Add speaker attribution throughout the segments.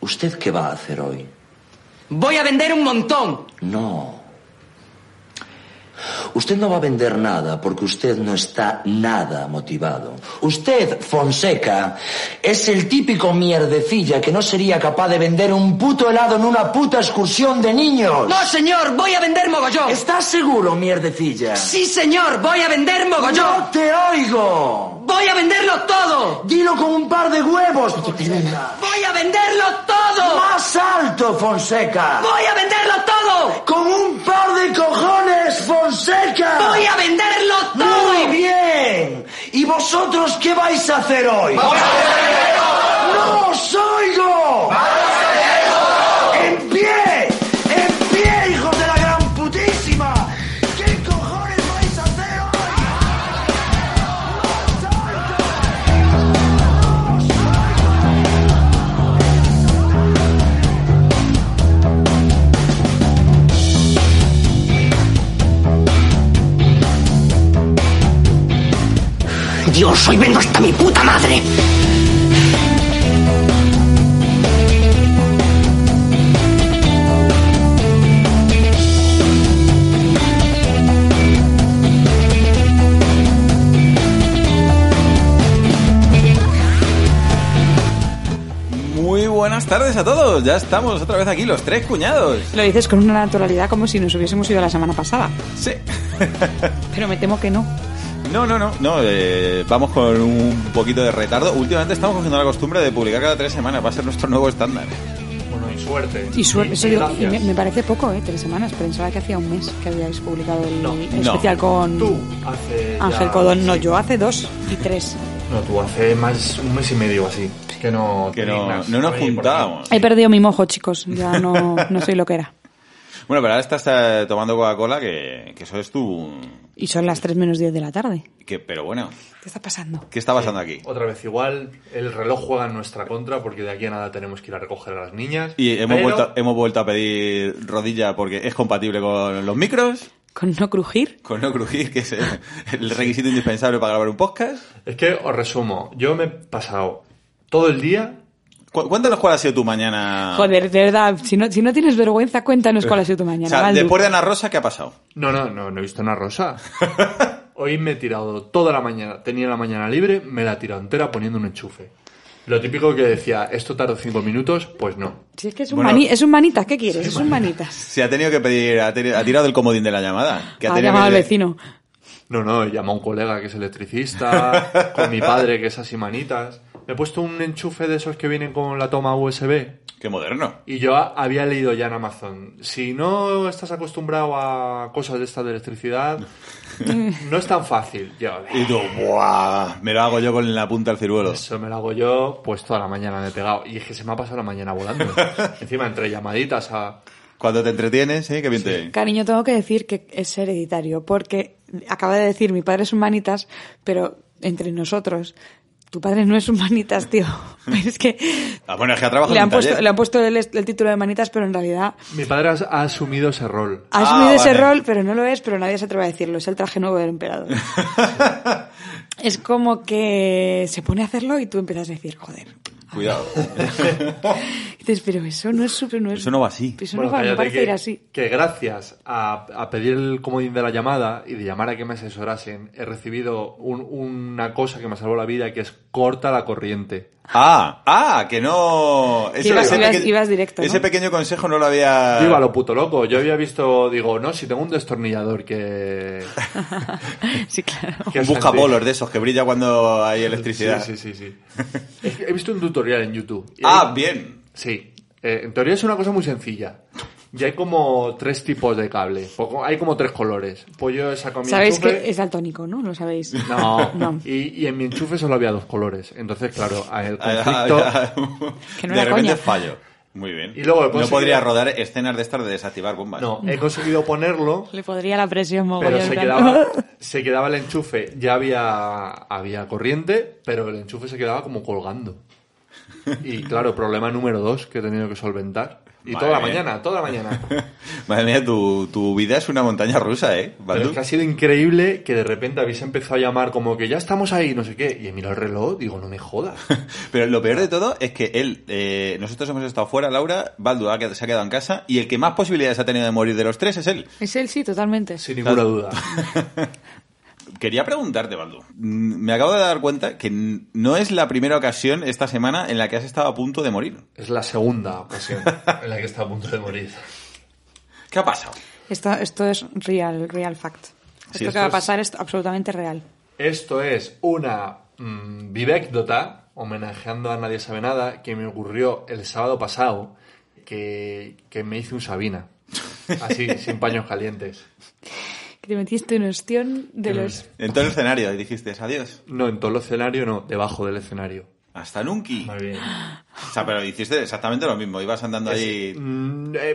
Speaker 1: ¿Usted qué va a hacer hoy?
Speaker 2: Voy a vender un montón.
Speaker 1: No. Usted no va a vender nada porque usted no está nada motivado. Usted, Fonseca, es el típico mierdecilla que no sería capaz de vender un puto helado en una puta excursión de niños.
Speaker 2: No, señor, voy a vender mogollón.
Speaker 1: ¿Estás seguro, mierdecilla?
Speaker 2: Sí, señor, voy a vender mogollón.
Speaker 1: ¡No te oigo!
Speaker 2: Voy a venderlo todo.
Speaker 1: Dilo con un par de huevos, Fonseca.
Speaker 2: Voy a venderlo todo.
Speaker 1: Más alto, Fonseca.
Speaker 2: Voy a venderlo todo.
Speaker 1: Con un par de cojones, Fonseca.
Speaker 2: Voy a venderlo todo.
Speaker 1: Muy bien. ¿Y vosotros qué vais a hacer hoy?
Speaker 3: ¡Vamos a venderlo!
Speaker 1: ¡No os oigo!
Speaker 3: ¡Vamos a
Speaker 1: venderlo! ¡En pie! ¡En pie, hijos de la gran putísima! ¿Qué cojones vais a hacer hoy? ¡Más alto!
Speaker 2: Dios, hoy vendo hasta mi puta madre.
Speaker 4: Muy buenas tardes a todos, ya estamos otra vez aquí los tres cuñados.
Speaker 5: Lo dices con una naturalidad como si nos hubiésemos ido la semana pasada,
Speaker 4: Sí.
Speaker 5: pero me temo que no.
Speaker 4: No, no, no, no, eh, vamos con un poquito de retardo. Últimamente estamos cogiendo la costumbre de publicar cada tres semanas, va a ser nuestro nuevo estándar. ¿eh?
Speaker 6: Bueno, y suerte.
Speaker 5: Y, su- eso yo- y
Speaker 6: gracias.
Speaker 5: me, me parece poco, ¿eh? Tres semanas. Pensaba que hacía un mes que habíais publicado el,
Speaker 6: No,
Speaker 5: el
Speaker 4: no.
Speaker 5: especial con
Speaker 6: Tú hace. ya-
Speaker 5: Ángel Codón. No, yo hace dos y tres.
Speaker 6: No, tú hace más un mes y medio así. Que no.
Speaker 4: Que
Speaker 6: te
Speaker 4: no,
Speaker 6: dignas.
Speaker 4: no nos
Speaker 6: Oye, ¿por qué?
Speaker 4: juntábamos.
Speaker 5: He perdido mi mojo, chicos. Ya no, no soy lo que era.
Speaker 4: Bueno, pero ahora estás eh, tomando Coca-Cola, que, que eso es tu...
Speaker 5: Y son las tres menos diez de la tarde.
Speaker 4: Que, pero bueno,
Speaker 5: ¿Qué está pasando?
Speaker 4: ¿qué está pasando aquí?
Speaker 6: Otra vez igual, el reloj juega en nuestra contra porque de aquí a nada tenemos que ir a recoger a las niñas.
Speaker 4: Y hemos,
Speaker 6: Pero-
Speaker 4: vuelto, hemos vuelto a pedir rodilla porque es compatible con los micros,
Speaker 5: ¿Con no crujir?
Speaker 4: con no crujir, que es el, el requisito indispensable para grabar un podcast.
Speaker 6: Es que os resumo, yo me he pasado todo el día
Speaker 4: Cu- Cuéntanos cuál ha sido tu mañana.
Speaker 5: Joder, de verdad, si no, si no tienes vergüenza, cuéntanos cuál ha sido tu mañana.
Speaker 4: O sea,
Speaker 5: Baldu.
Speaker 4: después de Ana Rosa, ¿qué ha pasado?
Speaker 6: No, no, no, no he visto una rosa. Hoy me he tirado toda la mañana, tenía la mañana libre, me la he tirado entera poniendo un enchufe. Lo típico que decía, esto tarda cinco minutos, pues no.
Speaker 5: Si es que es un,
Speaker 4: Bueno.
Speaker 5: mani- es un manitas, ¿qué quieres? es un manitas.
Speaker 4: Se ha tenido que pedir, ha, teni- ha tirado el comodín de la llamada. Que
Speaker 5: Ha
Speaker 4: tenido
Speaker 5: llamado al
Speaker 4: que-
Speaker 5: vecino.
Speaker 6: No, no, he llamado a un colega que es electricista, con mi padre que es así manitas. Me he puesto un enchufe de esos que vienen con la toma USB.
Speaker 4: Qué moderno.
Speaker 6: Y yo a- había leído ya en Amazon, si no estás acostumbrado a cosas de estas de electricidad, no es tan fácil. Yo,
Speaker 4: Y tú, ¡buah! Me lo hago yo con la punta del ciruelo.
Speaker 5: Pues-
Speaker 6: Eso me lo hago yo, pues toda la mañana me he pegado. Y es que se me ha pasado la mañana volando. Encima, entre llamaditas a...
Speaker 4: Cuando te entretienes, ¿eh? Qué bien te...
Speaker 5: Cariño, tengo que decir que es hereditario, porque acaba de decir mi padre es un manitas, pero entre nosotros, tu padre no es un manitas, tío. Es que
Speaker 4: Ah, bueno, es que ha trabajado
Speaker 5: le
Speaker 4: en
Speaker 5: han
Speaker 4: un
Speaker 5: puesto,
Speaker 4: taller.
Speaker 5: le han puesto el, est- el título de manitas, pero en realidad
Speaker 6: Mi padre ha, ha asumido ese rol.
Speaker 5: ha
Speaker 4: Ah,
Speaker 5: asumido ese
Speaker 4: vale.
Speaker 5: rol, pero no lo es, pero nadie se atreve a decirlo. Es el traje nuevo del emperador. es como que se pone a hacerlo y tú empiezas a decir, joder.
Speaker 4: Cuidado.
Speaker 5: Y dices, pero eso no es súper... No es-
Speaker 4: Eso no va así.
Speaker 5: Eso
Speaker 6: Bueno,
Speaker 5: no va, no
Speaker 6: cállate
Speaker 5: parece
Speaker 6: que,
Speaker 5: ir así.
Speaker 6: que gracias a, a pedir el comodín de la llamada y de llamar a que me asesorasen, he recibido un- una cosa que me salvó la vida, que es corta la corriente.
Speaker 4: Ah, ah, que no... Ese-
Speaker 5: ibas-
Speaker 4: ese
Speaker 5: ibas-
Speaker 4: peque-
Speaker 5: ibas directo, ¿no?
Speaker 4: Ese pequeño consejo no lo había...
Speaker 6: Yo iba a lo puto loco. Yo había visto, digo, no, si tengo un destornillador que...
Speaker 5: Sí, claro.
Speaker 6: que
Speaker 4: Un
Speaker 6: es
Speaker 4: buscabolos de esos que brilla cuando hay electricidad.
Speaker 6: Sí, sí, sí. sí. Es que he visto un tutorial en YouTube. Y
Speaker 4: Ah,
Speaker 6: ahí-
Speaker 4: bien.
Speaker 6: Sí. Eh, en teoría es una cosa muy sencilla. Y hay como tres tipos de cable. O Hay como tres colores. Pues yo he sacado mi
Speaker 5: Sabéis
Speaker 6: enchufe-
Speaker 5: que es daltónico, ¿no? Lo sabéis.
Speaker 6: No.
Speaker 5: No.
Speaker 6: Y, y en mi enchufe solo había dos colores. Entonces, claro, a el
Speaker 4: Ah,
Speaker 6: conflicto...
Speaker 4: ah, ah.
Speaker 5: Que no
Speaker 4: de
Speaker 5: era
Speaker 4: repente
Speaker 5: coña.
Speaker 4: fallo. Muy bien.
Speaker 6: Y luego he
Speaker 4: no
Speaker 6: conseguido-
Speaker 4: podría rodar escenas de estas de desactivar bombas.
Speaker 6: No, he conseguido ponerlo,
Speaker 5: Le podría la presión mogollón.
Speaker 6: pero se
Speaker 5: en plan,
Speaker 6: quedaba, se quedaba el enchufe. Ya había, había corriente, pero el enchufe se quedaba como colgando. Y claro, problema número dos que he tenido que solventar. Y
Speaker 4: Madre
Speaker 6: toda la
Speaker 4: mía.
Speaker 6: mañana, toda la mañana.
Speaker 4: Madre mía, tu, tu vida es una montaña rusa, ¿eh?
Speaker 6: Pero
Speaker 4: Baldu?
Speaker 6: es que ha sido increíble que de repente habéis empezado a llamar como que ya estamos ahí, no sé qué. Y he mirado el reloj, digo, no me jodas.
Speaker 4: Pero lo peor de todo es que él, eh, nosotros hemos estado fuera, Laura, Baldu ha qued- se ha quedado en casa y el que más posibilidades ha tenido de morir de los tres es él.
Speaker 5: Es él, sí, totalmente.
Speaker 6: Sin ninguna duda.
Speaker 4: Quería preguntarte, Baldu. mm, Me acabo de dar cuenta que n- no es la primera ocasión esta semana en la que has estado a punto de morir.
Speaker 6: Es la segunda ocasión en la que está a punto de morir.
Speaker 4: ¿Qué ha pasado?
Speaker 5: Esto, esto es real, real fact. Esto
Speaker 4: Sí,
Speaker 5: que
Speaker 4: esto
Speaker 5: va a
Speaker 4: es-
Speaker 5: pasar es absolutamente real.
Speaker 6: Esto es una mm, vivécdota, homenajeando a Nadie Sabe Nada, que me ocurrió el sábado pasado, que, que me hice un Sabina. Así, sin paños calientes.
Speaker 5: Que te metiste en ostión de los...
Speaker 4: En todo el escenario y dijiste adiós.
Speaker 6: No, en todo el escenario no, debajo del escenario.
Speaker 4: Hasta nunca.
Speaker 6: bien.
Speaker 4: O sea, pero hiciste exactamente lo mismo. Ibas andando ahí.
Speaker 6: mm. eh,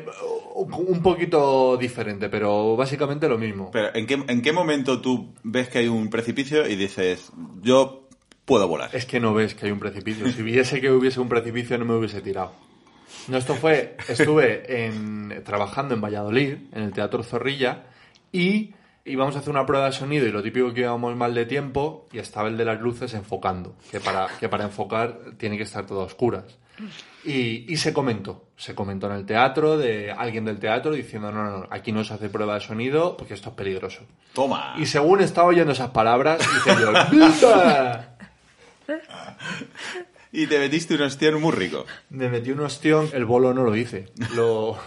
Speaker 6: un poquito diferente, pero básicamente lo mismo.
Speaker 4: Pero ¿en qué, ¿en qué momento tú ves que hay un precipicio y dices, yo puedo volar?
Speaker 6: Es que no ves que hay un precipicio. Si viese que hubiese un precipicio, no me hubiese tirado. No, esto fue. Estuve en- trabajando en Valladolid, en el Teatro Zorrilla, y íbamos a hacer una prueba de sonido. Y lo típico que íbamos mal de tiempo, y estaba el de las luces enfocando. Que para, que para enfocar tiene que estar todo a oscuras. Y, y se comentó, se comentó en el teatro, de alguien del teatro diciendo: no, no, no, aquí no se hace prueba de sonido porque esto es peligroso.
Speaker 4: Toma.
Speaker 6: Y según estaba oyendo esas palabras, dije yo: "¡Puta!".
Speaker 4: Y te metiste un ostión muy rico.
Speaker 6: Me metí un ostión, el bolo no lo hice. Lo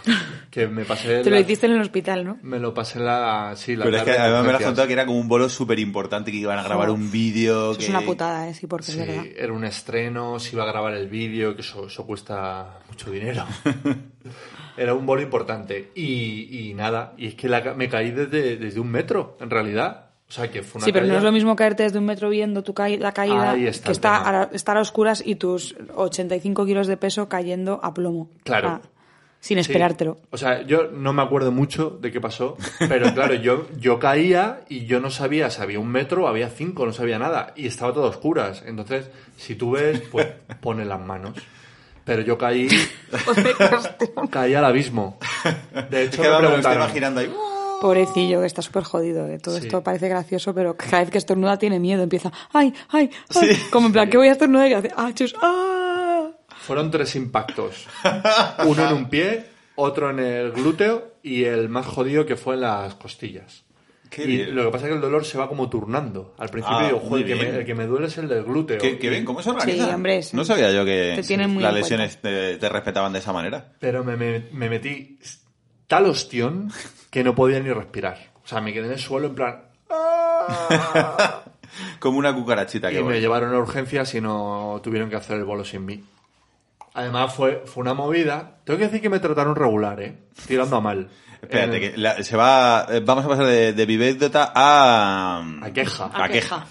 Speaker 6: que me pasé.
Speaker 5: Te lo
Speaker 6: la-
Speaker 5: hiciste en el hospital, ¿no?
Speaker 6: Me lo pasé la. Sí, la
Speaker 4: Pero es que
Speaker 6: tarde de
Speaker 4: además me lo has
Speaker 6: urgencias.
Speaker 4: contado que era como un bolo súper importante que iban a grabar un vídeo.
Speaker 5: Eso
Speaker 4: Que...
Speaker 5: es una putada, ¿eh? Sí, porque es verdad.
Speaker 6: Sí, era un estreno, se iba a grabar el vídeo, que eso, eso cuesta mucho dinero. era un bolo importante. Y, y nada, y es que la ca- me caí desde, desde un metro, en realidad. O sea, que fue una.
Speaker 5: Sí, pero no
Speaker 6: caída-
Speaker 5: es lo mismo caerte desde un metro viendo tu cai- la caída
Speaker 6: Ahí está
Speaker 5: que
Speaker 6: el
Speaker 5: está
Speaker 6: tema.
Speaker 5: a la- estar a oscuras y tus 85 kilos de peso cayendo a plomo.
Speaker 6: Claro.
Speaker 5: sin
Speaker 6: Sí.
Speaker 5: esperártelo.
Speaker 6: O sea, yo no me acuerdo mucho de qué pasó, pero claro, yo, yo caía y yo no sabía si había un metro, había cinco, no sabía nada, y estaba todo a oscuras. Entonces, si tú ves, pues pone las manos. Pero yo caí,
Speaker 4: Pues
Speaker 6: caí al abismo. De
Speaker 4: Es
Speaker 6: hecho,
Speaker 4: que además me
Speaker 6: me
Speaker 4: lo estoy
Speaker 6: preguntaron,
Speaker 4: imaginando ahí.
Speaker 5: Pobrecillo, que está súper jodido. ¿eh? Todo
Speaker 6: Sí.
Speaker 5: esto parece gracioso, pero cada vez que estornuda tiene miedo. Empieza, ay, ay, ay.
Speaker 4: Sí.
Speaker 5: Como en plan, ¿qué voy a estornudar? Y hace, ah, chus, ah.
Speaker 6: fueron tres impactos. Uno en un pie, otro en el glúteo y el más jodido que fue en las costillas.
Speaker 4: Qué
Speaker 6: y
Speaker 4: bien.
Speaker 6: lo que pasa es que el dolor se va como turnando. Al principio
Speaker 4: Ah,
Speaker 6: digo,
Speaker 4: muy
Speaker 6: joder, que me-
Speaker 4: bien.
Speaker 6: el que me duele es el del glúteo.
Speaker 4: Qué, qué bien, ¿cómo se organiza?
Speaker 5: Sí, hombre, sí.
Speaker 4: No sabía yo que
Speaker 5: Te tienen muy
Speaker 4: las
Speaker 5: en
Speaker 4: lesiones te, te respetaban de esa manera.
Speaker 6: Pero me, me- me metí tal ostión que no podía ni respirar. O sea, me quedé en el suelo en plan... "Ah".
Speaker 4: Como una cucarachita que
Speaker 6: y me
Speaker 4: voy.
Speaker 6: llevaron a urgencias y no tuvieron que hacer el bolo sin mí. Además fue, fue una movida. Tengo que decir que me trataron regular, ¿eh? Tirando a mal.
Speaker 4: Espérate,
Speaker 6: En-
Speaker 4: que la- se va. eh, Vamos a pasar de, de vivécdota a.
Speaker 6: A queja.
Speaker 4: A queja.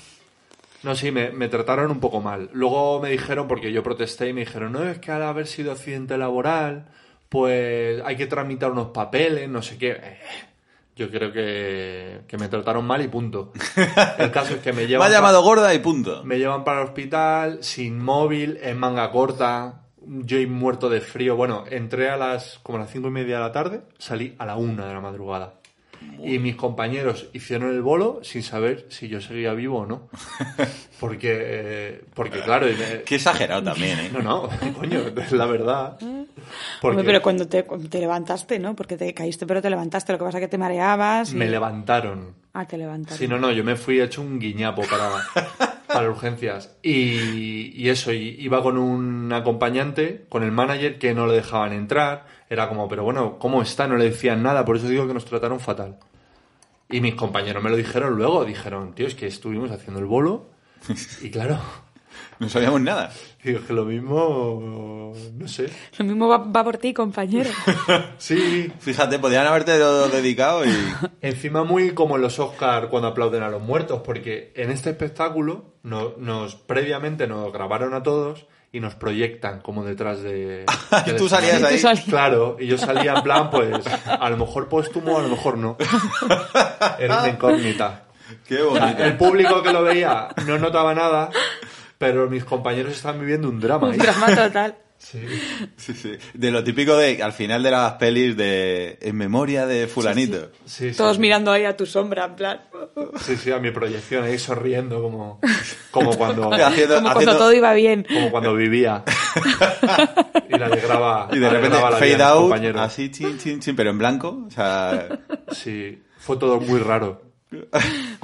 Speaker 6: No, sí, me, me trataron un poco mal. Luego me dijeron, porque yo protesté y me dijeron, no, es que al haber sido accidente laboral, pues hay que tramitar unos papeles, no sé qué. Eh, Yo creo que, que me trataron mal y punto. El caso es que me
Speaker 4: Me ha
Speaker 6: llevan,
Speaker 4: llamado gorda y punto.
Speaker 6: pa- me llevan para el hospital, sin móvil, en manga corta, yo he muerto de frío. Bueno, entré a las como a las cinco y media de la tarde, salí a la una de la madrugada. Y mis compañeros hicieron el bolo sin saber si yo seguía vivo o no. Porque, eh, porque claro, y me-
Speaker 4: Qué exagerado también, ¿eh?
Speaker 6: no, no, coño, es la verdad. Porque
Speaker 5: Mm. Hombre, pero cuando te, cuando te levantaste, ¿no? Porque te caíste, pero te levantaste. Lo que pasa es que te mareabas. y-
Speaker 6: me levantaron.
Speaker 5: Ah, te levantaste.
Speaker 6: Sí, no, no, yo me fui hecho un guiñapo para, para urgencias. Y, y eso, y iba con un acompañante, con el manager, que no le dejaban entrar. Era como, pero bueno, ¿cómo está? No le decían nada, por eso digo que nos trataron fatal. Y mis compañeros me lo dijeron luego, dijeron, tío, es que estuvimos haciendo el bolo. Y claro,
Speaker 4: No sabíamos nada.
Speaker 6: digo, es que lo mismo, no sé.
Speaker 5: Lo mismo va, va por ti, compañero.
Speaker 6: Sí,
Speaker 4: Fíjate, podían haberte lo dedicado y.
Speaker 6: Encima muy como en los Oscar cuando aplauden a los muertos, porque en este espectáculo no- nos previamente nos grabaron a todos y nos proyectan como detrás de... del
Speaker 4: Tú
Speaker 6: escenario.
Speaker 4: salías ahí.
Speaker 5: Tú salías.
Speaker 6: Claro, y yo salía en plan, pues, a lo mejor póstumo, a lo mejor no. Era una incógnita.
Speaker 4: Qué
Speaker 6: O sea,
Speaker 4: bonito.
Speaker 6: El público que lo veía no notaba nada, pero mis compañeros están viviendo un drama.
Speaker 5: Un
Speaker 6: ahí.
Speaker 5: drama total.
Speaker 6: Sí.
Speaker 4: Sí, sí. De lo típico de al final de las pelis de en memoria de fulanito.
Speaker 6: Sí, sí,
Speaker 5: Todos
Speaker 6: sí.
Speaker 5: mirando ahí a tu sombra, en plan.
Speaker 6: Sí, sí, a mi proyección, ahí sonriendo como, como, cuando,
Speaker 4: Haciendo-
Speaker 5: como cuando
Speaker 4: haciendo-
Speaker 5: todo iba bien.
Speaker 6: como cuando vivía. Y la alegraba.
Speaker 4: Y de
Speaker 5: Ah,
Speaker 6: la
Speaker 4: repente
Speaker 6: alegraba la vida
Speaker 4: fade
Speaker 6: a mis
Speaker 4: out,
Speaker 6: compañeros.
Speaker 4: así, chin, chin, chin, pero en blanco. O sea,
Speaker 6: Sí, fue todo muy raro.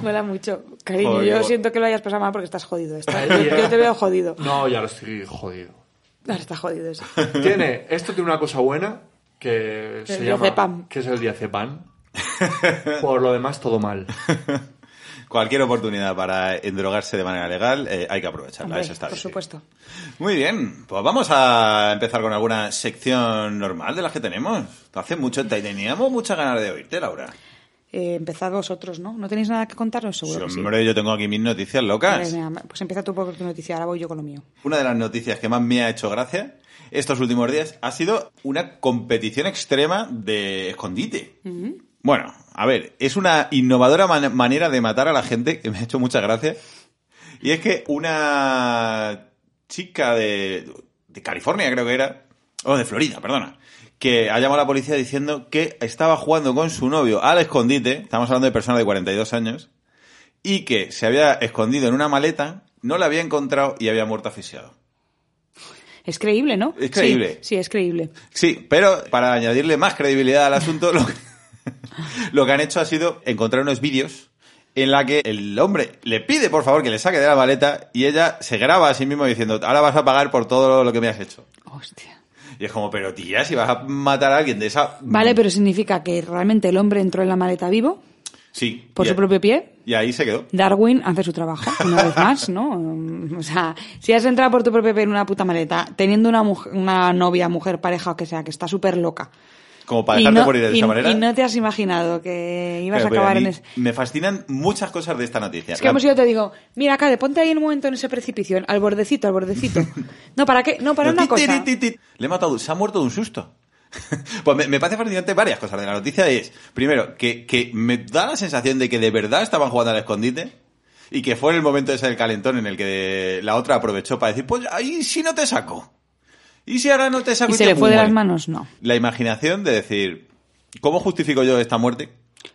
Speaker 5: Mola mucho. Cariño,
Speaker 4: Joder,
Speaker 5: yo
Speaker 4: qué bu-
Speaker 5: siento que lo hayas pasado mal porque estás jodido. estás- yo, yo te veo jodido.
Speaker 6: No, ya lo estoy jodido.
Speaker 5: Ahora estás jodido eso.
Speaker 6: Tiene, esto tiene una cosa buena que se llama
Speaker 5: diazepam.
Speaker 6: que es el diazepam. Por lo demás todo mal.
Speaker 4: cualquier oportunidad para endrogarse de manera legal eh, hay que aprovecharla.
Speaker 5: Hombre,
Speaker 4: eso está
Speaker 5: por
Speaker 4: bien.
Speaker 5: supuesto.
Speaker 4: Muy bien, pues vamos a empezar con alguna sección normal de las que tenemos. Hace mucho te- teníamos muchas ganas de oírte, Laura.
Speaker 5: Eh, empezad vosotros, ¿no? ¿No tenéis nada que contaros?
Speaker 4: Sí,
Speaker 5: Seguro. que sí.
Speaker 4: hombre, yo tengo aquí mis noticias
Speaker 5: Vale,
Speaker 4: locas.
Speaker 5: venga, pues empieza tú por tu noticia, ahora voy yo con lo mío.
Speaker 4: Una de las noticias que más me ha hecho gracia estos últimos días ha sido una competición extrema de escondite. Bueno, a ver, es una innovadora man- manera de matar a la gente que me ha hecho mucha gracia. Y es que una chica de, de California, creo que era, o de Florida, perdona, que ha llamado a la policía diciendo que estaba jugando con su novio al escondite, estamos hablando de personas de 42 años, y que se había escondido en una maleta, no la había encontrado y había muerto asfixiado.
Speaker 5: Es creíble, ¿no?
Speaker 4: Es creíble.
Speaker 5: Sí, sí, es creíble.
Speaker 4: Sí, pero para añadirle más credibilidad al asunto, lo que, lo que han hecho ha sido encontrar unos vídeos en la que el hombre le pide por favor que le saque de la maleta y ella se graba a sí misma diciendo, ahora vas a pagar por todo lo que me has hecho.
Speaker 5: Hostia.
Speaker 4: Y es como, pero tía, si vas a matar a alguien de esa...
Speaker 5: Vale, pero significa que realmente el hombre entró en la maleta vivo,
Speaker 4: Sí.
Speaker 5: por
Speaker 4: y,
Speaker 5: su propio pie.
Speaker 4: Y ahí se quedó.
Speaker 5: Darwin hace su trabajo, una vez más, ¿no? Mm, O sea, si has entrado por tu propio pie en una puta maleta, teniendo una, mujer- una novia, mujer, pareja o que sea, que está súper loca.
Speaker 4: Como para
Speaker 5: y
Speaker 4: dejarte
Speaker 5: no-
Speaker 4: morir de
Speaker 5: y-
Speaker 4: esa manera.
Speaker 5: Y no te has imaginado que ibas
Speaker 4: Pero-
Speaker 5: a
Speaker 4: pero
Speaker 5: acabar
Speaker 4: mí
Speaker 5: en ese...
Speaker 4: Me fascinan muchas cosas de esta noticia.
Speaker 5: Es que
Speaker 4: La-
Speaker 5: como si yo te digo, mira, Cade, ponte ahí un momento en ese precipicio, al bordecito, al bordecito. No, ¿para qué? No, para
Speaker 4: Pero
Speaker 5: una
Speaker 4: ti, ti,
Speaker 5: cosa.
Speaker 4: ti, ti, ti. Le he matado, se ha muerto de un susto. pues me, me parece fascinante varias cosas de la noticia. Es, primero, que, que me da la sensación de que de verdad estaban jugando al escondite y que fue el momento ese del calentón en el que la otra aprovechó para decir, pues ahí sí no te saco. Y si ahora no te saco
Speaker 5: Y
Speaker 4: y
Speaker 5: se
Speaker 4: te
Speaker 5: le fue de las
Speaker 4: muere?
Speaker 5: manos, no.
Speaker 4: La imaginación de decir, ¿cómo justifico yo esta muerte?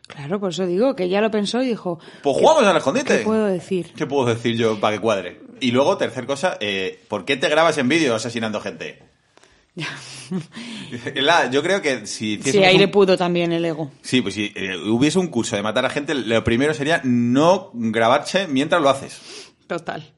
Speaker 5: Claro, por eso digo, que ya lo pensó y dijo...
Speaker 4: Pues
Speaker 5: ¿qué-
Speaker 4: jugamos al escondite.
Speaker 5: ¿Qué puedo decir?
Speaker 4: ¿Qué puedo decir yo para que cuadre? Y luego, tercer cosa, eh, ¿por qué te grabas en vídeo asesinando gente? La- yo creo que si hiciésemos
Speaker 5: Sí, ahí
Speaker 4: un-
Speaker 5: le pudo también el ego.
Speaker 4: Sí, pues si eh, hubiese un curso de matar a gente, lo primero sería no grabarse mientras lo haces.
Speaker 5: Total.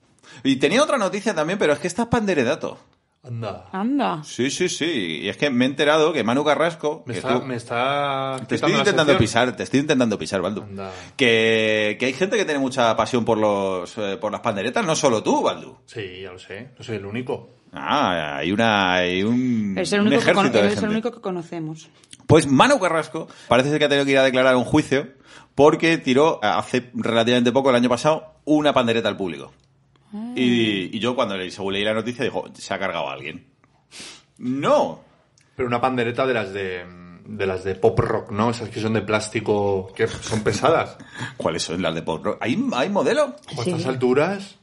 Speaker 4: Y tenía otra noticia también, pero es que esta es panderedato.
Speaker 6: Anda.
Speaker 5: Anda.
Speaker 4: Sí, sí, sí. Y es que me he enterado que Manu Carrasco...
Speaker 6: Me
Speaker 4: que
Speaker 6: está,
Speaker 4: tú-
Speaker 6: me
Speaker 4: Te
Speaker 6: está quitando
Speaker 4: estoy
Speaker 6: la
Speaker 4: intentando
Speaker 6: sección.
Speaker 4: pisar, te estoy intentando pisar, Baldu.
Speaker 6: Anda.
Speaker 4: Que, que hay gente que tiene mucha pasión por los eh, por las panderetas, no solo tú, Baldu.
Speaker 6: Sí, ya lo sé. No soy el único.
Speaker 4: Ah, hay una hay un,
Speaker 5: Es el
Speaker 4: un
Speaker 5: único, que,
Speaker 4: ejército
Speaker 5: cono-
Speaker 4: de
Speaker 5: es el
Speaker 4: gente.
Speaker 5: único que conocemos.
Speaker 4: Pues Manu Carrasco parece ser que ha tenido que ir a declarar a un juicio porque tiró hace relativamente poco, el año pasado, una pandereta al público.
Speaker 5: Ah.
Speaker 4: Y, y yo cuando le, según leí la noticia dijo, se ha cargado a alguien. No.
Speaker 6: Pero una pandereta de las de, de las de pop rock, ¿no? Esas que son de plástico, que son pesadas.
Speaker 4: ¿Cuáles son las de pop rock? ¿Hay, hay modelo?
Speaker 6: O a
Speaker 5: Sí.
Speaker 6: estas alturas,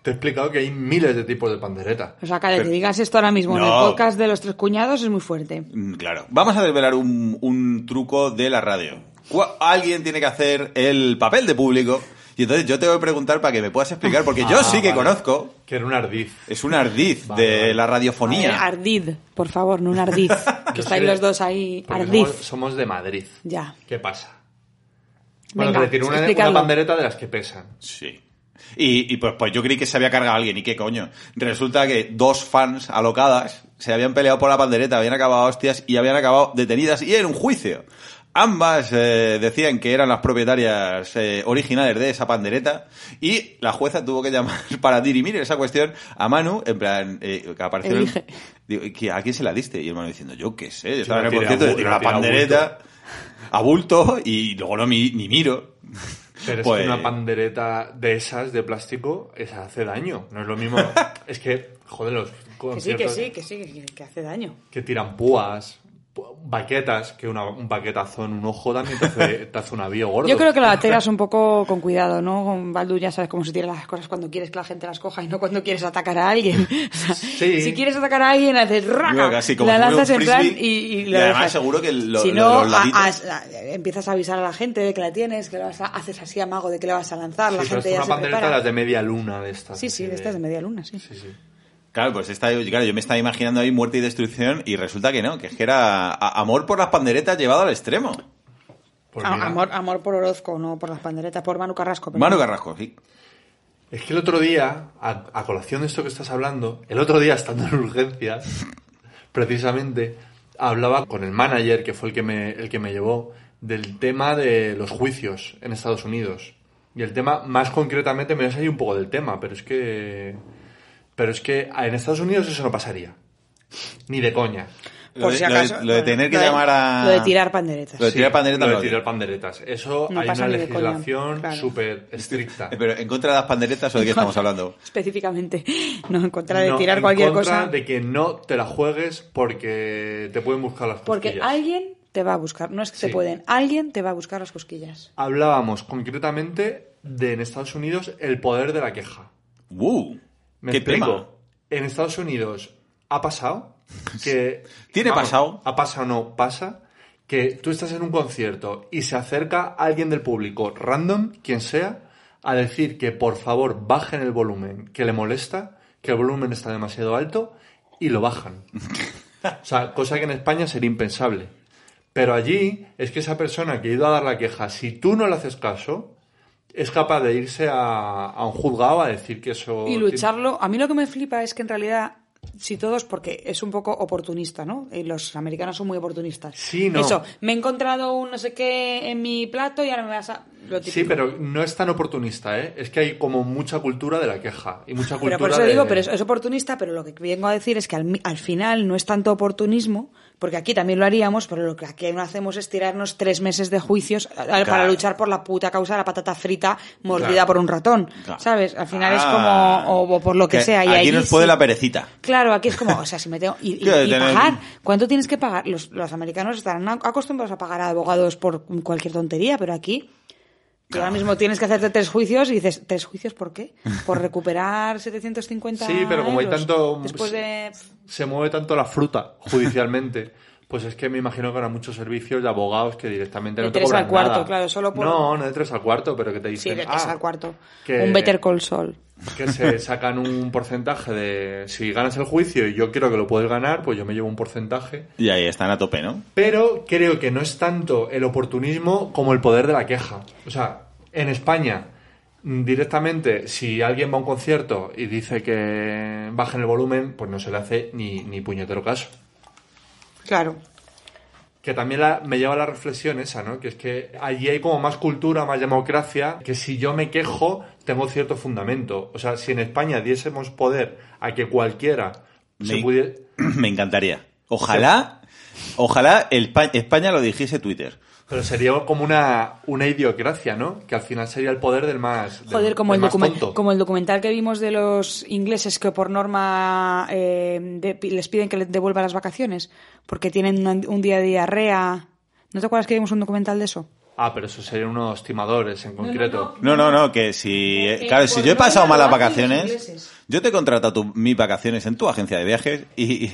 Speaker 6: te he explicado que hay miles de tipos de pandereta.
Speaker 5: O sea, Cade, que digas esto ahora mismo en el
Speaker 4: No.
Speaker 5: podcast de los tres cuñados es muy fuerte.
Speaker 4: Mm, Claro. Vamos a desvelar un, un truco de la radio. Cu- Alguien tiene que hacer el papel de público. Y entonces yo te voy a preguntar para que me puedas explicar, porque yo
Speaker 6: Ah,
Speaker 4: sí que
Speaker 6: vale.
Speaker 4: conozco.
Speaker 6: Que era un ardiz.
Speaker 4: Es un ardiz
Speaker 6: Vale,
Speaker 4: de
Speaker 6: vale.
Speaker 4: la
Speaker 5: Eh,
Speaker 4: radiofonía.
Speaker 5: Ardid, por favor, no un ardiz. que estáis
Speaker 6: Porque-
Speaker 5: los dos ahí.
Speaker 6: porque
Speaker 5: Ardiz.
Speaker 6: Somos, somos de Madrid.
Speaker 5: Ya.
Speaker 6: ¿Qué pasa? Bueno,
Speaker 5: Venga,
Speaker 6: que le tiró una, una
Speaker 5: explicadlo.
Speaker 6: pandereta de las que pesan.
Speaker 4: Sí. Y, y pues, pues yo creí que se había cargado a alguien, ¿y qué coño? Resulta que dos fans alocadas se habían peleado por la pandereta, habían acabado a hostias y habían acabado detenidas y en un juicio. Ambas eh, decían que eran las propietarias eh, originales de esa pandereta y la jueza tuvo que llamar para dirimir esa cuestión a Manu, en plan, eh, que apareció... en-
Speaker 5: Elige.
Speaker 4: Digo, "¿Qué- ¿A quién se la diste? Y el Manu diciendo, yo qué sé, yo estaba en
Speaker 6: la
Speaker 4: el
Speaker 6: tiré a
Speaker 4: concierto,
Speaker 6: bu-
Speaker 4: le tiré
Speaker 6: la
Speaker 4: una
Speaker 6: tiré a
Speaker 4: pandereta a bulto y luego no mi- ni miro.
Speaker 6: Pero es
Speaker 4: Pues-
Speaker 6: que una pandereta de esas, de plástico, esa hace daño. No es lo mismo. es que, joder, los
Speaker 5: Que sí, que
Speaker 6: conciertos
Speaker 5: sí, que sí, que, que hace daño.
Speaker 6: que tiran púas. Pu- baquetas, que una- un baquetazo en un ojo también te hace, te hace un avío gordo.
Speaker 5: Yo creo que la tiras un poco con cuidado, ¿no? Con Baldu ya sabes cómo se tiran las cosas cuando quieres que la gente las coja y no cuando quieres atacar a alguien. O sea,
Speaker 6: Sí.
Speaker 5: Si quieres atacar a alguien, haces
Speaker 4: Yo
Speaker 5: raca,
Speaker 4: casi como
Speaker 5: la
Speaker 4: si fuera un
Speaker 5: lanzas en plan y,
Speaker 4: frisbee,
Speaker 5: y
Speaker 4: y
Speaker 5: la
Speaker 4: además
Speaker 5: dejas.
Speaker 4: seguro que lo-
Speaker 5: si
Speaker 4: lo-
Speaker 5: no,
Speaker 4: los
Speaker 5: a- a-
Speaker 4: laditos.
Speaker 5: a- empiezas a avisar a la gente de que la tienes, que la vas a- haces así amago de que la vas a lanzar,
Speaker 6: Sí,
Speaker 5: la
Speaker 6: pero es
Speaker 5: gente ya
Speaker 6: una
Speaker 5: se
Speaker 6: pandereta de
Speaker 5: prepara.
Speaker 6: las de media luna de estas.
Speaker 5: Sí, sí,
Speaker 6: así
Speaker 5: de estas de media luna, sí.
Speaker 6: Sí, sí.
Speaker 4: Claro, pues esta, claro, yo me estaba imaginando ahí muerte y destrucción y resulta que no, que es que era a- amor por las panderetas llevado al extremo.
Speaker 6: Pues
Speaker 5: A-
Speaker 6: mira,
Speaker 5: amor, amor por Orozco, no por las panderetas, por Manu Carrasco. pero-
Speaker 4: Manu Carrasco, sí.
Speaker 6: Es que el otro día, a, a colación de esto que estás hablando, el otro día estando en urgencias, precisamente, hablaba con el manager, que fue el que me, el que me llevó, del tema de los juicios en Estados Unidos. Y el tema, más concretamente, me voy a salir un poco del tema, pero es que. Pero es que en Estados Unidos eso no pasaría. Ni de coña.
Speaker 4: Lo
Speaker 5: Por
Speaker 4: de-
Speaker 5: si
Speaker 4: lo de-
Speaker 5: acaso.
Speaker 4: lo de tener que
Speaker 5: lo de-
Speaker 4: llamar a-
Speaker 5: Lo de tirar panderetas.
Speaker 4: Lo de tirar panderetas
Speaker 6: Lo
Speaker 4: no.
Speaker 6: de tirar panderetas. Eso
Speaker 5: No
Speaker 6: hay
Speaker 5: pasa
Speaker 6: una
Speaker 5: ni de coña,
Speaker 6: legislación
Speaker 5: claro.
Speaker 6: súper estricta.
Speaker 4: Pero en contra de las panderetas o de qué estamos hablando.
Speaker 5: Específicamente. No, en contra de
Speaker 6: No,
Speaker 5: tirar
Speaker 6: en
Speaker 5: cualquier
Speaker 6: contra
Speaker 5: cosa.
Speaker 6: De que no te la juegues porque te pueden buscar las
Speaker 5: Porque
Speaker 6: cosquillas.
Speaker 5: alguien te va a buscar. No es que
Speaker 6: Sí.
Speaker 5: te pueden. Alguien te va a buscar las cosquillas.
Speaker 6: Hablábamos concretamente de en Estados Unidos el poder de la queja.
Speaker 4: ¡Uh!
Speaker 6: ¿Me
Speaker 4: ¡Qué
Speaker 6: explico?
Speaker 4: tema!
Speaker 6: En Estados Unidos ha pasado que.
Speaker 4: Tiene pasado.
Speaker 6: Ha pasado, no, pasa. Que tú estás en un concierto y se acerca alguien del público, random, quien sea, a decir que por favor bajen el volumen, que le molesta, que el volumen está demasiado alto y lo bajan. O sea, cosa que en España sería impensable. Pero allí es que esa persona que ha ido a dar la queja, si tú no le haces caso, es capaz de irse a, a un juzgado a decir que eso...
Speaker 5: Y lucharlo. A mí lo que me flipa es que en realidad. Si todos, porque es un poco oportunista, ¿no? Y los americanos son muy oportunistas.
Speaker 6: Sí, no.
Speaker 5: Eso, me he encontrado un no sé qué en mi plato y ahora me vas a. Lo
Speaker 6: tiene-
Speaker 5: típico.
Speaker 6: Sí, pero no es tan oportunista, ¿eh? Es que hay como mucha cultura de la queja y mucha
Speaker 5: Pero
Speaker 6: cultura
Speaker 5: por eso
Speaker 6: de-
Speaker 5: digo, pero es, es oportunista, pero lo que vengo a decir es que al, mi- al final no es tanto oportunismo, porque aquí también lo haríamos, pero lo que aquí no hacemos es tirarnos tres meses de juicios a- a- para luchar por la puta causa de la patata frita mordida
Speaker 6: Claro.
Speaker 5: por un ratón,
Speaker 4: Claro.
Speaker 5: ¿sabes? Al final
Speaker 4: Ah.
Speaker 5: es como, o, o por lo que, sea. Y
Speaker 4: aquí
Speaker 5: allí
Speaker 4: nos puede
Speaker 5: sí.
Speaker 4: la perecita.
Speaker 5: Claro, aquí es como, o sea, si me tengo... Y, y-
Speaker 4: Claro,
Speaker 5: y
Speaker 4: tener-
Speaker 5: pagar, ¿cuánto tienes que pagar? Los, los americanos estarán ac- acostumbrados a pagar a abogados por cualquier tontería, pero aquí... Tú ahora mismo tienes que hacerte tres juicios y dices, ¿tres juicios por qué? ¿Por recuperar 750
Speaker 6: Sí, pero como hay
Speaker 5: euros
Speaker 6: tanto- pues,
Speaker 5: Después de...
Speaker 6: Se mueve tanto la fruta judicialmente. Pues es que me imagino que habrá muchos servicios de abogados que directamente
Speaker 5: De
Speaker 6: no te
Speaker 5: tres
Speaker 6: cobran
Speaker 5: al cuarto,
Speaker 6: nada.
Speaker 5: claro, solo por-
Speaker 6: No, no de tres al cuarto, pero que te
Speaker 5: Sí,
Speaker 6: dicen...
Speaker 5: de tres
Speaker 6: "Ah,
Speaker 5: al cuarto.
Speaker 6: que-
Speaker 5: Un Better Call Saul.
Speaker 6: que se sacan un porcentaje de si ganas el juicio y yo quiero que lo puedes ganar, pues yo me llevo un porcentaje.
Speaker 4: Y ahí están a tope, ¿no?
Speaker 6: Pero creo que no es tanto el oportunismo como el poder de la queja. O sea, en España, mm, directamente, si alguien va a un concierto y dice que bajen el volumen, pues no se le hace ni, ni puñetero caso.
Speaker 5: Claro.
Speaker 6: Que también la- me lleva a la reflexión esa, ¿no? Que es que allí hay como más cultura, más democracia, que si yo me quejo, tengo cierto fundamento. O sea, si en España diésemos poder a que cualquiera se
Speaker 4: Me-
Speaker 6: pudiera...
Speaker 4: Me encantaría. Ojalá, ojalá el pa- España lo dijese Twitter.
Speaker 6: Pero sería como una, una idiocracia, ¿no? Que al final sería el poder del más... del-
Speaker 5: Joder, como
Speaker 6: del
Speaker 5: el,
Speaker 6: más
Speaker 5: documen-
Speaker 6: tonto.
Speaker 5: como el documental que vimos de los ingleses que por norma eh, de- pi- les piden que les devuelvan las vacaciones porque tienen un, un día de diarrea. ¿No te acuerdas que vimos un documental de eso?
Speaker 6: Ah, pero eso serían unos timadores en concreto.
Speaker 4: No, no, no, que si...
Speaker 5: Eh,
Speaker 4: claro,
Speaker 5: por
Speaker 4: si yo he
Speaker 5: norma
Speaker 4: pasado
Speaker 5: lo
Speaker 4: malas
Speaker 5: hacen los
Speaker 4: vacaciones,
Speaker 5: ingleses.
Speaker 4: yo te contrato tu- mis vacaciones en tu agencia de viajes y,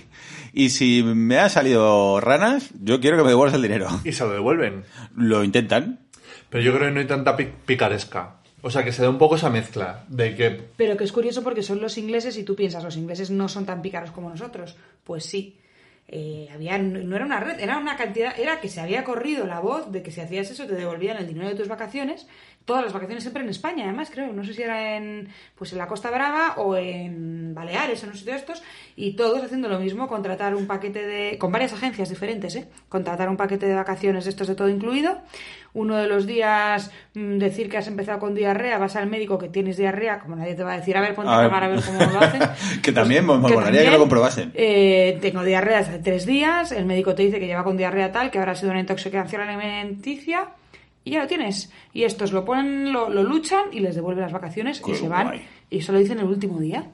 Speaker 4: y, si me han salido ranas, yo quiero que me devuelvas el dinero.
Speaker 6: Y se lo devuelven.
Speaker 4: Lo intentan.
Speaker 6: Pero yo creo que no hay tanta pi- picaresca. O sea, que se da un poco esa mezcla de que...
Speaker 5: Pero que es curioso porque son los ingleses y tú piensas, los ingleses no son tan pícaros como nosotros. Pues sí. Eh, había, no era una red, era una cantidad, era que se había corrido la voz de que si hacías eso te devolvían el dinero de tus vacaciones, todas las vacaciones siempre en España, además creo, no sé si era en pues en la Costa Brava o en Baleares o en un sitio de estos, y todos haciendo lo mismo, contratar un paquete de, con varias agencias diferentes, ¿eh? contratar un paquete de vacaciones de estos de todo incluido, uno de los días mm, decir que has empezado con diarrea, vas al médico que tienes diarrea, como nadie te va a decir, a ver, ponte
Speaker 4: A
Speaker 5: a,
Speaker 4: ver.
Speaker 5: cámara a ver cómo lo hacen.
Speaker 4: Ah.
Speaker 5: Pues,
Speaker 4: Que también me molaría que lo comprobasen.
Speaker 5: Eh, tengo diarrea hace tres días, el médico te dice que lleva con diarrea tal, que habrá sido una intoxicación alimenticia, y ya lo tienes. Y estos lo ponen, lo, lo luchan y les devuelven las vacaciones
Speaker 4: Qué
Speaker 5: y se van.
Speaker 4: guay.
Speaker 5: Y eso lo dicen el último día.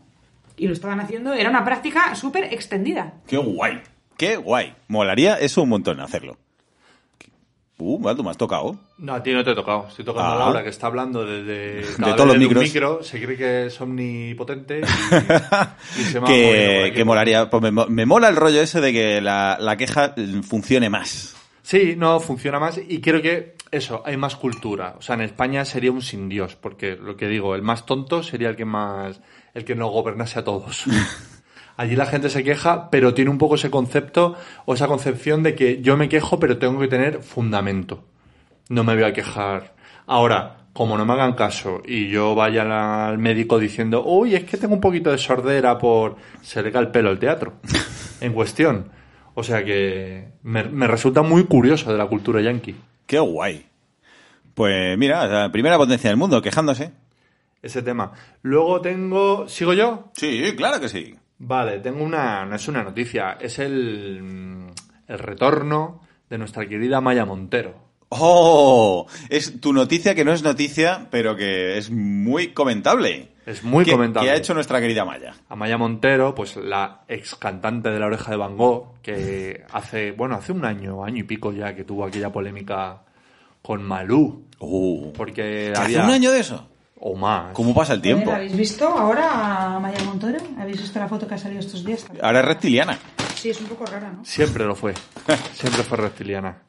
Speaker 5: Y lo estaban haciendo, era una práctica súper extendida.
Speaker 4: ¡Qué guay! Qué guay. Molaría eso un montón hacerlo. Uh, Baldu, me has tocado.
Speaker 6: No, a ti no te he tocado. Estoy tocando
Speaker 4: Ah.
Speaker 6: a Laura, que está hablando de, de, cada
Speaker 4: todos
Speaker 6: vez
Speaker 4: los
Speaker 6: de un
Speaker 4: micros.
Speaker 6: micro. Se cree que es omnipotente y, y se me ha movido por
Speaker 4: que,
Speaker 6: aquí.
Speaker 4: que molaría. Pues me, mo- me mola el rollo ese de que la, la queja mm, funcione más.
Speaker 6: Sí, no, funciona más y creo que eso, hay más cultura. O sea, en España sería un sin Dios, porque lo que digo, el más tonto sería el que más, el que no gobernase a todos. Allí la gente se queja, pero tiene un poco ese concepto o esa concepción de que yo me quejo, pero tengo que tener fundamento. No me voy a quejar. Ahora, como no me hagan caso y yo vaya al al médico diciendo, uy, es que tengo un poquito de sordera por... Se le cae el pelo al teatro en cuestión. O sea que me, me resulta muy curioso de la cultura yankee.
Speaker 4: Qué guay. Pues mira, la primera potencia del mundo, quejándose.
Speaker 6: Ese tema. Luego tengo... ¿Sigo yo?
Speaker 4: Sí, claro que sí.
Speaker 6: Vale, tengo una. No es una noticia, es el. mm, El retorno de nuestra querida Maya Montero.
Speaker 4: Oh, es tu noticia que no es noticia, pero que es muy comentable.
Speaker 6: Es muy
Speaker 4: Que-
Speaker 6: comentable.
Speaker 4: Que ha hecho nuestra querida Maya.
Speaker 6: A Maya Montero, pues la ex cantante de La Oreja de Van Gogh, que hace. Bueno, hace un año, año y pico ya que tuvo aquella polémica con Malú.
Speaker 4: Uh,
Speaker 6: Porque
Speaker 4: ¿que
Speaker 6: había.
Speaker 4: ¿Hace un año de eso?
Speaker 6: O más.
Speaker 4: ¿Cómo pasa el tiempo?
Speaker 5: Joder, ¿Habéis visto ahora a Maya Montero? ¿Habéis visto la foto que ha salido estos días?
Speaker 4: Ahora es reptiliana.
Speaker 5: Sí, es un poco rara, ¿no?
Speaker 6: Siempre lo fue. Siempre fue reptiliana.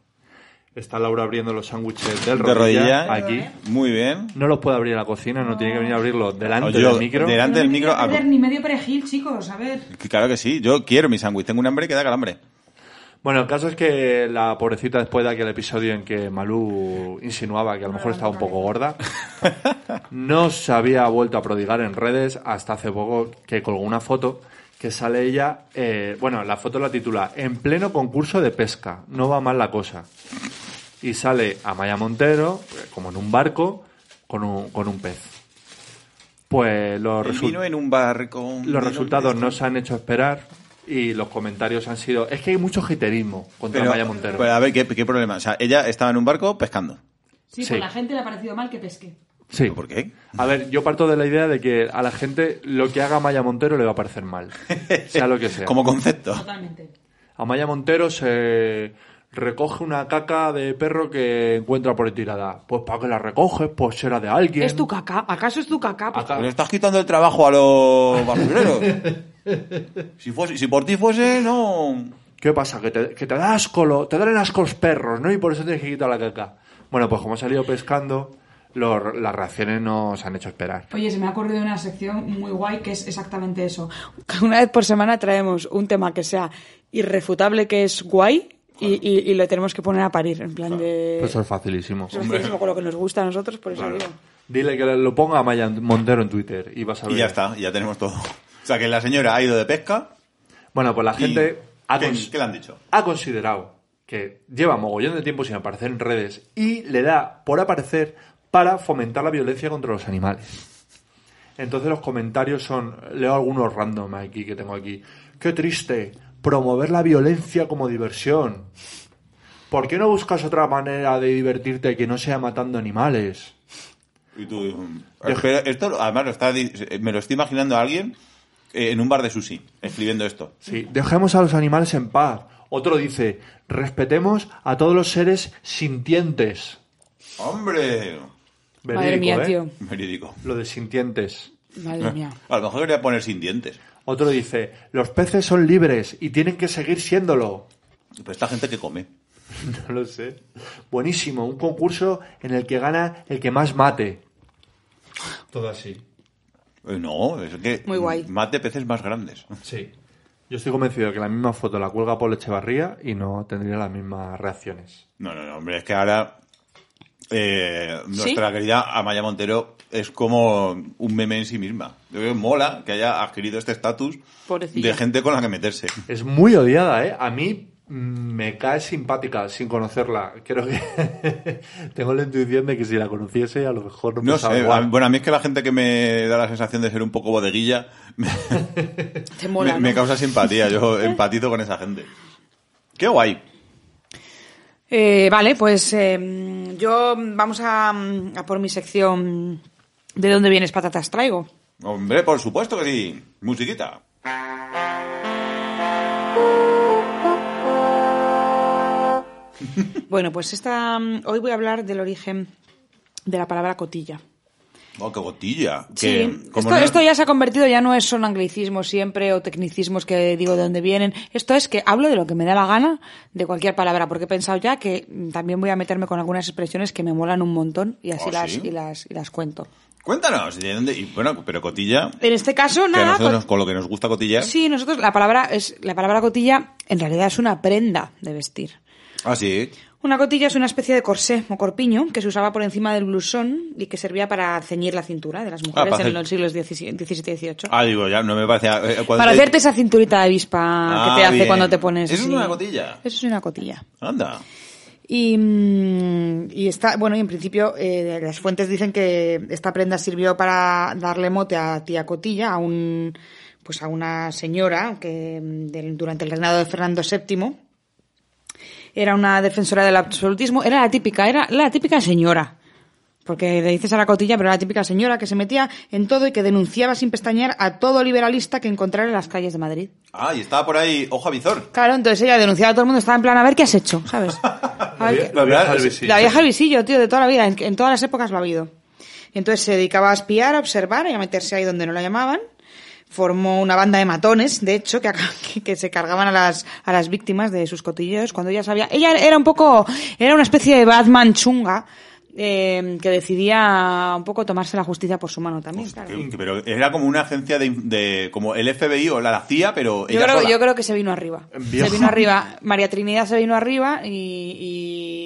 Speaker 6: Está Laura abriendo los sándwiches del
Speaker 4: De rodilla.
Speaker 6: Aquí.
Speaker 4: Muy bien.
Speaker 6: No los puede abrir a la cocina, no, tiene que venir a abrirlos delante
Speaker 4: Yo-
Speaker 6: del micro.
Speaker 4: delante- Delante
Speaker 5: no
Speaker 4: del
Speaker 5: me
Speaker 4: micro,
Speaker 5: quiero perder
Speaker 4: hablo.
Speaker 5: ni medio perejil, chicos, a ver.
Speaker 4: Claro que sí, yo quiero mi sándwich. Tengo un hambre que da calambre.
Speaker 6: Bueno, el caso es que la pobrecita después de aquel episodio en que Malú insinuaba que a lo mejor estaba un poco gorda, no se había vuelto a prodigar en redes hasta hace poco que colgó una foto que sale ella, eh, bueno, la foto la titula En pleno concurso de pesca, no va mal la cosa. Y sale Amaya Montero, eh, como en un barco, con un, con un pez. Pues los
Speaker 4: Vino en un barco.
Speaker 6: los resultados no se han hecho esperar y los comentarios han sido. Es que hay mucho jiterismo contra
Speaker 4: Pero,
Speaker 6: Maya Montero.
Speaker 4: pero a ver, ¿qué, qué problema? O sea, ella estaba en un barco pescando.
Speaker 5: Sí,
Speaker 6: Sí.
Speaker 5: pues la gente le ha parecido mal que pesque.
Speaker 6: sí.
Speaker 4: ¿Por qué?
Speaker 6: A ver, yo parto de la idea de que a la gente lo que haga Maya Montero le va a parecer mal. Sea lo que sea.
Speaker 4: Como concepto.
Speaker 5: Totalmente.
Speaker 6: A Maya Montero se recoge una caca de perro que encuentra por ahí tirada. Pues para que la recoges, pues será de alguien.
Speaker 5: ¿Es tu caca? ¿Acaso es tu caca? Pues-
Speaker 6: Acá-
Speaker 4: Le estás quitando el trabajo a los basureros. si, fuese, si por ti fuese, no.
Speaker 6: ¿Qué pasa? Que te, que te da asco lo- te dan el asco los perros, ¿no? Y por eso tienes que quitar la caca. Bueno, pues como ha salido pescando, los- las reacciones nos han hecho esperar.
Speaker 5: Oye, se me ha ocurrido una sección muy guay que es exactamente eso. Una vez por semana traemos un tema que sea irrefutable, que es guay, y, y- y lo tenemos que poner a parir, en plan de...
Speaker 6: Pues eso es facilísimo.
Speaker 5: Eso es facilísimo con lo que nos gusta a nosotros, por eso digo.
Speaker 6: Dile que lo ponga a Maya Montero en Twitter y vas a ver.
Speaker 4: Y ya está, y ya tenemos todo. O sea, que la señora ha ido de pesca.
Speaker 6: Bueno, pues la
Speaker 4: y-
Speaker 6: gente ha,
Speaker 4: ¿Qué,
Speaker 6: cons-
Speaker 4: qué le han dicho?
Speaker 6: ha considerado que lleva mogollón de tiempo sin aparecer en redes y le da por aparecer para fomentar la violencia contra los animales. Entonces los comentarios son, leo algunos random aquí que tengo aquí. Qué triste, promover la violencia como diversión. ¿Por qué no buscas otra manera de divertirte que no sea matando animales?
Speaker 4: Y tú, mm, pero esto, lo- además, lo está di- me lo estoy imaginando a alguien eh, en un bar de sushi, escribiendo esto.
Speaker 6: Sí, dejemos a los animales en paz. Otro dice, respetemos a todos los seres sintientes.
Speaker 4: ¡Hombre!
Speaker 5: Madre
Speaker 6: Verídico,
Speaker 5: mía,
Speaker 6: ¿eh?
Speaker 5: tío.
Speaker 4: Verídico.
Speaker 6: Lo de sintientes.
Speaker 5: Madre mía.
Speaker 4: A lo mejor quería poner sin dientes.
Speaker 6: Otro dice, los peces son libres y tienen que seguir siéndolo.
Speaker 4: Pero esta gente que come.
Speaker 6: No lo sé. Buenísimo, un concurso en el que gana el que más mate. Todo así.
Speaker 4: Eh, No, es que
Speaker 5: Muy guay.
Speaker 4: mate peces más grandes.
Speaker 6: Sí. Yo estoy convencido de que la misma foto la cuelga Paul Echevarría y no tendría las mismas reacciones.
Speaker 4: No, no, no, hombre, es que ahora eh, nuestra querida Amaya Montero es como un meme en sí misma. Yo creo que mola que haya adquirido este estatus
Speaker 5: Pobrecilla.
Speaker 4: de gente con la que meterse.
Speaker 6: Es muy odiada, ¿eh? A mí mm, me cae simpática sin conocerla. Creo que tengo la intuición de que si la conociese a lo mejor no,
Speaker 4: No
Speaker 6: pensaba
Speaker 4: sé,
Speaker 6: igual.
Speaker 4: a- bueno, a mí es que la gente que me da la sensación de ser un poco bodeguilla me,
Speaker 5: Te mola,
Speaker 4: me-
Speaker 5: ¿no?
Speaker 4: me causa simpatía. Yo empatizo con esa gente. ¡Qué guay!
Speaker 5: Eh, vale, pues eh, yo vamos a, a por mi sección de dónde vienes patatas traigo.
Speaker 4: Hombre, por supuesto que sí. Musiquita.
Speaker 5: Bueno, pues esta, mm, hoy voy a hablar del origen de la palabra cotilla.
Speaker 4: Oh, qué gotilla.
Speaker 5: Sí,
Speaker 4: Que, como
Speaker 5: esto,
Speaker 4: no-
Speaker 5: esto ya se ha convertido, ya no es, son anglicismos siempre o tecnicismos que digo de dónde vienen. Esto es que hablo de lo que me da la gana de cualquier palabra, porque he pensado ya que mm, también voy a meterme con algunas expresiones que me molan un montón y así
Speaker 4: Ah,
Speaker 5: las,
Speaker 4: ¿sí?
Speaker 5: y las, y las cuento.
Speaker 4: Cuéntanos, ¿de dónde? Y, bueno, pero cotilla,
Speaker 5: En este
Speaker 4: que
Speaker 5: caso,
Speaker 4: a
Speaker 5: nada.
Speaker 4: nosotros
Speaker 5: cot-
Speaker 4: nos- con lo que nos gusta cotillar.
Speaker 5: Sí, nosotros la palabra es la palabra cotilla en realidad es una prenda de vestir.
Speaker 4: Ah, sí.
Speaker 5: Una cotilla es una especie de corsé o corpiño que se usaba por encima del blusón y que servía para ceñir la cintura de las mujeres
Speaker 4: Ah, para
Speaker 5: en
Speaker 4: hacer-
Speaker 5: los siglos XVII y XVIII.
Speaker 4: Ah, digo, ya no me parecía. eh, cuando
Speaker 5: para
Speaker 4: te-
Speaker 5: hacerte esa cinturita de avispa
Speaker 4: Ah,
Speaker 5: que te hace
Speaker 4: bien.
Speaker 5: cuando te pones.
Speaker 4: Eso es
Speaker 5: así.
Speaker 4: una cotilla.
Speaker 5: Eso es una cotilla.
Speaker 4: Anda.
Speaker 5: Y, mm, y está, bueno, y en principio eh, las fuentes dicen que esta prenda sirvió para darle mote a tía Cotilla, a un pues a una señora que mm, del- durante el reinado de Fernando VII era una defensora del absolutismo, era la típica, era la típica señora. Porque le dices a la cotilla, pero era la típica señora que se metía en todo y que denunciaba sin pestañear a todo liberalista que encontrara en las calles de Madrid.
Speaker 4: Ah, y estaba por ahí, ojo a visor.
Speaker 5: Claro, entonces ella denunciaba a todo el mundo, estaba en plan, a ver qué has hecho, ¿sabes? A ver qué-
Speaker 6: La vieja
Speaker 4: La
Speaker 6: del visillo.
Speaker 5: la vieja del visillo, tío, de toda la vida, en, en todas las épocas lo ha habido. Y entonces se dedicaba a espiar, a observar y a meterse ahí donde no la llamaban. Formó una banda de matones, de hecho, que, acá- que- que se cargaban a las, a las víctimas de sus cotilleos cuando ella sabía. Ella era un poco, era una especie de Batman chunga. eh, que decidía un poco tomarse la justicia por su mano también. claro.
Speaker 4: Que- que- Pero era como una agencia de, de- como el FBI o la, la CIA, pero
Speaker 5: Yo
Speaker 4: ella
Speaker 5: creo,
Speaker 4: sola.
Speaker 5: yo creo que se vino arriba.
Speaker 6: Viejo.
Speaker 5: Se vino arriba. María Trinidad se vino arriba y,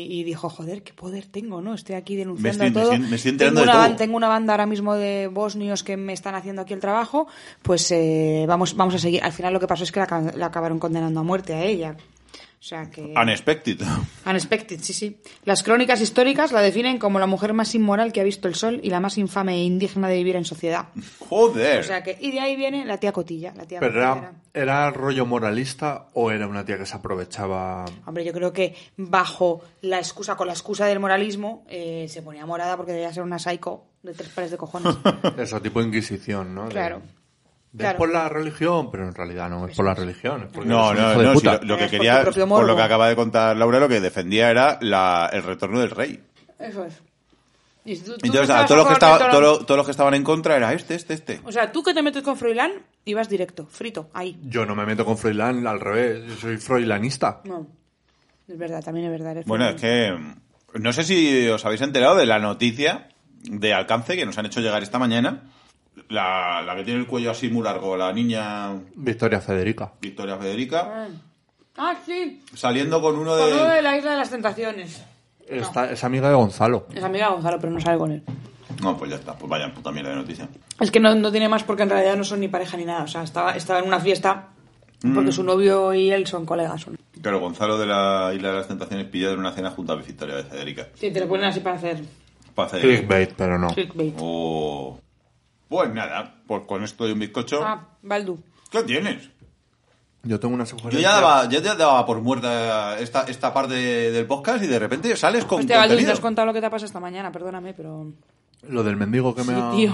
Speaker 5: y- y dijo, joder, qué poder tengo, ¿no? Estoy aquí denunciando
Speaker 4: Me estoy-
Speaker 5: a
Speaker 4: me
Speaker 5: todo.
Speaker 4: estoy- me estoy
Speaker 5: tengo,
Speaker 4: enterando
Speaker 5: una
Speaker 4: de
Speaker 5: ban-
Speaker 4: todo.
Speaker 5: tengo una banda ahora mismo de bosnios que me están haciendo aquí el trabajo, pues eh, vamos, vamos a seguir. Al final lo que pasó es que la, aca- la acabaron condenando a muerte a ella. O sea que...
Speaker 4: Unexpected.
Speaker 5: Unexpected, sí, sí. Las crónicas históricas la definen como la mujer más inmoral que ha visto el sol y la más infame e indigna de vivir en sociedad.
Speaker 4: Joder.
Speaker 5: O sea que, y de ahí viene la tía Cotilla. La tía
Speaker 6: Pero
Speaker 5: Cotilla
Speaker 6: era, ¿era rollo moralista o era una tía que se aprovechaba?
Speaker 5: Hombre, yo creo que bajo la excusa, con la excusa del moralismo, eh, se ponía morada porque debía ser una psycho de tres pares de cojones.
Speaker 6: Eso, tipo Inquisición, ¿no? De-
Speaker 5: Claro.
Speaker 6: de
Speaker 5: Claro.
Speaker 6: Es por la religión, pero en realidad no es por la religión. es porque
Speaker 4: No,
Speaker 6: eres
Speaker 4: no,
Speaker 6: un hijo de
Speaker 4: no. si
Speaker 6: puta.
Speaker 4: lo, lo que
Speaker 5: Es por
Speaker 4: quería,
Speaker 5: tu propio
Speaker 4: por lo
Speaker 5: morbo.
Speaker 4: que acaba de contar Laura, lo que defendía era la- el retorno del rey.
Speaker 5: Eso es. Y si tú- tú
Speaker 4: Entonces,
Speaker 5: estabas
Speaker 4: a todos los,
Speaker 5: a
Speaker 4: que
Speaker 5: favor de
Speaker 4: estaba-
Speaker 5: todo lo-
Speaker 4: todos los- todos los que estaban en contra era este, este, este.
Speaker 5: O sea, tú que te metes con Froilán, ibas directo, frito, ahí.
Speaker 6: Yo no me meto con Froilán, al revés. Yo soy Froilanista.
Speaker 5: No. Es verdad, también es verdad. eres
Speaker 4: Bueno, es
Speaker 5: Froilán.
Speaker 4: que mm, no sé si os habéis enterado de la noticia de alcance que nos han hecho llegar esta mañana. La, la que tiene el cuello así muy largo, la niña
Speaker 6: Victoria Federica.
Speaker 4: Victoria Federica,
Speaker 5: Ah, sí.
Speaker 4: saliendo con uno
Speaker 5: Con lo de
Speaker 4: de...
Speaker 5: la isla de las tentaciones.
Speaker 6: Esta- es amiga de Gonzalo.
Speaker 5: Es amiga de Gonzalo, pero no sale con él.
Speaker 4: No, pues ya está, pues vaya puta mierda de noticia.
Speaker 5: Es que no, no tiene más porque en realidad no son ni pareja ni nada. O sea, estaba, estaba en una fiesta
Speaker 4: Mm.
Speaker 5: porque su novio y él son colegas. Son.
Speaker 4: Claro, Gonzalo de la Isla de las Tentaciones pillado en una cena junto a Victoria de Federica.
Speaker 5: Sí, te lo ponen así para hacer
Speaker 4: Pa' Federica.
Speaker 6: Clickbait, pero no.
Speaker 5: clickbait.
Speaker 4: Oh. Pues nada, pues con esto de un bizcocho...
Speaker 5: Ah, Baldu.
Speaker 4: ¿Qué tienes?
Speaker 6: Yo tengo una sugerencia.
Speaker 4: Yo ya daba, yo ya daba por muerta esta, esta parte del podcast y de repente sales con
Speaker 5: Hostia, Baldu, te
Speaker 4: contenido.
Speaker 5: has contado lo que te ha pasado esta mañana, perdóname, pero
Speaker 6: Lo del mendigo que me
Speaker 5: Sí,
Speaker 6: ha...
Speaker 5: tío.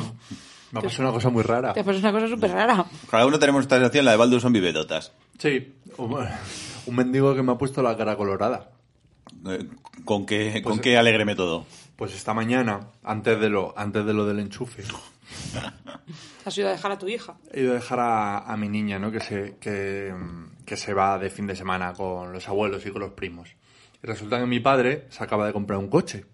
Speaker 6: Me ha pasado una cosa muy rara.
Speaker 5: te ha pasado pues una cosa súper rara.
Speaker 4: Cada uno tenemos esta sensación, la de Baldur son vivedotas.
Speaker 6: Sí. Un, un mendigo que me ha puesto la cara colorada.
Speaker 4: Eh, Con qué, con qué alegre método.
Speaker 6: Pues esta mañana, antes de lo, antes de lo del enchufe,
Speaker 5: Has ido a dejar a tu hija.
Speaker 6: he ido a dejar a, a mi niña, ¿no? Que se, que, mm, que se va de fin de semana con los abuelos y con los primos. Y resulta que mi padre se acaba de comprar un coche.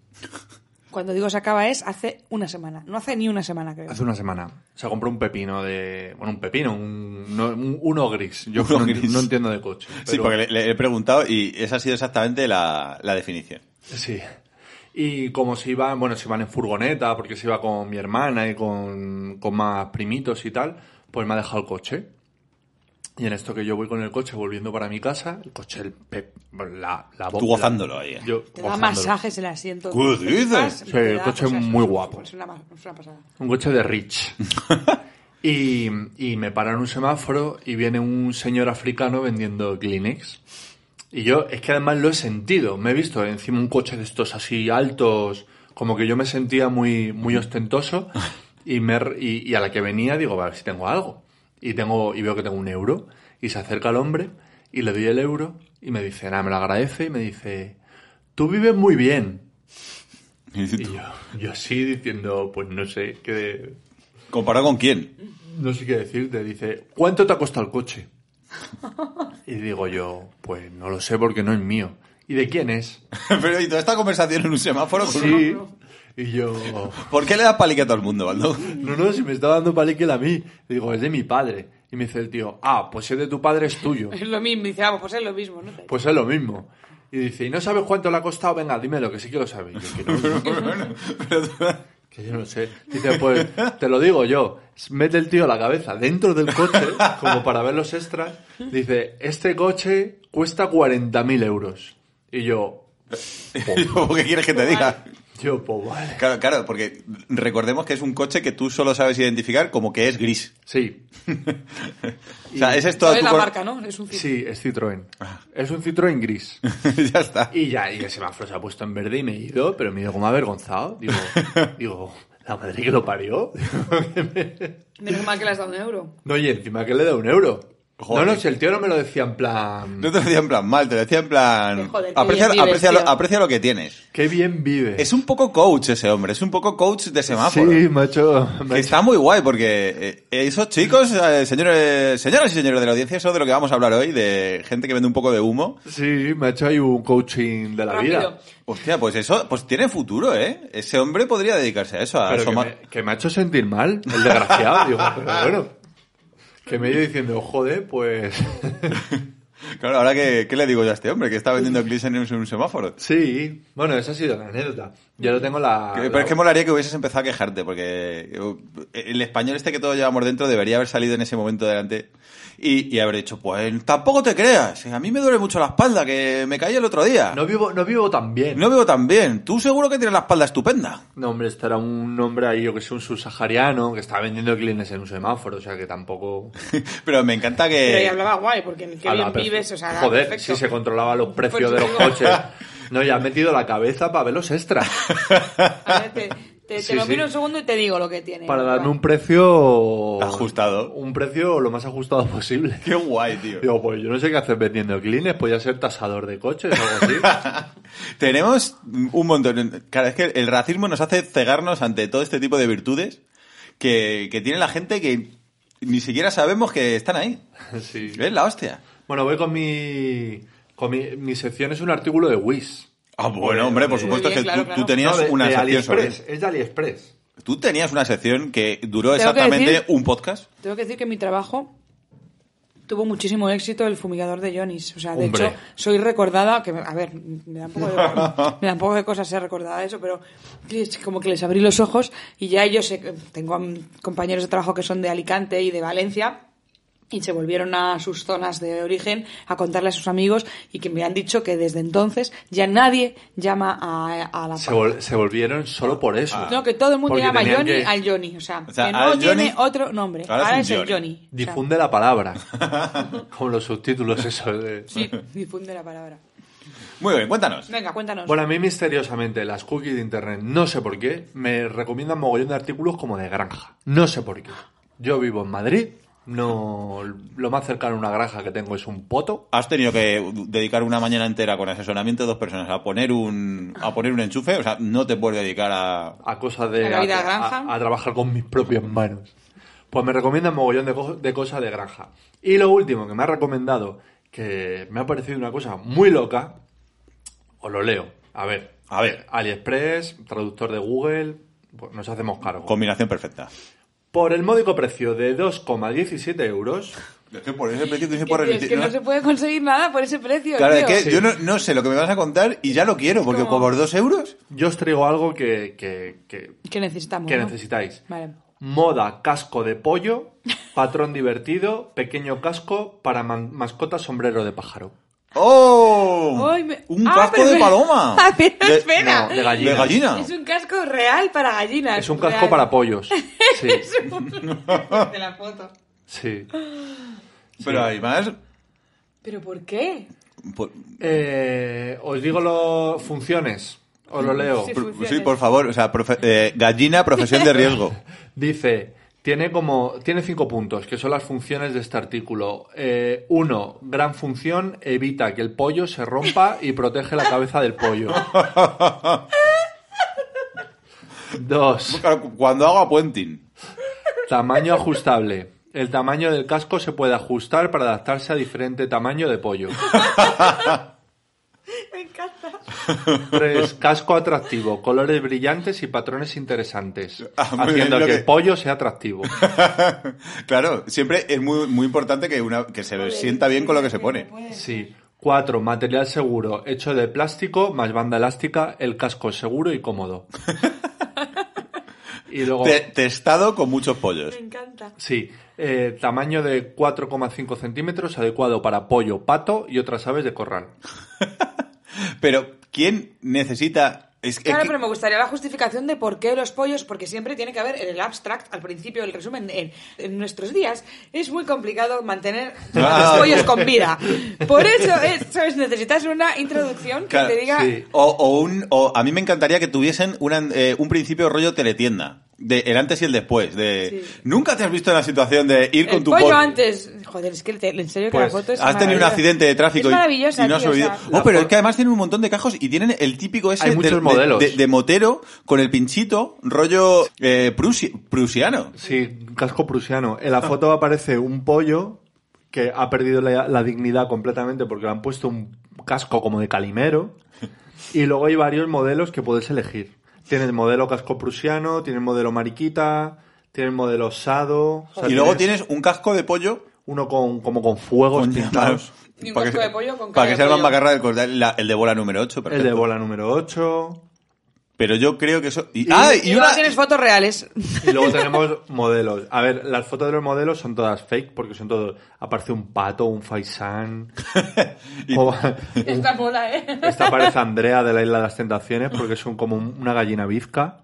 Speaker 5: Cuando digo se acaba es hace una semana. No hace ni una semana, creo.
Speaker 6: Hace una semana. Se compró un pepino de... Bueno, un pepino, un, no- un- uno gris. Yo
Speaker 4: Uno
Speaker 6: no,
Speaker 4: gris.
Speaker 6: no entiendo de coche.
Speaker 4: Sí,
Speaker 6: pero-
Speaker 4: porque le, le he preguntado y esa ha sido exactamente la, la definición.
Speaker 6: Sí. Y como se iban, bueno, se iban en furgoneta, porque se iba con mi hermana y con, con más primitos y tal, pues me ha dejado el coche. Y en esto que yo voy con el coche volviendo para mi casa, el coche, el pe- la, la bo-
Speaker 4: Tú gozándolo ahí, eh.
Speaker 6: la- yo
Speaker 5: Te da
Speaker 6: gozándolo.
Speaker 5: masajes en el asiento.
Speaker 4: ¿Qué
Speaker 5: Te
Speaker 4: dices?
Speaker 5: vas y
Speaker 6: Sí,
Speaker 5: te
Speaker 6: el
Speaker 5: da
Speaker 6: coche
Speaker 5: cosas.
Speaker 6: muy guapo.
Speaker 5: Es una, es una pasada.
Speaker 6: Un coche de Rich. y, y me paran un semáforo y viene un señor africano vendiendo Kleenex. Y yo, es que además lo he sentido. Me he visto encima un coche de estos así altos, como que yo me sentía muy, muy ostentoso. Y, me, r- y, y a la que venía digo, a ver si tengo algo. Y, tengo, y veo que tengo un euro. Y se acerca el hombre y le doy el euro. Y me dice, nada, me lo agradece. Y me dice, tú vives muy bien.
Speaker 4: Y
Speaker 6: Y
Speaker 4: tú,
Speaker 6: yo, yo así diciendo, pues no sé qué,
Speaker 4: ¿Comparado con quién?
Speaker 6: no sé qué decirte. Dice, ¿cuánto te ha costado el coche? Y digo yo, pues no lo sé porque no es mío. ¿Y de quién es?
Speaker 4: Pero y toda esta conversación en un semáforo. con uno-
Speaker 6: Sí. Y yo,
Speaker 4: ¿Por qué le das palique a todo el mundo, Baldo?
Speaker 6: no, no, si me está dando paliquel a mí. Le digo, es de mi padre. Y me dice el tío, ah, pues si es de tu padre es tuyo.
Speaker 5: Es lo mismo, dice, vamos, pues es lo mismo, ¿no?
Speaker 6: Pues es lo mismo. Y dice, ¿y no sabes cuánto le ha costado? Venga, dímelo, que sí que lo sabes. Y yo, que no,
Speaker 4: Bueno, pero tú-
Speaker 6: que yo no sé. Dice, pues te lo digo yo. Mete el tío la cabeza dentro del coche, como para ver los extras. Dice, este coche cuesta 40.000 euros. Y yo,
Speaker 4: ¿Qué quieres que te diga?
Speaker 6: yo, pues vale.
Speaker 4: Claro, claro, porque recordemos que es un coche que tú solo sabes identificar como que es gris.
Speaker 6: Sí,
Speaker 4: O sea, ese es
Speaker 5: No
Speaker 4: todo
Speaker 5: es
Speaker 4: tu
Speaker 5: la
Speaker 4: cor-
Speaker 5: marca, ¿no? Es un
Speaker 6: sí, es Citroën.
Speaker 4: Ah.
Speaker 6: Es un Citroën gris.
Speaker 4: ya está.
Speaker 6: Y ya, y el semáforo se ha puesto en verde y me he ido, pero me he ido como avergonzado. Digo, digo la madre que lo parió.
Speaker 5: Menos mal que le has dado un euro.
Speaker 6: no, y encima que le da un euro.
Speaker 4: Joder.
Speaker 6: No, no, si el tío no me lo decía en plan,
Speaker 4: No te lo decía en plan mal, te lo decía en plan...
Speaker 5: Joder, qué
Speaker 4: aprecia,
Speaker 5: bien vives,
Speaker 4: aprecia lo,
Speaker 5: tío.
Speaker 4: aprecia lo que tienes.
Speaker 6: qué bien vive.
Speaker 4: Es un poco coach ese hombre, es un poco coach de semáforo.
Speaker 6: Sí, macho.
Speaker 4: Que
Speaker 6: macho.
Speaker 4: está muy guay porque eh, esos chicos, eh, señores, señoras y señores de la audiencia, eso de lo que vamos a hablar hoy, de gente que vende un poco de humo.
Speaker 6: Sí, macho, hay un coaching de la
Speaker 5: Rápido.
Speaker 6: vida.
Speaker 4: Hostia, pues eso, pues tiene futuro, ¿eh? Ese hombre podría dedicarse a Ah, eso, a
Speaker 6: Pero que
Speaker 4: asomar-
Speaker 6: me, que me ha hecho sentir mal, el desgraciado. digo, pero bueno. Que me he ido diciendo, joder, pues...
Speaker 4: Claro, ahora que, ¿qué le digo yo a este hombre que está vendiendo Glissen en un semáforo?
Speaker 6: sí, bueno, esa ha sido la anécdota. Ya lo tengo la...
Speaker 4: Que-
Speaker 6: la-
Speaker 4: Pero es que molaría que hubieses empezado a quejarte, porque eh, el español este que todos llevamos dentro debería haber salido en ese momento delante y, y haber dicho, pues tampoco te creas, a mí me duele mucho la espalda, que me caí el otro día.
Speaker 6: No vivo, no vivo tan bien.
Speaker 4: No veo tan bien, tú seguro que tienes la espalda estupenda.
Speaker 6: No, hombre, estará un hombre ahí, yo que sé, un subsahariano, que está vendiendo clines en un semáforo, o sea que tampoco...
Speaker 4: Pero me encanta que...
Speaker 5: Pero ahí hablaba guay, porque en el que
Speaker 6: Eh. Ala,
Speaker 5: bien
Speaker 6: perfe-
Speaker 5: vives, o sea, era
Speaker 6: Joder,
Speaker 5: perfecto.
Speaker 6: si se controlaba los precios
Speaker 5: Pues
Speaker 6: de los
Speaker 5: digo-
Speaker 6: coches. No, ya ha metido la cabeza para ver los extras.
Speaker 5: A ver, te, te- te
Speaker 6: Sí,
Speaker 5: lo
Speaker 6: sí.
Speaker 5: miro un segundo y te digo lo que tiene.
Speaker 6: Para darme un precio...
Speaker 4: Ajustado.
Speaker 6: Un precio lo más ajustado posible.
Speaker 4: Qué guay, tío.
Speaker 6: Digo, pues yo no sé qué hacer vendiendo clines, podía ser tasador de coches o algo así.
Speaker 4: Tenemos un montón. Claro, es que el racismo nos hace cegarnos ante todo este tipo de virtudes que, que tiene la gente que ni siquiera sabemos que están ahí.
Speaker 6: Sí.
Speaker 4: Es la hostia.
Speaker 6: Bueno, voy con mi... Con mi, mi sección es un artículo de Wish.
Speaker 4: Ah, bueno, hombre, por supuesto
Speaker 5: bien,
Speaker 4: que
Speaker 5: claro,
Speaker 4: tú,
Speaker 5: claro.
Speaker 4: tú tenías
Speaker 6: No, de-
Speaker 4: una
Speaker 6: de
Speaker 4: sección sobre
Speaker 6: AliExpress, es de AliExpress.
Speaker 4: Tú tenías una sección que duró
Speaker 5: Tengo que
Speaker 4: exactamente
Speaker 5: decir-
Speaker 4: un podcast.
Speaker 5: Tengo que decir que en mi trabajo tuvo muchísimo éxito el fumigador de Jonis. O sea, de
Speaker 6: Hombre.
Speaker 5: hecho, soy recordada, que a ver, me da un poco de, me da un poco de cosas ser recordada de eso, pero es como que les abrí los ojos y ya ellos, se- tengo mm, compañeros de trabajo que son de Alicante y de Valencia. Y se volvieron a sus zonas de origen a contarle a sus amigos y que me han dicho que desde entonces ya nadie llama a, a la
Speaker 6: Se, vol- se volvieron solo por eso.
Speaker 4: Ah.
Speaker 5: No, que todo el mundo
Speaker 6: Porque
Speaker 5: llama
Speaker 6: tenían
Speaker 5: Johnny
Speaker 6: que-
Speaker 5: al Johnny. O sea,
Speaker 4: O sea,
Speaker 5: que
Speaker 4: al
Speaker 5: no
Speaker 4: Johnny-
Speaker 5: tiene otro nombre.
Speaker 4: Ahora es
Speaker 5: Ahora,
Speaker 4: un
Speaker 5: es el
Speaker 4: Johnny.
Speaker 5: Johnny. O sea,
Speaker 6: Difunde la palabra. Con los subtítulos esos de...
Speaker 5: Sí, difunde la palabra.
Speaker 4: Muy bien, cuéntanos.
Speaker 5: Venga, cuéntanos.
Speaker 6: Bueno, a mí misteriosamente las cookies de internet, no sé por qué, me recomiendan mogollón de artículos como de granja. No sé por qué. Yo vivo en Madrid, no lo más cercano a una granja que tengo es un poto.
Speaker 4: Has tenido que dedicar una mañana entera con asesoramiento de dos personas a poner un a poner un enchufe, o sea, no te puedes dedicar a
Speaker 6: a cosas de
Speaker 5: A la vida granja.
Speaker 6: a- a trabajar con mis propias manos. Pues me recomiendan mogollón de, co- de cosas de granja. Y lo último que me ha recomendado, que me ha parecido una cosa muy loca, os lo leo. A ver,
Speaker 4: A ver.
Speaker 6: AliExpress, traductor de Google, pues nos hacemos cargo.
Speaker 4: combinación perfecta.
Speaker 6: Por el módico precio de 2,17 euros,
Speaker 4: Es que por ese precio tú se
Speaker 5: Que, tío, es que no se puede conseguir nada por ese precio.
Speaker 4: Claro, es
Speaker 5: tío.
Speaker 4: que yo no, no sé lo que me vas a contar y ya lo quiero, porque
Speaker 5: como-
Speaker 4: por dos euros.
Speaker 6: yo os traigo algo que, que, que-
Speaker 5: Que necesitamos.
Speaker 6: que
Speaker 5: ¿no?
Speaker 6: necesitáis.
Speaker 5: Vale.
Speaker 6: Moda, casco de pollo, patrón divertido, pequeño casco para man- mascota, sombrero de pájaro.
Speaker 4: ¡Oh!
Speaker 5: Ay, me-
Speaker 4: ¡Un
Speaker 5: Ah,
Speaker 4: casco
Speaker 5: pero
Speaker 4: de
Speaker 5: espera.
Speaker 4: paloma!
Speaker 5: Ah, pero
Speaker 4: De-
Speaker 5: espera.
Speaker 6: no, de gallina.
Speaker 4: De gallina.
Speaker 5: Es un casco real para gallinas.
Speaker 6: Es un casco
Speaker 5: real.
Speaker 6: para pollos. Sí,
Speaker 5: De la foto.
Speaker 6: sí.
Speaker 4: Pero además, pues,
Speaker 5: ¿Pero por qué?
Speaker 4: por-
Speaker 6: Eh, os digo las funciones. Os lo leo.
Speaker 5: Sí,
Speaker 4: por-
Speaker 5: funciona.
Speaker 4: sí, por favor, o sea, profe- eh, gallina, profesión de riesgo.
Speaker 6: Dice Tiene como tiene cinco puntos que son las funciones de este artículo. Eh, uno, gran función evita que el pollo se rompa y protege la cabeza del pollo. Dos,
Speaker 4: Pues Claro, Cuando hago a puenting.
Speaker 6: tamaño ajustable. El tamaño del casco se puede ajustar para adaptarse a diferente tamaño de pollo.
Speaker 5: Me encanta.
Speaker 6: Tres, casco atractivo, colores brillantes y patrones interesantes,
Speaker 4: Ah, muy bien,
Speaker 6: haciendo
Speaker 4: lo
Speaker 6: que
Speaker 4: que-
Speaker 6: el pollo sea atractivo.
Speaker 4: Claro, siempre es muy, muy importante que, una, que se sienta bien con lo que se pone.
Speaker 6: Sí. Cuatro, material seguro, hecho de plástico más banda elástica, el casco es seguro y cómodo. y luego,
Speaker 4: Te- testado con muchos pollos.
Speaker 5: Me encanta.
Speaker 6: sí, eh, tamaño de 4,5 centímetros, adecuado para pollo, pato y otras aves de corral.
Speaker 4: Pero, ¿quién necesita...? Es, es
Speaker 5: Claro,
Speaker 4: que-
Speaker 5: pero me gustaría la justificación de por qué los pollos, porque siempre tiene que haber el abstract al principio, el resumen. En, en nuestros días es muy complicado mantener
Speaker 4: Ah.
Speaker 5: los pollos con vida. Por eso, es, ¿sabes? Necesitas una introducción que
Speaker 4: Claro,
Speaker 5: te diga.
Speaker 6: sí.
Speaker 4: O, o un, o a mí me encantaría que tuviesen una, eh, un principio rollo teletienda. De el antes y el después. De,
Speaker 5: Sí.
Speaker 4: Nunca te has visto en la situación de ir
Speaker 5: El
Speaker 4: con tu
Speaker 5: pollo
Speaker 4: pollo.
Speaker 5: antes. Joder, es que te- en serio que
Speaker 6: Pues,
Speaker 5: la foto es.
Speaker 4: Has tenido un
Speaker 5: maravillosa.
Speaker 4: accidente de tráfico
Speaker 5: Es
Speaker 4: y-
Speaker 5: maravillosa,
Speaker 4: y, no has
Speaker 5: tío, o
Speaker 4: olvidado.
Speaker 5: sea,
Speaker 4: Oh, pero es que además tienen un montón de cajos y tienen el típico ese
Speaker 6: Hay
Speaker 4: de-
Speaker 6: muchos
Speaker 4: de,
Speaker 6: modelos.
Speaker 4: de- de motero con el pinchito rollo eh, prusi- prusiano.
Speaker 6: Sí, casco prusiano. En la foto aparece un pollo que ha perdido la, la dignidad completamente porque le han puesto un casco como de calimero. Y luego hay varios modelos que puedes elegir. Tienes modelo casco prusiano, tienes modelo mariquita, tienes modelo osado. o sea,
Speaker 4: y luego tienes un casco de pollo
Speaker 6: uno con, como con fuegos
Speaker 4: con
Speaker 6: pintados.
Speaker 4: llamados.
Speaker 5: Y un
Speaker 4: Para que
Speaker 5: casco
Speaker 4: se-
Speaker 5: de pollo con
Speaker 4: Para
Speaker 5: cara
Speaker 4: que
Speaker 5: de
Speaker 4: sea el
Speaker 5: pollo.
Speaker 4: macarra del cordel, la- el de bola número 8.
Speaker 6: El de bola número 8.
Speaker 4: Pero yo creo que eso... y- ah,
Speaker 5: Y,
Speaker 4: y
Speaker 5: luego
Speaker 4: una...
Speaker 5: tienes fotos reales.
Speaker 6: Y luego tenemos modelos. A ver, las fotos de los modelos son todas fake porque son todos. Aparece un pato, un faisán. o-
Speaker 5: Esta mola, ¿eh?
Speaker 6: Esta parece Andrea de la Isla de las Tentaciones porque es un- como un- una gallina bizca.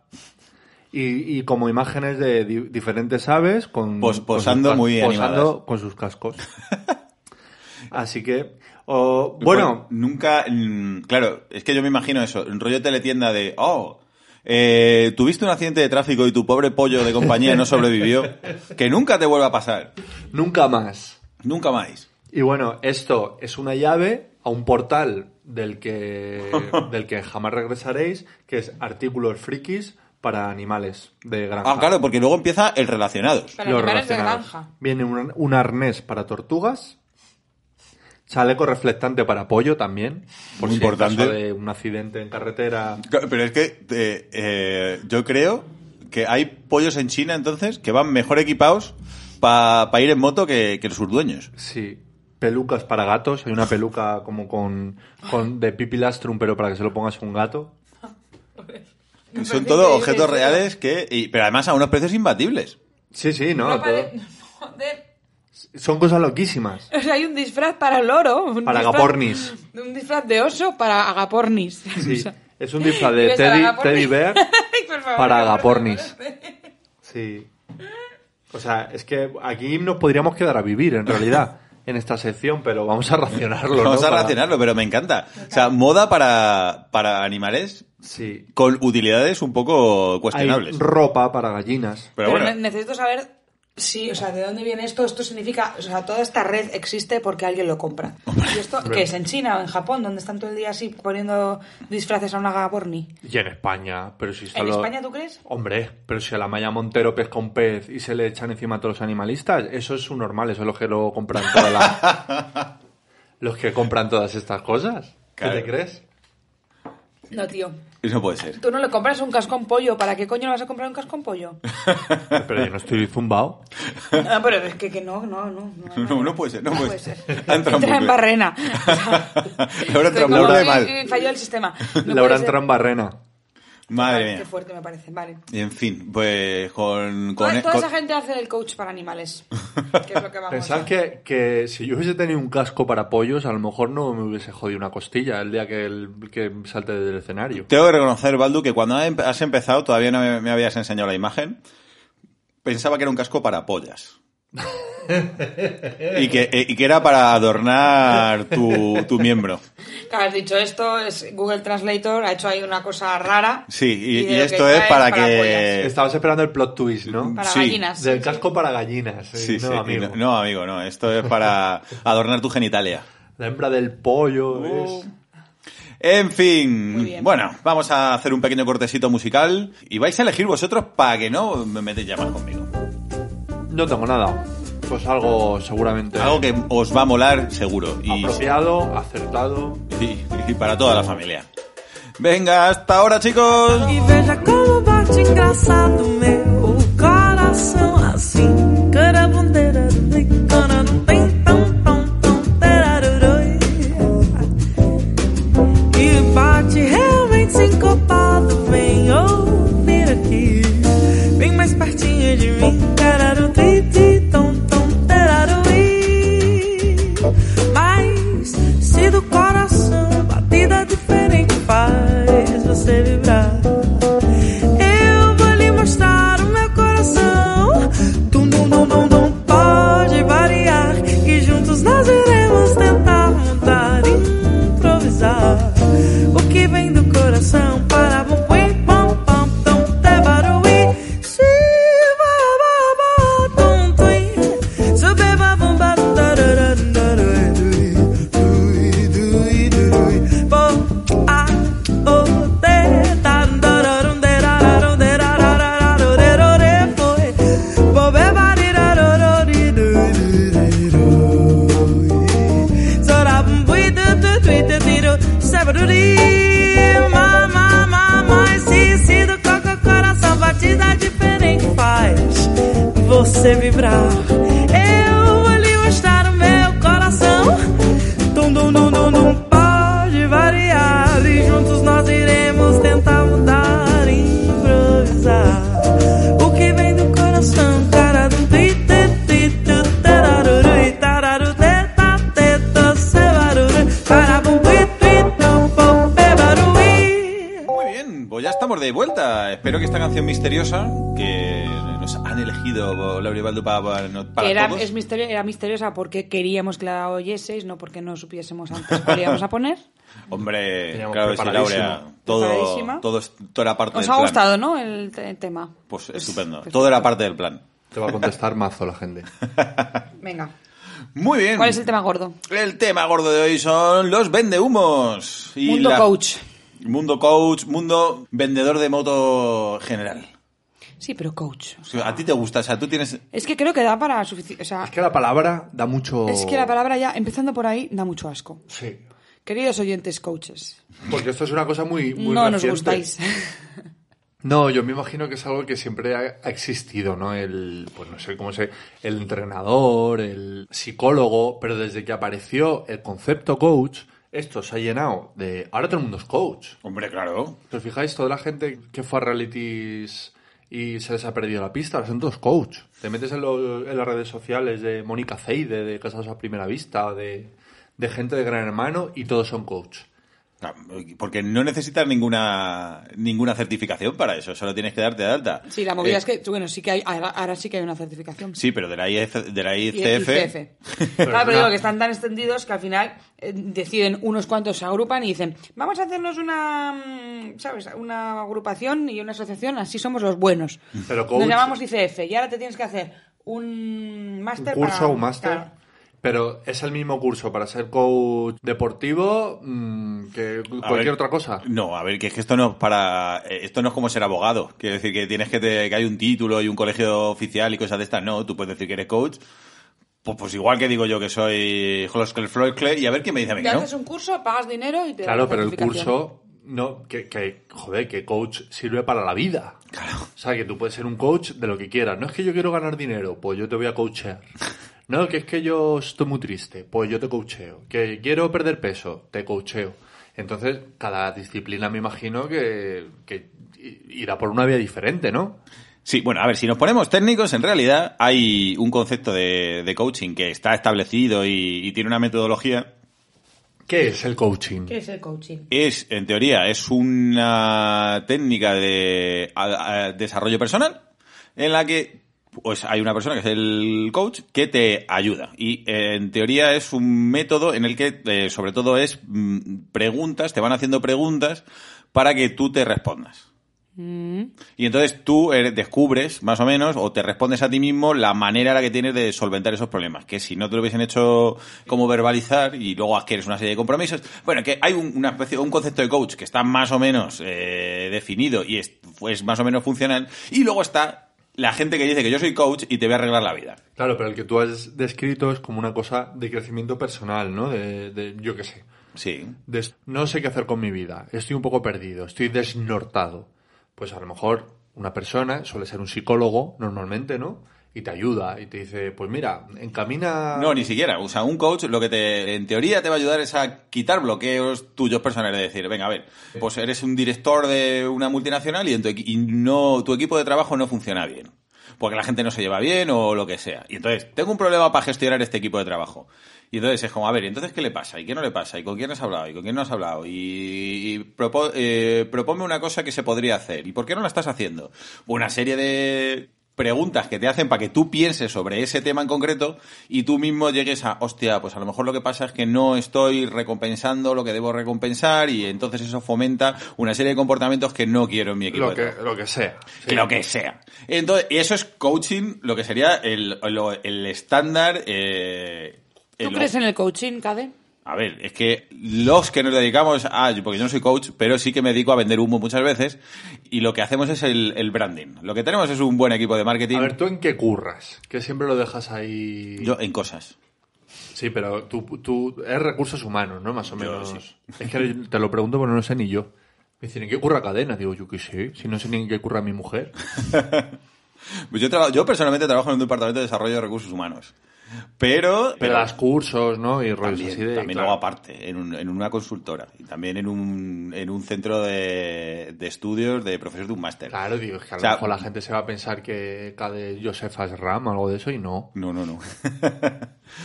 Speaker 6: Y, y como imágenes de di- diferentes aves con,
Speaker 4: Pos-
Speaker 6: con
Speaker 4: posando
Speaker 6: sus cas-
Speaker 4: muy
Speaker 6: posando
Speaker 4: animadas.
Speaker 6: con sus cascos. Así que, o- bueno,
Speaker 4: nunca. mm, Claro, es que yo me imagino eso, un rollo teletienda de. Oh, eh, tuviste un accidente de tráfico y tu pobre pollo de compañía no sobrevivió. Que nunca te vuelva a pasar.
Speaker 6: nunca más.
Speaker 4: Nunca más.
Speaker 6: Y bueno, esto es una llave a un portal del que, del que jamás regresaréis, que es artículos frikis para animales de granja.
Speaker 4: Ah, claro, porque luego empieza el relacionados.
Speaker 5: Para
Speaker 6: Los
Speaker 5: animales de
Speaker 6: relacionados.
Speaker 5: granja.
Speaker 6: Viene un, un arnés para tortugas, chaleco reflectante para pollo también, por
Speaker 4: Muy
Speaker 6: si en
Speaker 4: importante.
Speaker 6: caso de un accidente en carretera.
Speaker 4: Claro, Pero es que eh, eh, yo creo que hay pollos en China entonces que van mejor equipados para ir en moto que, que sus dueños.
Speaker 6: Sí. Pelucas para gatos, hay una peluca como con, con de pipilastrum, pero para que se lo pongas a un gato.
Speaker 4: Son
Speaker 5: parece
Speaker 4: todos
Speaker 5: increíble,
Speaker 4: objetos
Speaker 5: sí.
Speaker 4: reales que. y- pero además a unos precios imbatibles.
Speaker 6: Sí, sí, no.
Speaker 5: Ropa de-
Speaker 6: todo-
Speaker 5: Joder.
Speaker 6: Son cosas loquísimas.
Speaker 5: O sea, hay un disfraz para loro. un
Speaker 6: Para
Speaker 5: disfraz-
Speaker 6: agapornis.
Speaker 5: Un disfraz de oso para agapornis. O
Speaker 6: Sí.
Speaker 5: sea,
Speaker 6: Es un disfraz de
Speaker 5: ¿ves a
Speaker 6: Teddy,
Speaker 5: agapornis?
Speaker 6: teddy Bear
Speaker 5: Ay, por favor,
Speaker 6: para
Speaker 5: agapornis.
Speaker 6: agapornis. Sí. O sea, es que aquí nos podríamos quedar a vivir, en realidad, en esta sección, pero vamos a racionarlo. ¿no?
Speaker 4: Vamos a
Speaker 6: Para-
Speaker 4: relacionarlo, pero me encanta. O sea, moda para, para animales
Speaker 6: Sí.
Speaker 4: con utilidades un poco
Speaker 6: Hay
Speaker 4: cuestionables.
Speaker 6: ropa para gallinas.
Speaker 4: Pero
Speaker 5: Pero ne-
Speaker 4: bueno,
Speaker 5: necesito saber sí, o sea, de dónde viene esto. Esto significa, o sea, toda esta red existe porque alguien lo compra. ¿Y esto qué es? ¿En China o en Japón? Donde están todo el día así poniendo disfraces a una agaporni?
Speaker 6: Y en España, pero si
Speaker 5: ¿En
Speaker 6: solo...
Speaker 5: España tú crees?
Speaker 6: Hombre, pero si a la Maya Montero pesca un pez y se le echan encima a todos los animalistas, eso es un normal, eso es lo que lo compran todas las... los que compran todas estas cosas.
Speaker 4: Claro.
Speaker 6: ¿Qué te crees?
Speaker 5: No, tío.
Speaker 4: eso puede ser.
Speaker 5: Tú no le compras un casco en pollo. ¿Para qué coño le vas a comprar un casco en pollo?
Speaker 6: Pero yo no estoy zumbao.
Speaker 5: No, Ah, pero es que, que no, no, no.
Speaker 4: No, no puede ser, no puede ser. Ha entrado un
Speaker 5: Entra en
Speaker 4: bucle.
Speaker 5: barrena.
Speaker 4: Laura entra en bucle mal.
Speaker 5: Falló el sistema. No
Speaker 6: Laura
Speaker 5: puede ser.
Speaker 6: entra en barrena.
Speaker 4: Madre
Speaker 5: Vale, Qué
Speaker 4: mía.
Speaker 5: fuerte me parece, vale.
Speaker 4: Y en fin, pues con... con,
Speaker 5: Toda, toda
Speaker 4: con-
Speaker 5: esa gente hace el coach para animales. Que es lo que vamos
Speaker 6: Pensad
Speaker 5: a-
Speaker 6: que, que si yo hubiese tenido un casco para pollos, a lo mejor no me hubiese jodido una costilla el día que, el- que salte del escenario.
Speaker 4: Tengo que reconocer, Baldu, que cuando em- has empezado todavía no me, me habías enseñado la imagen. Pensaba que era un casco para pollas. Y que, eh, y que era para adornar tu, tu miembro.
Speaker 5: Claro, has dicho esto, es Google Translator ha hecho ahí una cosa rara.
Speaker 4: Sí, y,
Speaker 5: de
Speaker 4: y
Speaker 5: lo
Speaker 4: esto
Speaker 5: que
Speaker 4: es
Speaker 5: trae
Speaker 4: para
Speaker 5: pollas.
Speaker 4: que...
Speaker 6: Estabas esperando el plot twist, ¿no?
Speaker 5: Para
Speaker 4: sí.
Speaker 5: gallinas.
Speaker 6: Del
Speaker 5: sí,
Speaker 6: casco para gallinas. eh,
Speaker 4: Sí,
Speaker 6: no,
Speaker 4: sí,
Speaker 6: amigo.
Speaker 4: No, no, amigo, no. Esto es para adornar tu genitalia.
Speaker 6: La hembra del pollo
Speaker 5: Uh.
Speaker 6: es...
Speaker 4: En
Speaker 5: Muy
Speaker 4: fin,
Speaker 5: bien.
Speaker 4: bueno, vamos a hacer un pequeño cortecito musical y vais a elegir vosotros para que no me metéis ya más conmigo.
Speaker 6: No tengo nada. Pues algo seguramente
Speaker 4: Algo que os va a molar seguro y,
Speaker 6: apropiado, acertado.
Speaker 4: y- y para toda la familia. Venga, hasta ahora chicos.
Speaker 7: E veja como bate engraçado meu coração assim. Carabundeira, cana, não tem tão, tão, tão, teraruroi. E bate realmente sincopado, vem ouvir aqui. Vem mais pertinho de mim, teraru, tri, tri, tom, tom, terarui. Mas se do coração batida diferente faz você vibrar. Eu vou lhe mostrar o meu coração. Tum, tum, tum, tum, tum, pode variar. E juntos nós iremos tentar mudar, improvisar. O que vem do coração para bom, põe, pom, pom, tom, te barulho. Shiva, ba, ba, tum, tum. Sube, ba, bum, ba, tarará, tarará, dui, dui, dui, dui. Bom, a, o, te, tá, tarará, um, derá, rá, um, derá, rá, rá, rá, rá, rá, rá, rá, foi. Bom, be, ba, ri, rá, rá, rá, ri, dui, dui, dui, dui. Zorá, bum, bui, du, du, dui, du, di, du, sabaruri. Ma, ma, ma, mas se, se do coco, coração, batida diferente faz você vibrar. Eu vou lhe mostrar o meu coração. Tum, dum, dum, dum, dum, pode variar. E juntos nós iremos tentar mudar, improvisar. O que vem do coração, cara do ti, ti, ti, tu, tararuru, tararu, te, ta, te, to, se, baruru, parabum, pi, pi, tum, pum, pe, barui.
Speaker 4: Muy bien, pues ya estamos de vuelta. Espero que esta canción misteriosa que nos han elegido Laura y Baldu para, para, para
Speaker 5: Que era,
Speaker 4: todos.
Speaker 5: es misterio- era misteriosa porque queríamos que la oyeseis, no porque no supiésemos antes cuál íamos a poner.
Speaker 4: Hombre,
Speaker 6: Teníamos
Speaker 4: claro, sí, Laura,
Speaker 6: preparadísimo.
Speaker 4: todo,
Speaker 5: Preparadísima.
Speaker 4: todo, es- todo era parte
Speaker 5: ¿Os
Speaker 4: del
Speaker 5: ha
Speaker 4: plan.
Speaker 5: gustado, no? El, te- el tema.
Speaker 4: Pues estupendo, todo era parte del plan.
Speaker 6: Te va a contestar mazo la gente.
Speaker 5: Venga.
Speaker 4: Muy bien.
Speaker 5: ¿Cuál es el tema gordo?
Speaker 4: El tema gordo de hoy son los vendehumos. Y
Speaker 5: Mundo
Speaker 4: la-
Speaker 5: coach.
Speaker 4: Mundo coach, mundo vendedor de moto general.
Speaker 5: Sí, pero coach.
Speaker 4: O sea, a ti te gusta, o sea, tú tienes...
Speaker 5: Es que creo que da para suficiente. O sea,
Speaker 6: Es que la palabra da mucho...
Speaker 5: es que la palabra ya, empezando por ahí, da mucho asco.
Speaker 6: Sí.
Speaker 5: Queridos oyentes coaches,
Speaker 6: Porque esto es una cosa muy, muy
Speaker 5: no
Speaker 6: reciente.
Speaker 5: nos gustáis.
Speaker 6: No, yo me imagino que es algo que siempre ha ha existido, ¿no? El, pues no sé cómo se, el entrenador, el psicólogo, pero desde que apareció el concepto coach, esto se ha llenado de, ahora todo el mundo es coach.
Speaker 4: Hombre, claro.
Speaker 6: ¿Os fijáis? Toda la gente que fue a realities y se les ha perdido la pista, ahora son todos coach. Te metes en, lo- en las redes sociales de Mónica Zeide, de Casados a Primera Vista, de, de gente de Gran Hermano y todos son coach.
Speaker 4: Porque no necesitas ninguna ninguna certificación para eso, solo tienes que darte de alta.
Speaker 5: Sí, la movida
Speaker 4: Eh,
Speaker 5: es que, bueno, sí que hay, ahora, ahora sí que hay una certificación.
Speaker 4: Sí, pero de la, IF de la E
Speaker 5: Y- y
Speaker 4: ICF...
Speaker 5: CF.
Speaker 6: es
Speaker 5: Claro, pero
Speaker 6: una-
Speaker 5: digo que están tan extendidos que al final eh, deciden unos cuantos se agrupan y dicen, vamos a hacernos una, mm, ¿sabes? Una agrupación y una asociación, así somos los buenos.
Speaker 6: Pero coach-
Speaker 5: Nos llamamos ICF y ahora te tienes que hacer un
Speaker 6: Un
Speaker 5: máster
Speaker 6: curso,
Speaker 5: para-
Speaker 6: un máster.
Speaker 5: claro.
Speaker 6: Pero es el mismo curso para ser coach deportivo mm, que
Speaker 4: A
Speaker 6: cualquier
Speaker 4: ver,
Speaker 6: otra cosa.
Speaker 4: No, a ver, que es que esto no es para, eh, esto no es como ser abogado. Quiero decir que tienes que, te- que hay un título y un colegio oficial y cosas de estas. No, tú puedes decir que eres coach. Pues, pues igual que digo yo que soy Holoskel Floydcle y a ver quién me dice a mí
Speaker 5: Te
Speaker 4: que no.
Speaker 5: haces un curso, pagas dinero y te dan
Speaker 6: Claro,
Speaker 5: la
Speaker 6: pero el
Speaker 5: certificación.
Speaker 6: curso, no, que, que, joder, que coach sirve para la vida. Claro. O sea, que tú puedes ser un coach de lo que quieras. No es que yo quiero ganar dinero, pues yo te voy a coachear. No, que es que yo estoy muy triste, pues yo te coacheo. Que quiero perder peso, te coacheo. Entonces, cada disciplina me imagino que, que irá por una vía diferente, ¿no?
Speaker 4: Sí, bueno, a ver, si nos ponemos técnicos, en realidad hay un concepto de, de coaching que está establecido y, y tiene una metodología.
Speaker 6: ¿Qué es el coaching?
Speaker 5: ¿Qué es el coaching?
Speaker 4: Es, en teoría, es una técnica de a- a- desarrollo personal en la que pues hay una persona que es el coach que te ayuda. Y eh, en teoría es un método en el que eh, sobre todo es mm, preguntas, te van haciendo preguntas para que tú te respondas. Y entonces tú eh, descubres, más o menos, o te respondes a ti mismo la manera en la que tienes de solventar esos problemas. Que si no te lo hubiesen hecho como verbalizar y luego adquieres una serie de compromisos. Bueno, que hay un, una especie, un concepto de coach que está más o menos eh, definido y es pues, más o menos funcional. Y luego está la gente que dice que yo soy coach y te voy a arreglar la vida.
Speaker 6: Claro, pero el que tú has descrito es como una cosa de crecimiento personal, ¿no? De, de- yo qué sé.
Speaker 4: Sí.
Speaker 6: Des- no sé qué hacer con mi vida, estoy un poco perdido, estoy desnortado. Pues a lo mejor una persona, suele ser un psicólogo normalmente, ¿no? Y te ayuda y te dice, pues mira, encamina...
Speaker 4: No, ni siquiera. O sea, un coach lo que te, en teoría te va a ayudar es a quitar bloqueos tuyos personales. Es decir, venga, a ver, pues eres un director de una multinacional y, en tu, equi- y no, tu equipo de trabajo no funciona bien. Porque la gente no se lleva bien o lo que sea. Y entonces, tengo un problema para gestionar este equipo de trabajo. Y entonces es como, a ver, ¿y entonces qué le pasa? ¿Y qué no le pasa? ¿Y con quién has hablado? ¿Y con quién no has hablado? Y, y propo- eh, proponme una cosa que se podría hacer. ¿Y por qué no la estás haciendo? Una serie de preguntas que te hacen para que tú pienses sobre ese tema en concreto y tú mismo llegues a, hostia, pues a lo mejor lo que pasa es que no estoy recompensando lo que debo recompensar y entonces eso fomenta una serie de comportamientos que no quiero en mi equipo.
Speaker 6: lo
Speaker 4: de
Speaker 6: que,
Speaker 4: trabajo".
Speaker 6: lo que sea.
Speaker 4: Que Lo que sea. Entonces, y eso es coaching, lo que sería el, lo- el estándar. eh,
Speaker 5: ¿Tú
Speaker 4: el-
Speaker 5: crees en el coaching, Cade?
Speaker 4: a ver, es que los que nos dedicamos a, porque yo no soy coach, pero sí que me dedico a vender humo muchas veces, y lo que hacemos es el, el branding. Lo que tenemos es un buen equipo de marketing.
Speaker 6: A ver, ¿tú en qué curras? Que siempre lo dejas ahí...
Speaker 4: yo en cosas.
Speaker 6: Sí, pero tú, tú es recursos humanos, ¿no? Más o
Speaker 4: Yo
Speaker 6: menos.
Speaker 4: sí.
Speaker 6: Es que te lo pregunto porque no lo sé ni yo. Me dicen, ¿en qué curra cadena? Digo, yo qué sé, si no sé ni en qué curra mi mujer.
Speaker 4: Pues Yo, traba- yo personalmente trabajo en un departamento de desarrollo de recursos humanos. Pero,
Speaker 6: Pero das cursos, ¿no? Y rollos
Speaker 4: también,
Speaker 6: así de...
Speaker 4: también
Speaker 6: claro.
Speaker 4: hago aparte, en, un- en una consultora y también en un, en un centro de, de estudios de profesores de un máster.
Speaker 6: Claro, digo, es que a
Speaker 4: O
Speaker 6: lo
Speaker 4: sea,
Speaker 6: mejor la gente se va a pensar que Cade Josefa es Ram o algo de eso y no.
Speaker 4: No, no, no.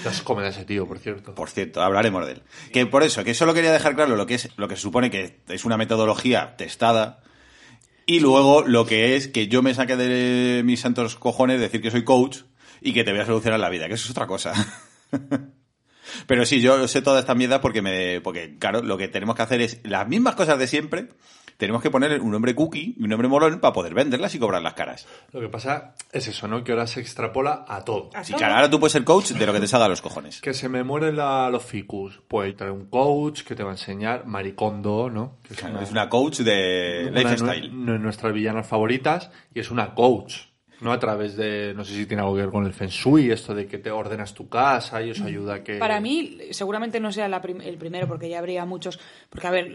Speaker 6: Te has comido a ese tío, por cierto.
Speaker 4: Por cierto, hablaremos de él. Que por eso, que solo quería dejar claro lo que es, lo que se supone que es una metodología testada. Y luego lo que es que yo me saque de mis santos cojones decir que soy coach y que te voy a solucionar la vida, que eso es otra cosa. Pero sí, yo sé toda esta mierda porque me, porque claro, lo que tenemos que hacer es las mismas cosas de siempre. Tenemos que poner un nombre cookie y un nombre molón para poder venderlas y cobrar las caras.
Speaker 6: Lo que pasa es eso, ¿no? Que ahora se extrapola a todo.
Speaker 5: ¿A
Speaker 4: Así
Speaker 5: todo?
Speaker 4: que ahora tú puedes ser coach de lo que te salga a los cojones.
Speaker 6: Que se me mueren la- los ficus. Pues trae un coach que te va a enseñar, maricondo, ¿no? Que es
Speaker 4: Claro, Es una coach de
Speaker 6: una de
Speaker 4: lifestyle.
Speaker 6: nu- de nuestras villanas favoritas y es una coach. No a través de, no sé si tiene algo que ver con el feng shui, esto de que te ordenas tu casa y os ayuda a
Speaker 4: Eh.
Speaker 6: que...
Speaker 5: Para mí, seguramente no sea la prim- el primero, porque ya habría muchos. Porque, a ver,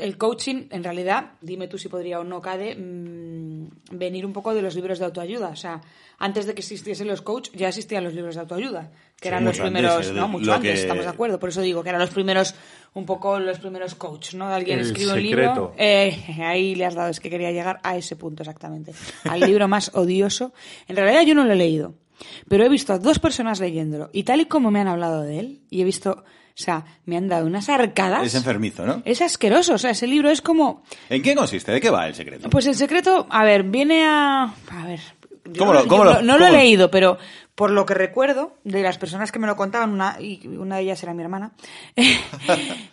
Speaker 5: el coaching, en realidad, dime tú si podría o no, Cade, mm, venir un poco de los libros de autoayuda. O sea, antes de que existiesen los coach, ya existían los libros de autoayuda, que
Speaker 4: Sí,
Speaker 5: eran los
Speaker 4: mucho antes,
Speaker 5: primeros.
Speaker 4: eh,
Speaker 5: no, mucho
Speaker 4: lo
Speaker 5: antes,
Speaker 4: que-
Speaker 5: estamos de acuerdo. Por eso digo que eran los primeros, un poco los primeros coach, ¿no? Alguien
Speaker 6: El
Speaker 5: escribe un
Speaker 6: secreto.
Speaker 5: libro. Eh, ahí le has dado, es que quería llegar a ese punto exactamente. Al libro más odioso. En realidad yo no lo he leído, pero he visto a dos personas leyéndolo. Y tal y como me han hablado de él, y he visto, o sea, me han dado unas arcadas.
Speaker 4: Es enfermizo, ¿no?
Speaker 5: Es asqueroso, o sea, ese libro es como...
Speaker 4: ¿En qué consiste? ¿De qué va el secreto?
Speaker 5: Pues el secreto, a ver, viene a... A ver... yo
Speaker 4: ¿Cómo
Speaker 5: no-
Speaker 4: lo-
Speaker 5: yo
Speaker 4: cómo lo-
Speaker 5: no, no lo he
Speaker 4: cómo lo-
Speaker 5: leído, pero por lo que recuerdo de las personas que me lo contaban, una, y una de ellas era mi hermana,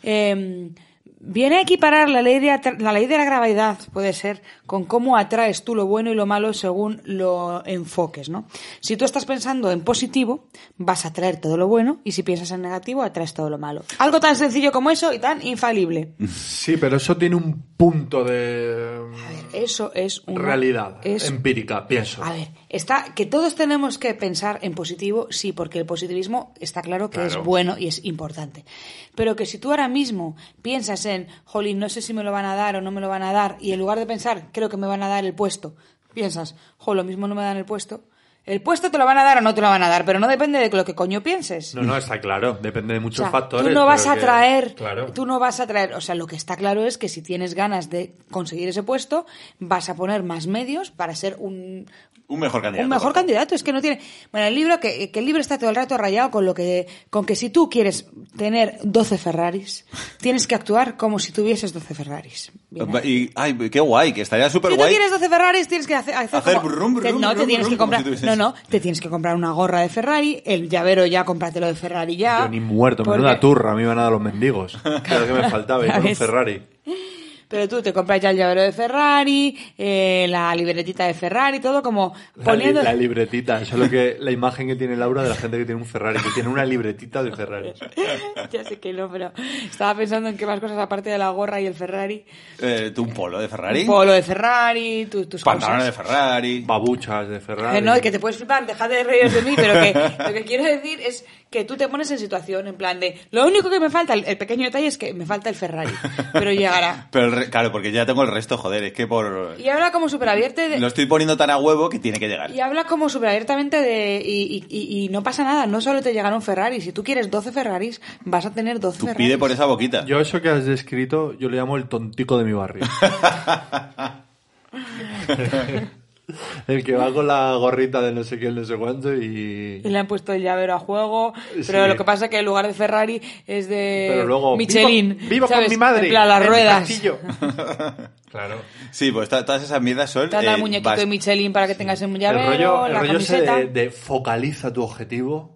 Speaker 5: eh, viene a equiparar la ley, de atra- la ley de la gravedad, puede ser, con cómo atraes tú lo bueno y lo malo según lo enfoques, ¿no? Si tú estás pensando en positivo, vas a atraer todo lo bueno, y si piensas en negativo, atraes todo lo malo. Algo tan sencillo como eso y tan infalible.
Speaker 4: Mm.
Speaker 6: Sí, pero eso tiene un punto de
Speaker 5: A ver, eso es una...
Speaker 6: realidad
Speaker 5: es
Speaker 6: empírica, pienso.
Speaker 5: A ver, está que todos tenemos que pensar en positivo, sí, porque el positivismo está claro que es bueno y es importante. Pero que si tú ahora mismo piensas en, jolín, no sé si me lo van a dar o no me lo van a dar, y en lugar de pensar, creo que me van a dar el puesto, piensas, jo, lo mismo no me dan el puesto, el puesto te lo van a dar o no te lo van a dar, pero no depende de lo que coño pienses.
Speaker 6: No, no, está claro. Depende de muchos
Speaker 5: O sea,
Speaker 6: factores.
Speaker 5: Tú no vas
Speaker 6: pero
Speaker 5: a
Speaker 6: que-
Speaker 5: traer,
Speaker 6: Claro.
Speaker 5: tú no vas a traer, o sea, lo que está claro es que si tienes ganas de conseguir ese puesto, vas a poner más medios para ser un,
Speaker 4: Un mejor candidato.
Speaker 5: un mejor candidato, es que no tiene. Bueno, el libro, que, que el libro está todo el rato rayado con lo que. con que si tú quieres tener 12 Ferraris, tienes que actuar como si tuvieses 12 Ferraris. Bien ahí.
Speaker 4: Pues, Y, ay, qué guay, que estaría súper
Speaker 5: Si tú
Speaker 4: guay.
Speaker 5: quieres 12 Ferraris, tienes que hacer.
Speaker 4: Hacer
Speaker 5: como-
Speaker 4: brum, brum,
Speaker 5: te- no, te
Speaker 4: brum, brum,
Speaker 5: tienes que
Speaker 4: como si
Speaker 5: comprar.
Speaker 4: tuvieses
Speaker 5: no, No, no, te tienes que comprar una gorra de Ferrari, el llavero ya, cómpratelo de Ferrari ya.
Speaker 6: Yo ni muerto,
Speaker 5: porque-
Speaker 6: menuda turra, a mí me van a dar los mendigos. Claro que me faltaba, ir con un
Speaker 5: ¿Sabes?
Speaker 6: Ferrari.
Speaker 5: Pero tú te compras ya el llavero de Ferrari, eh, la libretita de Ferrari, todo como
Speaker 6: La, li-
Speaker 5: poniendo...
Speaker 6: la libretita, eso es lo que, la imagen que tiene Laura de la gente que tiene un Ferrari, que tiene una libretita de Ferrari.
Speaker 5: ya sé que no, pero estaba pensando en qué más cosas aparte de la gorra y el Ferrari.
Speaker 4: Eh, tú un polo de Ferrari.
Speaker 5: Un polo de Ferrari, tu- tus
Speaker 4: Pantalones de
Speaker 5: cosas.
Speaker 4: Ferrari.
Speaker 6: Babuchas de Ferrari.
Speaker 5: Eh, no, que te puedes flipar, dejad de reír de mí, pero que lo que quiero decir es que tú te pones en situación, en plan de, lo único que me falta, el, el pequeño detalle es que me falta el Ferrari, pero llegará.
Speaker 4: Pero el re- claro, porque ya tengo el resto, joder, es que por...
Speaker 5: Y habla como súper
Speaker 4: Lo estoy poniendo tan a huevo que tiene que llegar.
Speaker 5: Y habla como súper abiertamente de. Y, y- y- y no pasa nada, no solo te llegaron Ferraris. Si tú quieres 12 Ferraris, vas a tener 12
Speaker 4: Tú
Speaker 5: Ferraris.
Speaker 4: pide por esa boquita.
Speaker 6: Yo eso que has descrito, yo le llamo el tontico de mi barrio. el que va con la gorrita de no sé qué, no sé cuánto y...
Speaker 5: Y le han puesto el llavero a juego. Pero
Speaker 6: Sí.
Speaker 5: lo que pasa es que el lugar de Ferrari es de.
Speaker 6: Pero luego,
Speaker 5: Michelin.
Speaker 6: vivo- vivo con
Speaker 5: ¿sabes?
Speaker 6: mi madre,
Speaker 5: En plan,
Speaker 6: en
Speaker 5: las
Speaker 6: mi
Speaker 5: ruedas.
Speaker 6: castillo.
Speaker 4: Claro. Sí, pues to- todas esas mierdas son...
Speaker 5: Te han dado
Speaker 4: eh,
Speaker 5: el muñequito
Speaker 4: bas-
Speaker 5: de Michelin para que tengas el
Speaker 6: El
Speaker 5: llavero,
Speaker 6: rollo, el
Speaker 5: la
Speaker 6: rollo ese
Speaker 4: eh,
Speaker 5: camiseta.
Speaker 6: de, de focaliza tu objetivo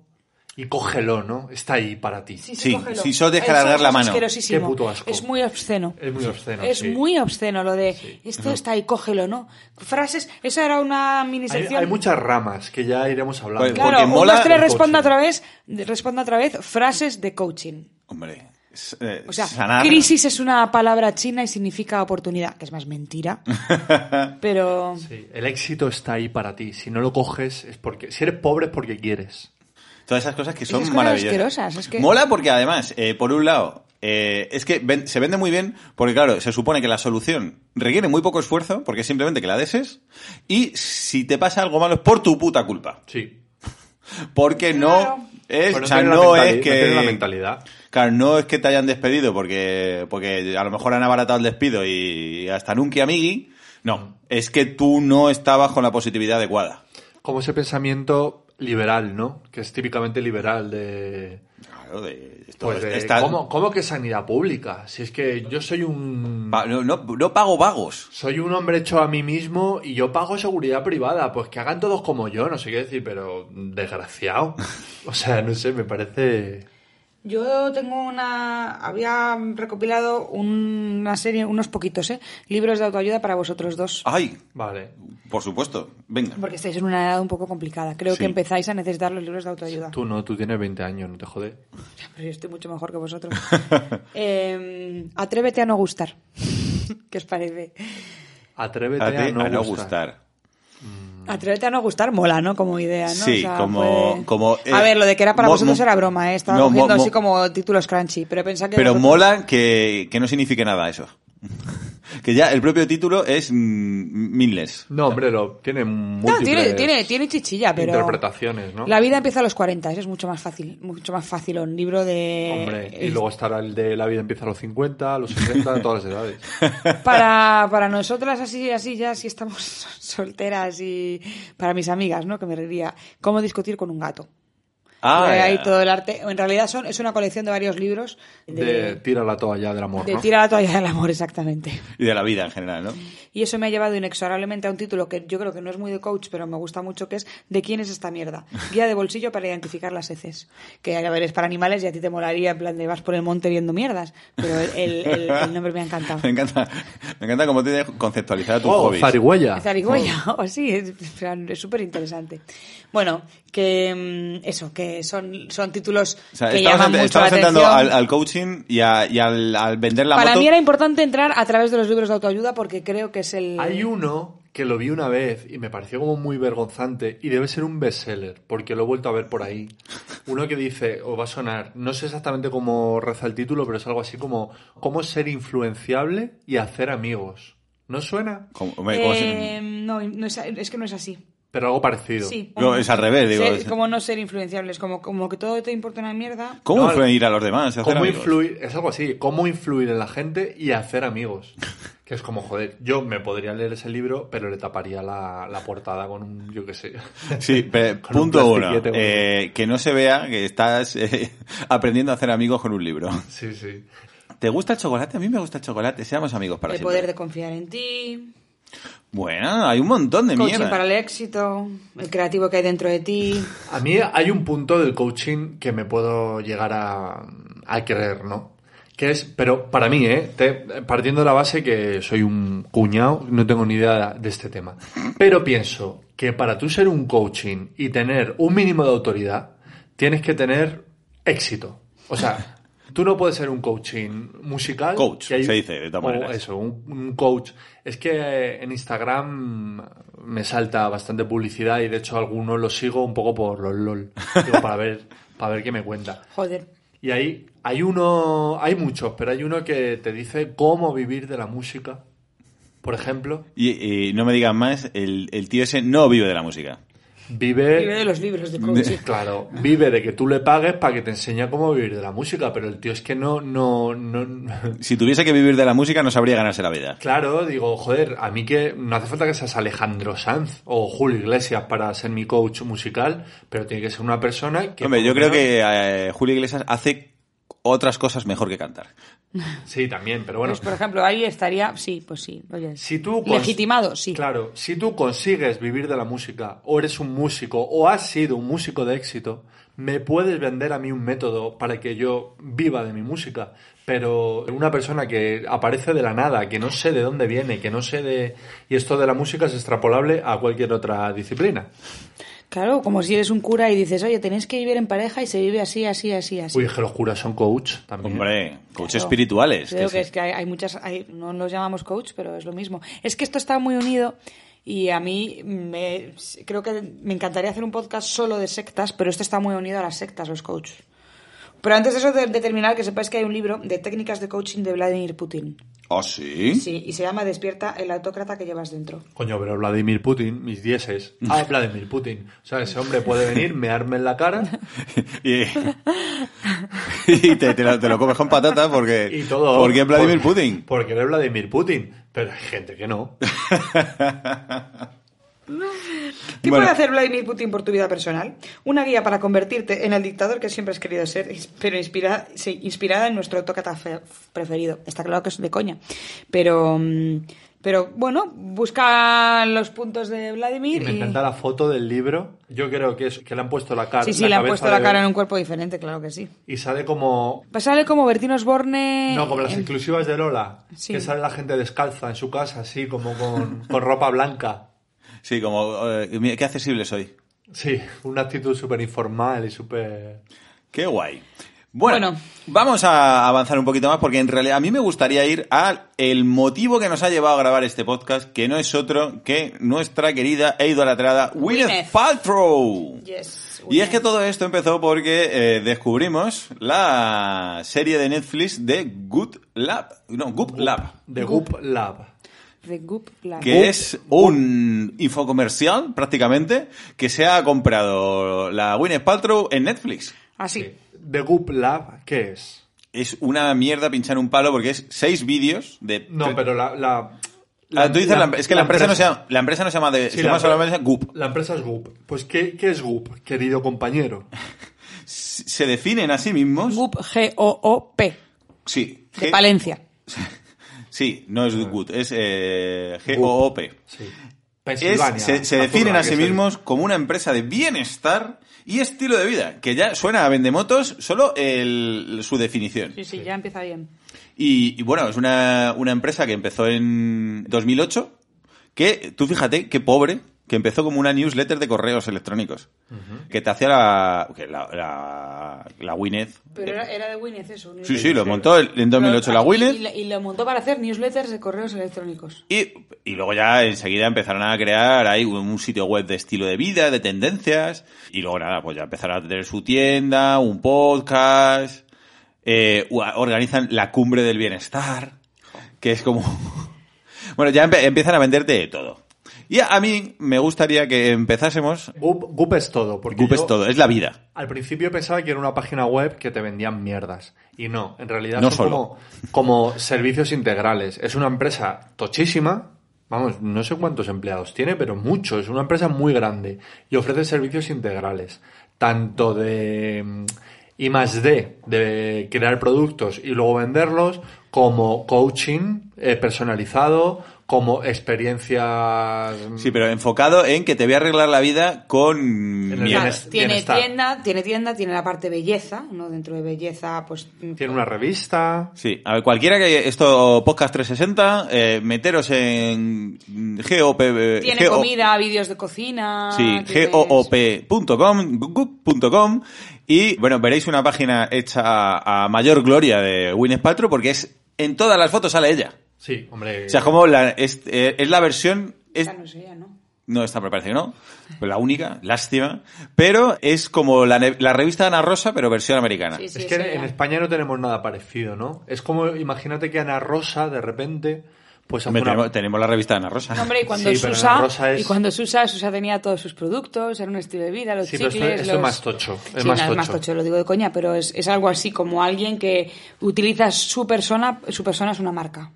Speaker 6: y cógelo, ¿no? Está ahí para ti.
Speaker 4: Sí,
Speaker 5: cógelo.
Speaker 4: sí, solo tienes que
Speaker 5: Eso
Speaker 4: alargar la
Speaker 5: es
Speaker 4: mano.
Speaker 5: asquerosísimo.
Speaker 6: Qué puto asco.
Speaker 5: Es muy obsceno.
Speaker 6: Es muy obsceno.
Speaker 5: Es
Speaker 6: sí.
Speaker 5: muy obsceno lo de esto está ahí, cógelo, ¿no? Frases, esa era una
Speaker 6: Hay,
Speaker 5: minisección.
Speaker 6: hay muchas ramas que ya iremos hablando.
Speaker 4: Porque
Speaker 5: Claro,
Speaker 4: mola
Speaker 5: un, dos, tres,
Speaker 4: el
Speaker 5: responde
Speaker 6: coaching.
Speaker 5: otra vez, de- responde otra vez frases de coaching.
Speaker 4: Hombre, s- eh,
Speaker 5: O sea,
Speaker 4: sanar.
Speaker 5: crisis es una palabra china y significa oportunidad, que es más mentira. Pero
Speaker 6: Sí, el éxito está ahí para ti. Si no lo coges es porque... Si eres pobre es porque quieres.
Speaker 4: Todas esas cosas que son
Speaker 5: Esas cosas
Speaker 4: maravillosas.
Speaker 5: asquerosas, es que-
Speaker 4: Mola porque además, eh, por un lado, eh, es que ven- se vende muy bien porque, claro, se supone que la solución requiere muy poco esfuerzo porque es simplemente que la deses y si te pasa algo malo es por tu puta culpa.
Speaker 6: Sí.
Speaker 4: Porque
Speaker 5: Claro.
Speaker 4: no es,
Speaker 6: Pero
Speaker 4: o sea,
Speaker 6: tiene la
Speaker 4: no
Speaker 6: mentali-
Speaker 4: es que...
Speaker 6: tiene la mentalidad.
Speaker 4: Claro, no es que te hayan despedido porque, porque a lo mejor han abaratado el despido y hasta nunca amigui. No, es que tú no estabas con la positividad adecuada.
Speaker 6: Como ese pensamiento liberal, ¿no? Que es típicamente liberal de...
Speaker 4: Claro, de, esto
Speaker 6: Pues
Speaker 4: es-
Speaker 6: de,
Speaker 4: está-
Speaker 6: ¿cómo, ¿Cómo que sanidad pública? Si es que yo soy un...
Speaker 4: pa- no, no- no pago vagos.
Speaker 6: Soy un hombre hecho a mí mismo y yo pago seguridad privada. Pues que hagan todos como yo, no sé qué decir, pero desgraciado. O sea, no sé, me parece...
Speaker 5: yo tengo una. Había recopilado una serie, unos poquitos, ¿eh? Libros de autoayuda para vosotros dos.
Speaker 4: Ay,
Speaker 6: Vale.
Speaker 4: por supuesto. Venga.
Speaker 5: Porque estáis en una edad un poco complicada. Creo
Speaker 4: Sí.
Speaker 5: que empezáis a necesitar los libros de autoayuda.
Speaker 6: Tú no, tú tienes 20 años, no te jode.
Speaker 5: Pero yo estoy mucho mejor que vosotros. Eh, atrévete a no gustar. ¿Qué os parece?
Speaker 6: Atrévete,
Speaker 4: Fíjate,
Speaker 6: a no, gustar.
Speaker 5: Atrévete a no gustar, mola, ¿no? Como idea, ¿no?
Speaker 4: Sí, como- como, eh,
Speaker 5: a ver, lo de que era para
Speaker 4: mo-
Speaker 5: vosotros
Speaker 4: mo-
Speaker 5: era broma, ¿eh? Estaba
Speaker 4: no, mo-
Speaker 5: cogiendo así
Speaker 4: mo-
Speaker 5: como títulos crunchy, pero pensad que...
Speaker 4: Pero
Speaker 5: vosotros-
Speaker 4: mola que, que no signifique nada eso. que ya el propio título es mm, meaningless.
Speaker 6: No, hombre, lo, tiene
Speaker 5: No,
Speaker 6: múltiples
Speaker 5: tiene, tiene, tiene chichilla, pero...
Speaker 6: interpretaciones, ¿no?
Speaker 5: La vida empieza a los 40, eso es mucho más fácil, mucho más fácil un libro de...
Speaker 6: Hombre, y luego estará el de la vida empieza a los 50, a los 60, a todas las edades.
Speaker 5: para, para nosotras así, así ya, si estamos solteras y para mis amigas, ¿no? Que me reiría, ¿cómo discutir con un gato?
Speaker 4: Ah,
Speaker 5: Porque hay
Speaker 4: ya.
Speaker 5: Pues todo el arte. En realidad son, es una colección de varios libros de,
Speaker 6: De, tira la toalla del amor,
Speaker 5: de
Speaker 6: ¿no?
Speaker 5: tira la toalla del amor, exactamente.
Speaker 4: Y de la vida en general, ¿no?
Speaker 5: Y eso me ha llevado inexorablemente a un título que yo creo que no es muy de coach, pero me gusta mucho, que es ¿De quién es esta mierda? Guía de bolsillo para identificar las heces. Que a ver, es para animales y a ti te molaría en plan de vas por el monte viendo mierdas. Pero el, el- el nombre me ha encantado.
Speaker 4: Me encanta, me encanta cómo tienes conceptualizada tu
Speaker 6: Oh,
Speaker 4: hobby.
Speaker 6: zarigüeya.
Speaker 5: Zarigüeya, o así, es en plan, es súper interesante. Bueno, que mm, eso, que son, son títulos
Speaker 4: O sea,
Speaker 5: que
Speaker 4: estamos,
Speaker 5: llaman
Speaker 4: ent-
Speaker 5: mucho
Speaker 4: estamos
Speaker 5: la
Speaker 4: entrando
Speaker 5: atención.
Speaker 4: al, al coaching y, a- y al, al vender la
Speaker 5: Para
Speaker 4: moto.
Speaker 5: mí era importante entrar a través de los libros de autoayuda porque creo que es el...
Speaker 6: Hay uno que lo vi una vez y me pareció como muy vergonzante y debe ser un bestseller, porque lo he vuelto a ver por ahí. Uno que dice, o va a sonar, no sé exactamente cómo reza el título, pero es algo así como cómo ser influenciable y hacer amigos. ¿No suena?
Speaker 4: Como- hombre, como
Speaker 5: Eh, no, no es, es que no es así.
Speaker 6: Pero algo parecido.
Speaker 5: Sí.
Speaker 4: No, es al revés, digo,
Speaker 5: Ser-
Speaker 4: es-
Speaker 5: como no ser influenciables, como, como que todo te importa una mierda.
Speaker 4: se- ¿Cómo
Speaker 6: No,
Speaker 4: influir a los demás? y hacer
Speaker 6: ¿Cómo
Speaker 4: amigos?
Speaker 6: influir? Es algo así, cómo influir en la gente y hacer amigos. Que es como, joder, yo me podría leer ese libro, pero le taparía la, la portada con un, yo qué sé.
Speaker 4: Sí, pe-
Speaker 6: Con un
Speaker 4: punto uno.
Speaker 6: plastiquete, bueno.
Speaker 4: eh, que no se vea que estás eh, aprendiendo a hacer amigos con un libro.
Speaker 6: Sí, sí.
Speaker 4: ¿Te gusta el chocolate? A mí me gusta el chocolate. Seamos amigos para
Speaker 5: el
Speaker 4: siempre.
Speaker 5: poder de confiar en ti.
Speaker 4: Bueno, hay un montón de
Speaker 5: Coaching
Speaker 4: mierda.
Speaker 5: para el éxito, el creativo que hay dentro de ti.
Speaker 6: A mí hay un punto del coaching que me puedo llegar a, a creer, ¿no? Que es, pero para mí, ¿eh? Te- partiendo de la base que soy un cuñado, no tengo ni idea de este tema. Pero pienso que para tú ser un coaching y tener un mínimo de autoridad, tienes que tener éxito. O sea, tú no puedes ser un coaching musical.
Speaker 4: Coach,
Speaker 6: que hay-
Speaker 4: se dice de todas
Speaker 6: o
Speaker 4: maneras.
Speaker 6: eso, un, un coach. Es que eh, en Instagram me salta bastante publicidad y de hecho algunos lo sigo un poco por los LOL, digo, para, ver, para ver qué me cuenta.
Speaker 5: Joder.
Speaker 6: Y ahí hay uno, hay muchos, pero hay uno que te dice cómo vivir de la música, por ejemplo.
Speaker 4: Y, y no me digas más, el, el tío ese no vive de la música.
Speaker 6: Eh,
Speaker 5: Vive de los libros de coaching.
Speaker 6: Claro, vive de que tú le pagues para que te enseñe cómo vivir de la música, pero el tío es que no, no, no.
Speaker 4: Si tuviese que vivir de la música no sabría ganarse la vida.
Speaker 6: Claro, digo, joder, a mí que no hace falta que seas Alejandro Sanz o Julio Iglesias para ser mi coach musical, pero tiene que ser una persona que.
Speaker 4: Hombre, yo
Speaker 6: por lo
Speaker 4: creo que eh, Julio Iglesias hace otras cosas mejor que cantar.
Speaker 6: menos- Sí, también, pero bueno.
Speaker 5: Pues, por ejemplo, ahí estaría, sí, pues sí. oye.
Speaker 6: Si tú cons-
Speaker 5: Legitimado, sí.
Speaker 6: Claro, si tú consigues vivir de la música, o eres un músico, o has sido un músico de éxito, me puedes vender a mí un método para que yo viva de mi música. Pero una persona que aparece de la nada, que no sé de dónde viene, que no sé de... Y esto de la música es extrapolable a cualquier otra disciplina.
Speaker 5: Claro, como si eres un cura y dices, oye, tenéis que vivir en pareja y se vive así, así, así, así.
Speaker 6: Uy, es que los curas son coach también.
Speaker 4: Hombre, coaches
Speaker 5: Claro.
Speaker 4: espirituales.
Speaker 5: Creo
Speaker 4: que
Speaker 5: que
Speaker 4: sí.
Speaker 5: es que hay, hay muchas, hay- no los llamamos coach, pero es lo mismo. Es que esto está muy unido y a mí me, creo que me encantaría hacer un podcast solo de sectas, pero esto está muy unido a las sectas, los coaches. Pero antes de eso, de, de terminar, que sepáis que hay un libro de técnicas de coaching de Vladimir Putin.
Speaker 4: ¿Ah,
Speaker 6: ¿Mm?
Speaker 4: sí?
Speaker 5: Sí, y se llama Despierta el autócrata que llevas dentro.
Speaker 6: Coño, pero Vladimir Putin, mis dieces.
Speaker 4: Mm.
Speaker 6: Ah, Vladimir Putin. O sea, ese hombre puede venir, mearme en la cara
Speaker 4: Y, y te, te lo, te lo comes con patata porque...
Speaker 6: y todo.
Speaker 4: Porque es Vladimir
Speaker 6: por-
Speaker 4: Putin.
Speaker 6: Porque es Vladimir Putin. Pero hay gente que no.
Speaker 5: ¿Qué
Speaker 4: Bueno.
Speaker 5: puede hacer Vladimir Putin por tu vida personal? Una guía para convertirte en el dictador que siempre has querido ser, ins- pero inspira- sí, inspirada en nuestro autócrata fe- preferido. Está claro que es de coña. Pero, mm, pero bueno, busca los puntos de
Speaker 6: Y
Speaker 5: Vladimir.
Speaker 6: me
Speaker 5: y-
Speaker 6: encanta la foto del libro. Yo creo que es que le han puesto la cara.
Speaker 5: Sí, sí, le han
Speaker 6: cabeza
Speaker 5: puesto la
Speaker 6: de-
Speaker 5: cara en un cuerpo diferente, claro que sí.
Speaker 6: Y sale como.
Speaker 5: Pasale como Bertino Osborne.
Speaker 6: No, como las
Speaker 5: en-
Speaker 6: inclusivas de Lola.
Speaker 5: Eh, Sí.
Speaker 6: Que sale la gente descalza en su casa, así, como con, con ropa blanca.
Speaker 4: Sí, como... eh, mira, qué accesible soy.
Speaker 6: Sí, una actitud súper informal y súper.
Speaker 4: Qué guay. Bueno,
Speaker 5: Bueno.
Speaker 4: vamos a avanzar un poquito más porque en realidad a mí me gustaría ir al el motivo que nos ha llevado a grabar este podcast, que no es otro que nuestra querida e idolatrada Gwyneth
Speaker 5: Gwyneth.
Speaker 4: Paltrow.
Speaker 5: Yes,
Speaker 4: Y es que
Speaker 5: William.
Speaker 4: todo esto empezó porque eh, descubrimos la serie de Netflix de Good Lab, no, Good Lab,
Speaker 6: De Goop Lab.
Speaker 5: The Goop Lab.
Speaker 4: que es un infocomercial prácticamente que se ha comprado la Gwyneth Paltrow en Netflix.
Speaker 5: Así.
Speaker 6: ¿De Goop Lab qué es?
Speaker 4: Es una mierda pinchar un palo porque es seis vídeos de...
Speaker 6: No, pero la. la,
Speaker 4: Ah, tú dices, la- es que la, empresa, no se
Speaker 6: sea
Speaker 4: llama, la empresa no se llama de...
Speaker 6: Sí,
Speaker 4: se
Speaker 6: la
Speaker 4: llama
Speaker 6: empre-
Speaker 4: solamente Goop.
Speaker 6: La empresa es Goop. Pues, ¿qué, qué es Goop, querido compañero?
Speaker 4: Se definen a sí mismos...
Speaker 5: Goop, G-O-O-P.
Speaker 4: Sí.
Speaker 5: De
Speaker 4: G-
Speaker 5: Palencia.
Speaker 4: Sí, no es Good, es eh, G-O-O-P.
Speaker 6: Sí.
Speaker 4: Es-
Speaker 6: Pensilvania.
Speaker 4: se, se
Speaker 6: Azurra,
Speaker 4: definen a
Speaker 6: que
Speaker 4: sí
Speaker 6: es el-
Speaker 4: mismos como una empresa de bienestar y estilo de vida, que ya suena a vendemotos solo el- su definición.
Speaker 5: Sí, sí, ya empieza bien.
Speaker 4: Y, y bueno, es una, una empresa que empezó en 2008, que tú fíjate qué pobre, que empezó como una newsletter de correos electrónicos, que te hacía la, que la, la, la Winnet.
Speaker 5: Pero era, era de Winnet eso. ¿no?
Speaker 4: Sí, sí, lo montó el- en 2008 la
Speaker 5: Pero-
Speaker 4: Winnet.
Speaker 5: Y, y lo montó para hacer newsletters de correos electrónicos.
Speaker 4: Y, y luego ya enseguida empezaron a crear ahí un un sitio web de estilo de vida, de tendencias. Y luego nada, pues ya empezaron a tener su tienda, un podcast. eh, u- organizan la cumbre del bienestar, que es como... bueno, ya empe- empiezan a venderte de todo. Y a, a mí me gustaría que empezásemos...
Speaker 6: Goop, Goop es todo. Porque
Speaker 4: Goop
Speaker 6: yo
Speaker 4: es todo, es la vida.
Speaker 6: Al principio pensaba que era una página web que te vendían mierdas. Y no, en realidad
Speaker 4: No
Speaker 6: son
Speaker 4: solo.
Speaker 6: Como, como servicios integrales. Es una empresa tochísima. Vamos, no sé cuántos empleados tiene, pero muchos. Es una empresa muy grande y ofrece servicios integrales. Tanto de mm, I más D, de crear productos y luego venderlos, como coaching eh, personalizado, como experiencias...
Speaker 4: Sí, pero enfocado en que te voy a arreglar la vida con
Speaker 6: el
Speaker 4: miel.
Speaker 5: Claro,
Speaker 6: bienes-
Speaker 5: tiene
Speaker 6: bienestar.
Speaker 5: tienda, tiene tienda, tiene la parte belleza, ¿no? Dentro de belleza, pues...
Speaker 6: mm, Tiene una revista.
Speaker 4: Sí, a ver, cualquiera que esto podcast 360, eh, meteros en GOP, eh,
Speaker 5: Tiene
Speaker 4: GO
Speaker 5: comida, vídeos de cocina...
Speaker 4: Sí,
Speaker 5: tienes-
Speaker 4: E. goop.com, goop.com y bueno, veréis una página hecha a, a mayor gloria de Gwyneth Paltrow porque es en todas las fotos sale ella.
Speaker 6: Sí, hombre.
Speaker 4: O sea, es como la es, eh, es la versión es,
Speaker 5: Esta no es ella, ¿no?
Speaker 4: no está me parece que no, la única, lástima, pero es como la, ne- la revista Ana Rosa pero versión americana.
Speaker 5: Sí, sí,
Speaker 6: es que
Speaker 5: ella.
Speaker 6: en España no tenemos nada parecido, ¿no? Es como, imagínate que Ana Rosa, de repente, pues hace
Speaker 4: Hombre,
Speaker 6: una-
Speaker 4: tenemos, tenemos la revista Ana Rosa.
Speaker 5: No, Hombre, y cuando
Speaker 6: Sí, pero
Speaker 5: Susa,
Speaker 6: la rosa es-
Speaker 5: y cuando Susa, Susa tenía todos sus productos, era un estilo de vida, los
Speaker 6: Sí, pero
Speaker 5: chicles,
Speaker 6: esto- esto es
Speaker 5: los-
Speaker 6: más tocho, es
Speaker 5: Sí,
Speaker 6: más
Speaker 5: no, es
Speaker 6: tocho.
Speaker 5: más tocho, lo digo de coña, pero es, es algo así como alguien que utiliza su persona, su persona es una marca.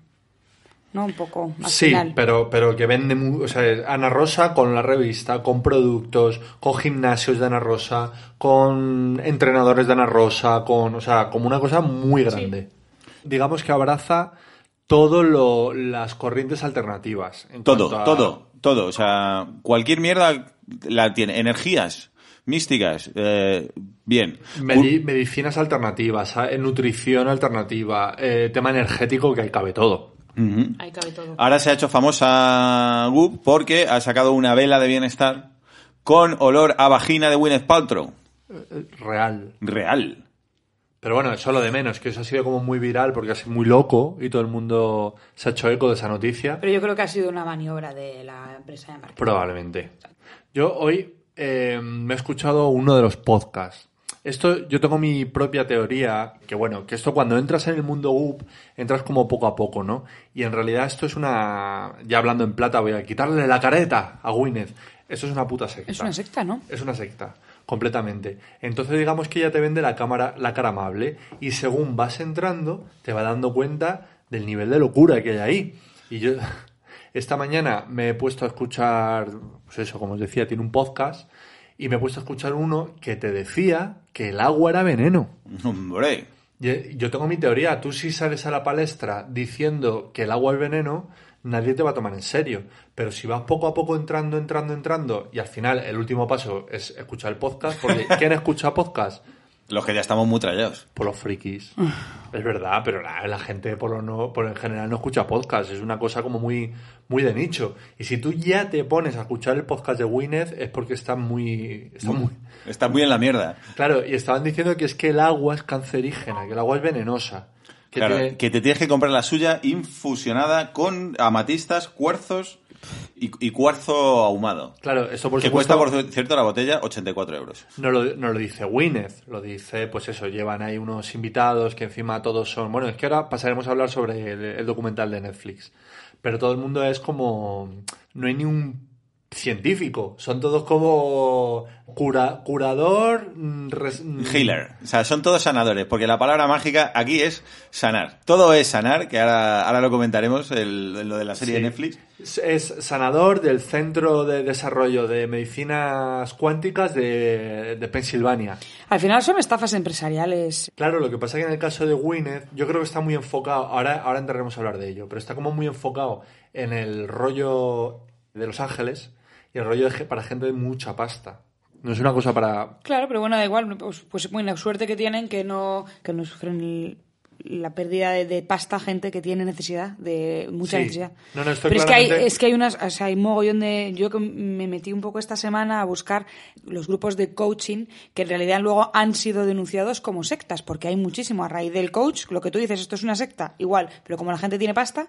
Speaker 5: ¿No? Un poco, al
Speaker 6: Sí,
Speaker 5: final.
Speaker 6: pero, pero que vende... mu- O sea, es Ana Rosa con la revista, con productos, con gimnasios de Ana Rosa, con entrenadores de Ana Rosa, con... O sea, como una cosa muy grande. Digamos que abraza todas las corrientes alternativas. en
Speaker 4: Todo,
Speaker 6: cuanto a-
Speaker 4: todo, todo. O sea, cualquier mierda la tiene. Energías místicas. eh, bien.
Speaker 6: Medi- medicinas alternativas, eh, nutrición alternativa, eh, tema energético que ahí cabe todo.
Speaker 4: Ujú.
Speaker 5: Ahí cabe todo.
Speaker 4: Ahora se ha hecho famosa Goop porque ha sacado una vela de bienestar con olor a vagina de Gwyneth Paltrow.
Speaker 6: Real.
Speaker 4: Real.
Speaker 6: Pero bueno, eso es lo de menos, que eso ha sido como muy viral porque ha sido muy loco y todo el mundo se ha hecho eco de esa noticia.
Speaker 5: Pero yo creo que ha sido una maniobra de la empresa de marketing.
Speaker 6: Probablemente. Yo hoy eh, me he escuchado uno de los podcasts. Esto, yo tengo mi propia teoría, que bueno, que esto cuando entras en el mundo UP, entras como poco a poco, ¿no? Y en realidad esto es una, ya hablando en plata, voy a quitarle la careta a Gwyneth. Esto es una puta secta.
Speaker 5: Es una secta, ¿no?
Speaker 6: Es una secta, completamente. Entonces digamos que ella te vende la cámara, la cara amable, y según vas entrando, te va dando cuenta del nivel de locura que hay ahí. Y yo esta mañana me he puesto a escuchar, pues eso, como os decía, tiene un podcast, y me he puesto a escuchar uno que te decía que el agua era veneno.
Speaker 4: Hombre.
Speaker 6: Y- Yo tengo mi teoría, tú si sales a la palestra diciendo que el agua es veneno, nadie te va a tomar en serio. Pero si vas poco a poco entrando, entrando, entrando, y al final el último paso es escuchar el podcast, porque ¿quién escucha podcast?
Speaker 4: Los que ya estamos muy trallados.
Speaker 6: Por los frikis. Es verdad, pero la, la gente por lo no, por en general no escucha podcast, es una cosa como muy, muy de nicho. Y si tú ya te pones a escuchar el podcast de Winnet es porque está muy, está muy,
Speaker 4: Estás muy en la mierda.
Speaker 6: claro, y estaban diciendo que es que el agua es cancerígena, que el agua es venenosa. Que
Speaker 4: Claro,
Speaker 6: tiene-
Speaker 4: que te tienes que comprar la suya infusionada con amatistas, cuarzos y, y cuarzo ahumado.
Speaker 6: Claro, esto por
Speaker 4: que
Speaker 6: supuesto
Speaker 4: cuesta, por cierto, la botella 84 euros.
Speaker 6: no, lo, no lo dice Gwyneth, lo dice, pues eso, llevan ahí unos invitados que encima todos son... Bueno, es que ahora pasaremos a hablar sobre el, el documental de Netflix, pero todo el mundo es como... No hay ni un científico, son todos como cura, curador... mm, res- mm,
Speaker 4: Healer. O sea, son todos sanadores, porque la palabra mágica aquí es sanar. Todo es sanar, que ahora, ahora lo comentaremos, el, lo de la serie
Speaker 6: Sí.
Speaker 4: de Netflix.
Speaker 6: Es- Es sanador del Centro de Desarrollo de Medicinas Cuánticas de, de Pensilvania.
Speaker 5: Al final son estafas empresariales.
Speaker 6: Claro, lo que pasa es que en el caso de Gwyneth, yo creo que está muy enfocado, ahora, ahora entraremos a hablar de ello, pero está como muy enfocado en el rollo de Los Ángeles y el rollo de ge- para gente de mucha pasta. No es una cosa para...
Speaker 5: Claro, pero bueno, da igual. Pues, pues buena suerte que tienen que no, que no sufren el- la pérdida de, de pasta gente que tiene necesidad, de mucha
Speaker 6: Sí.
Speaker 5: necesidad.
Speaker 6: No, no, esto
Speaker 5: pero es que, hay,
Speaker 6: claramente-
Speaker 5: es que hay unas, o sea, hay mogollón de... Yo que me metí un poco esta semana a buscar los grupos de coaching que en realidad luego han sido denunciados como sectas, porque hay muchísimo a raíz del coach. Lo que tú dices, esto es una secta, igual, pero como la gente tiene pasta,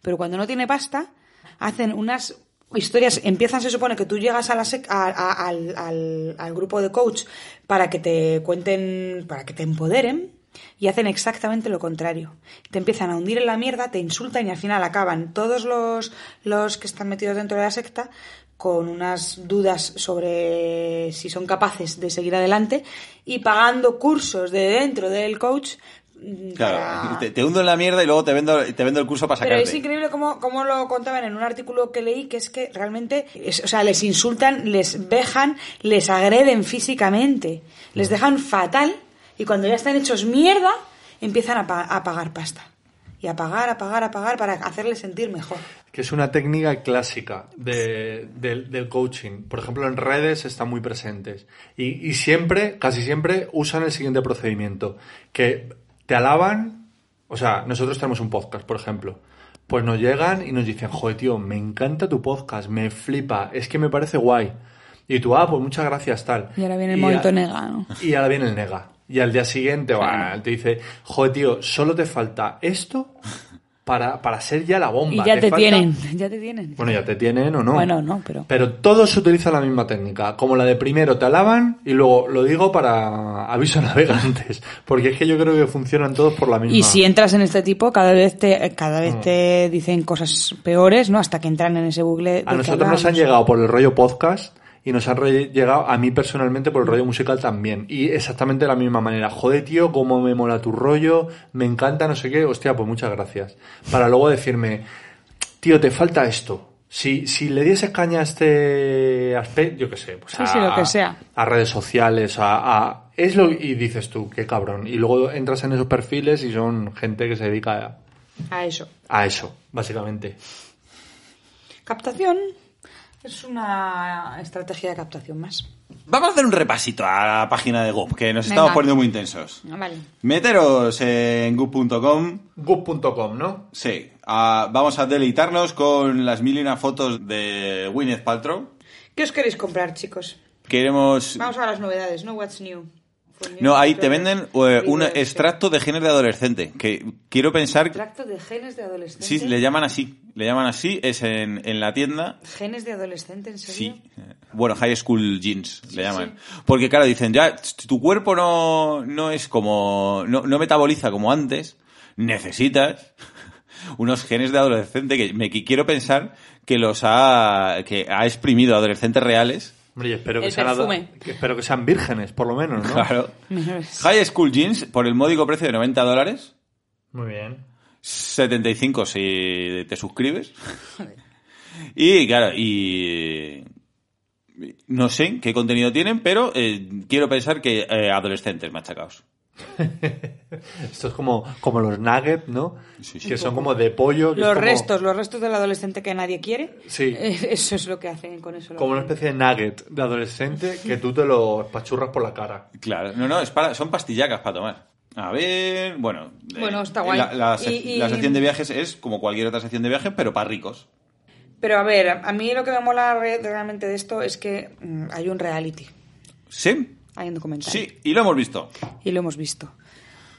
Speaker 5: pero cuando no tiene pasta, hacen unas historias, empiezan, se supone que tú llegas a la sec- a- a- al, al- al grupo de coach para que te cuenten, para que te empoderen. Y hacen exactamente lo contrario. Te empiezan a hundir en la mierda, te insultan y al final acaban todos los, los que están metidos dentro de la secta con unas dudas sobre si son capaces de seguir adelante y pagando cursos de dentro del coach. mm,
Speaker 4: Claro,
Speaker 5: para-
Speaker 4: te, te hundo en la mierda y luego te vendo, te vendo el curso para
Speaker 5: pero
Speaker 4: sacarte.
Speaker 5: es increíble cómo, cómo lo contaban en un artículo que leí, que es que realmente, es- o sea, les insultan, les vejan, les agreden físicamente, les dejan fatal y cuando ya están hechos mierda, empiezan a, pa- a pagar pasta. y apagar, apagar, apagar para hacerle sentir mejor.
Speaker 6: que es una técnica clásica de- del, del coaching. Por ejemplo, en redes están muy presentes. Y, y siempre, casi siempre, usan el siguiente procedimiento. Que te alaban, o sea, nosotros tenemos un podcast, por ejemplo. Pues nos llegan y nos dicen, joder, tío, me encanta tu podcast, me flipa, es que me parece guay. Y tú, ah, pues muchas gracias, tal.
Speaker 8: Y ahora viene el
Speaker 6: a-
Speaker 8: momento nega, ¿no?
Speaker 6: y ahora viene el nega. Y al día siguiente va, te dice, joder, tío, solo te falta esto para, para ser ya la bomba.
Speaker 8: Y ya te
Speaker 6: falta-".
Speaker 8: tienen, ya te tienen.
Speaker 6: Bueno, ya te tienen o no.
Speaker 8: Bueno, no, pero...
Speaker 6: Pero todos utilizan la misma técnica, como la de primero te alaban y luego lo digo para aviso a navegantes, porque es que yo creo que funcionan todos por la misma.
Speaker 8: Y si entras en este tipo, cada vez te, cada
Speaker 6: Mm.
Speaker 8: vez te dicen cosas peores, ¿no? Hasta que entran en ese bucle. del
Speaker 6: a
Speaker 8: que
Speaker 6: nosotros nos han
Speaker 8: hablábamos.
Speaker 6: llegado por el rollo podcast y nos han re- llegado a mí personalmente por el rollo musical también. Y exactamente de la misma manera. Joder, tío, cómo me mola tu rollo, me encanta, no sé qué. Hostia, pues muchas gracias. Para luego decirme, tío, te falta esto. Si, si le dieses caña a este aspecto, yo qué sé, pues
Speaker 8: Sí,
Speaker 6: a,
Speaker 8: sí, lo que sea.
Speaker 6: a redes sociales, a, a- es lo y dices tú, qué cabrón. Y luego entras en esos perfiles y son gente que se dedica
Speaker 5: A eso.
Speaker 6: a, a eso, básicamente.
Speaker 5: Captación es una estrategia de captación más.
Speaker 4: Vamos a hacer un repasito a la página de GUP, que nos estamos
Speaker 5: Venga.
Speaker 4: poniendo muy intensos.
Speaker 5: Ah, Vale.
Speaker 4: Meteros en GUP.com.
Speaker 6: Good.com, ¿no?
Speaker 4: Sí, ah, vamos a deleitarnos con las mil y una fotos de Gwyneth Paltrow.
Speaker 5: ¿Qué os queréis comprar, chicos?
Speaker 4: Queremos...
Speaker 5: Vamos a las novedades, ¿no? What's new.
Speaker 4: No, ahí te venden eh, un
Speaker 5: Videos, sí.
Speaker 4: extracto de genes de adolescente, que quiero pensar... que-
Speaker 5: Extracto de genes de adolescente.
Speaker 4: Sí, le llaman así. Le llaman así, es en, en la tienda.
Speaker 5: ¿Genes de adolescente, en serio?
Speaker 4: Sí. Bueno, high school jeans, le llaman. Porque claro, dicen, ya, t- tu cuerpo no, no es como, no, no metaboliza como antes, necesitas unos genes de adolescente que me qui- quiero pensar que los ha, que ha exprimido adolescentes reales.
Speaker 6: Hombre, y espero que,
Speaker 8: El
Speaker 6: sean,
Speaker 8: perfume.
Speaker 6: que espero que sean vírgenes, por lo menos, ¿no?
Speaker 4: Claro. High school jeans por el módico precio de 90 dólares.
Speaker 6: Muy bien.
Speaker 4: 75 si te suscribes. Y claro, y no sé qué contenido tienen, pero eh, quiero pensar que eh, adolescentes machacados.
Speaker 6: Esto es como, como los nuggets, ¿no?
Speaker 4: Sí, sí.
Speaker 6: Que son como de pollo. que es
Speaker 5: Los
Speaker 6: como-
Speaker 5: restos, los restos del adolescente que nadie quiere.
Speaker 6: Sí.
Speaker 5: Eh, Eso es lo que hacen con eso.
Speaker 6: Como una especie de nugget de adolescente que tú te lo espachurras por la cara.
Speaker 4: Claro, no, no, es para, son pastillacas para tomar. A ver, bueno. eh,
Speaker 5: Bueno, está guay.
Speaker 4: La, la sec-
Speaker 5: Y- y-
Speaker 4: la sección de viajes es como cualquier otra sección de viajes, pero para ricos.
Speaker 5: Pero a ver, a mí lo que me mola re- realmente de esto es que mm, hay un reality,
Speaker 4: Sí,
Speaker 5: hay un documental.
Speaker 4: sí, y lo hemos visto.
Speaker 5: Y lo hemos visto.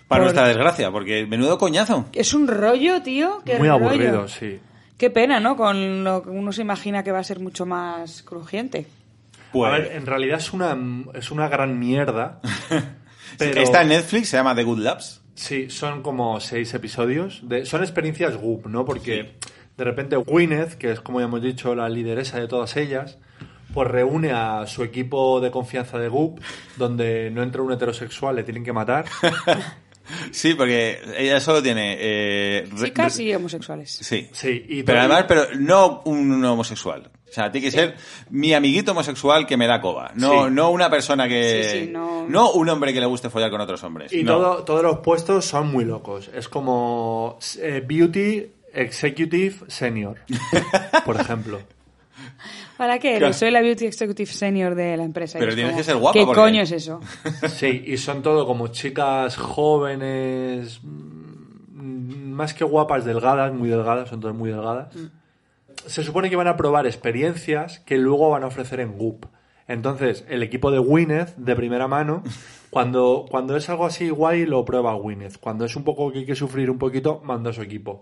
Speaker 4: Para
Speaker 5: Por-
Speaker 4: nuestra desgracia, porque menudo coñazo.
Speaker 5: Es un rollo, tío. qué
Speaker 6: Muy
Speaker 5: rollo.
Speaker 6: aburrido, sí.
Speaker 5: Qué pena, ¿no? Con lo que uno se imagina que va a ser mucho más crujiente.
Speaker 4: Pues,
Speaker 6: A ver, en realidad es una, es una gran mierda. pero
Speaker 4: Está en Netflix, se llama The Good Labs.
Speaker 6: Sí, son como seis episodios. de- son experiencias Goop, ¿no? Porque de repente Gwyneth, que es como ya hemos dicho la lideresa de todas ellas, pues reúne a su equipo de confianza de Goop, donde no entra un heterosexual, le tienen que matar.
Speaker 4: Sí, porque ella solo tiene... eh, re-
Speaker 5: Chicas y homosexuales.
Speaker 4: Sí.
Speaker 6: Sí, y
Speaker 4: pero
Speaker 6: todo-
Speaker 4: además, pero no un homosexual. O sea, tiene que ser mi amiguito homosexual que me da coba. No,
Speaker 6: Sí.
Speaker 4: no una persona que.
Speaker 5: Sí, sí, no-
Speaker 4: un hombre que le guste follar con otros hombres.
Speaker 6: Y
Speaker 4: no.
Speaker 6: todo- todos los puestos son muy locos. Es como eh, Beauty Executive Senior, por ejemplo.
Speaker 5: ¿Para qué?
Speaker 4: Claro.
Speaker 5: Soy la beauty executive senior de la empresa. y
Speaker 4: Pero
Speaker 5: es
Speaker 4: tienes
Speaker 5: como,
Speaker 4: que ser guapa,
Speaker 5: ¿Qué
Speaker 4: porque-
Speaker 5: coño es eso?
Speaker 6: Sí, y son todo como chicas jóvenes, mm, más que guapas, delgadas, muy delgadas, son todas muy delgadas. Se supone que van a probar experiencias que luego van a ofrecer en Goop. Entonces, el equipo de Gwyneth, de primera mano, cuando, cuando es algo así guay, lo prueba Gwyneth. Cuando es un poco que hay que sufrir un poquito, manda a su equipo.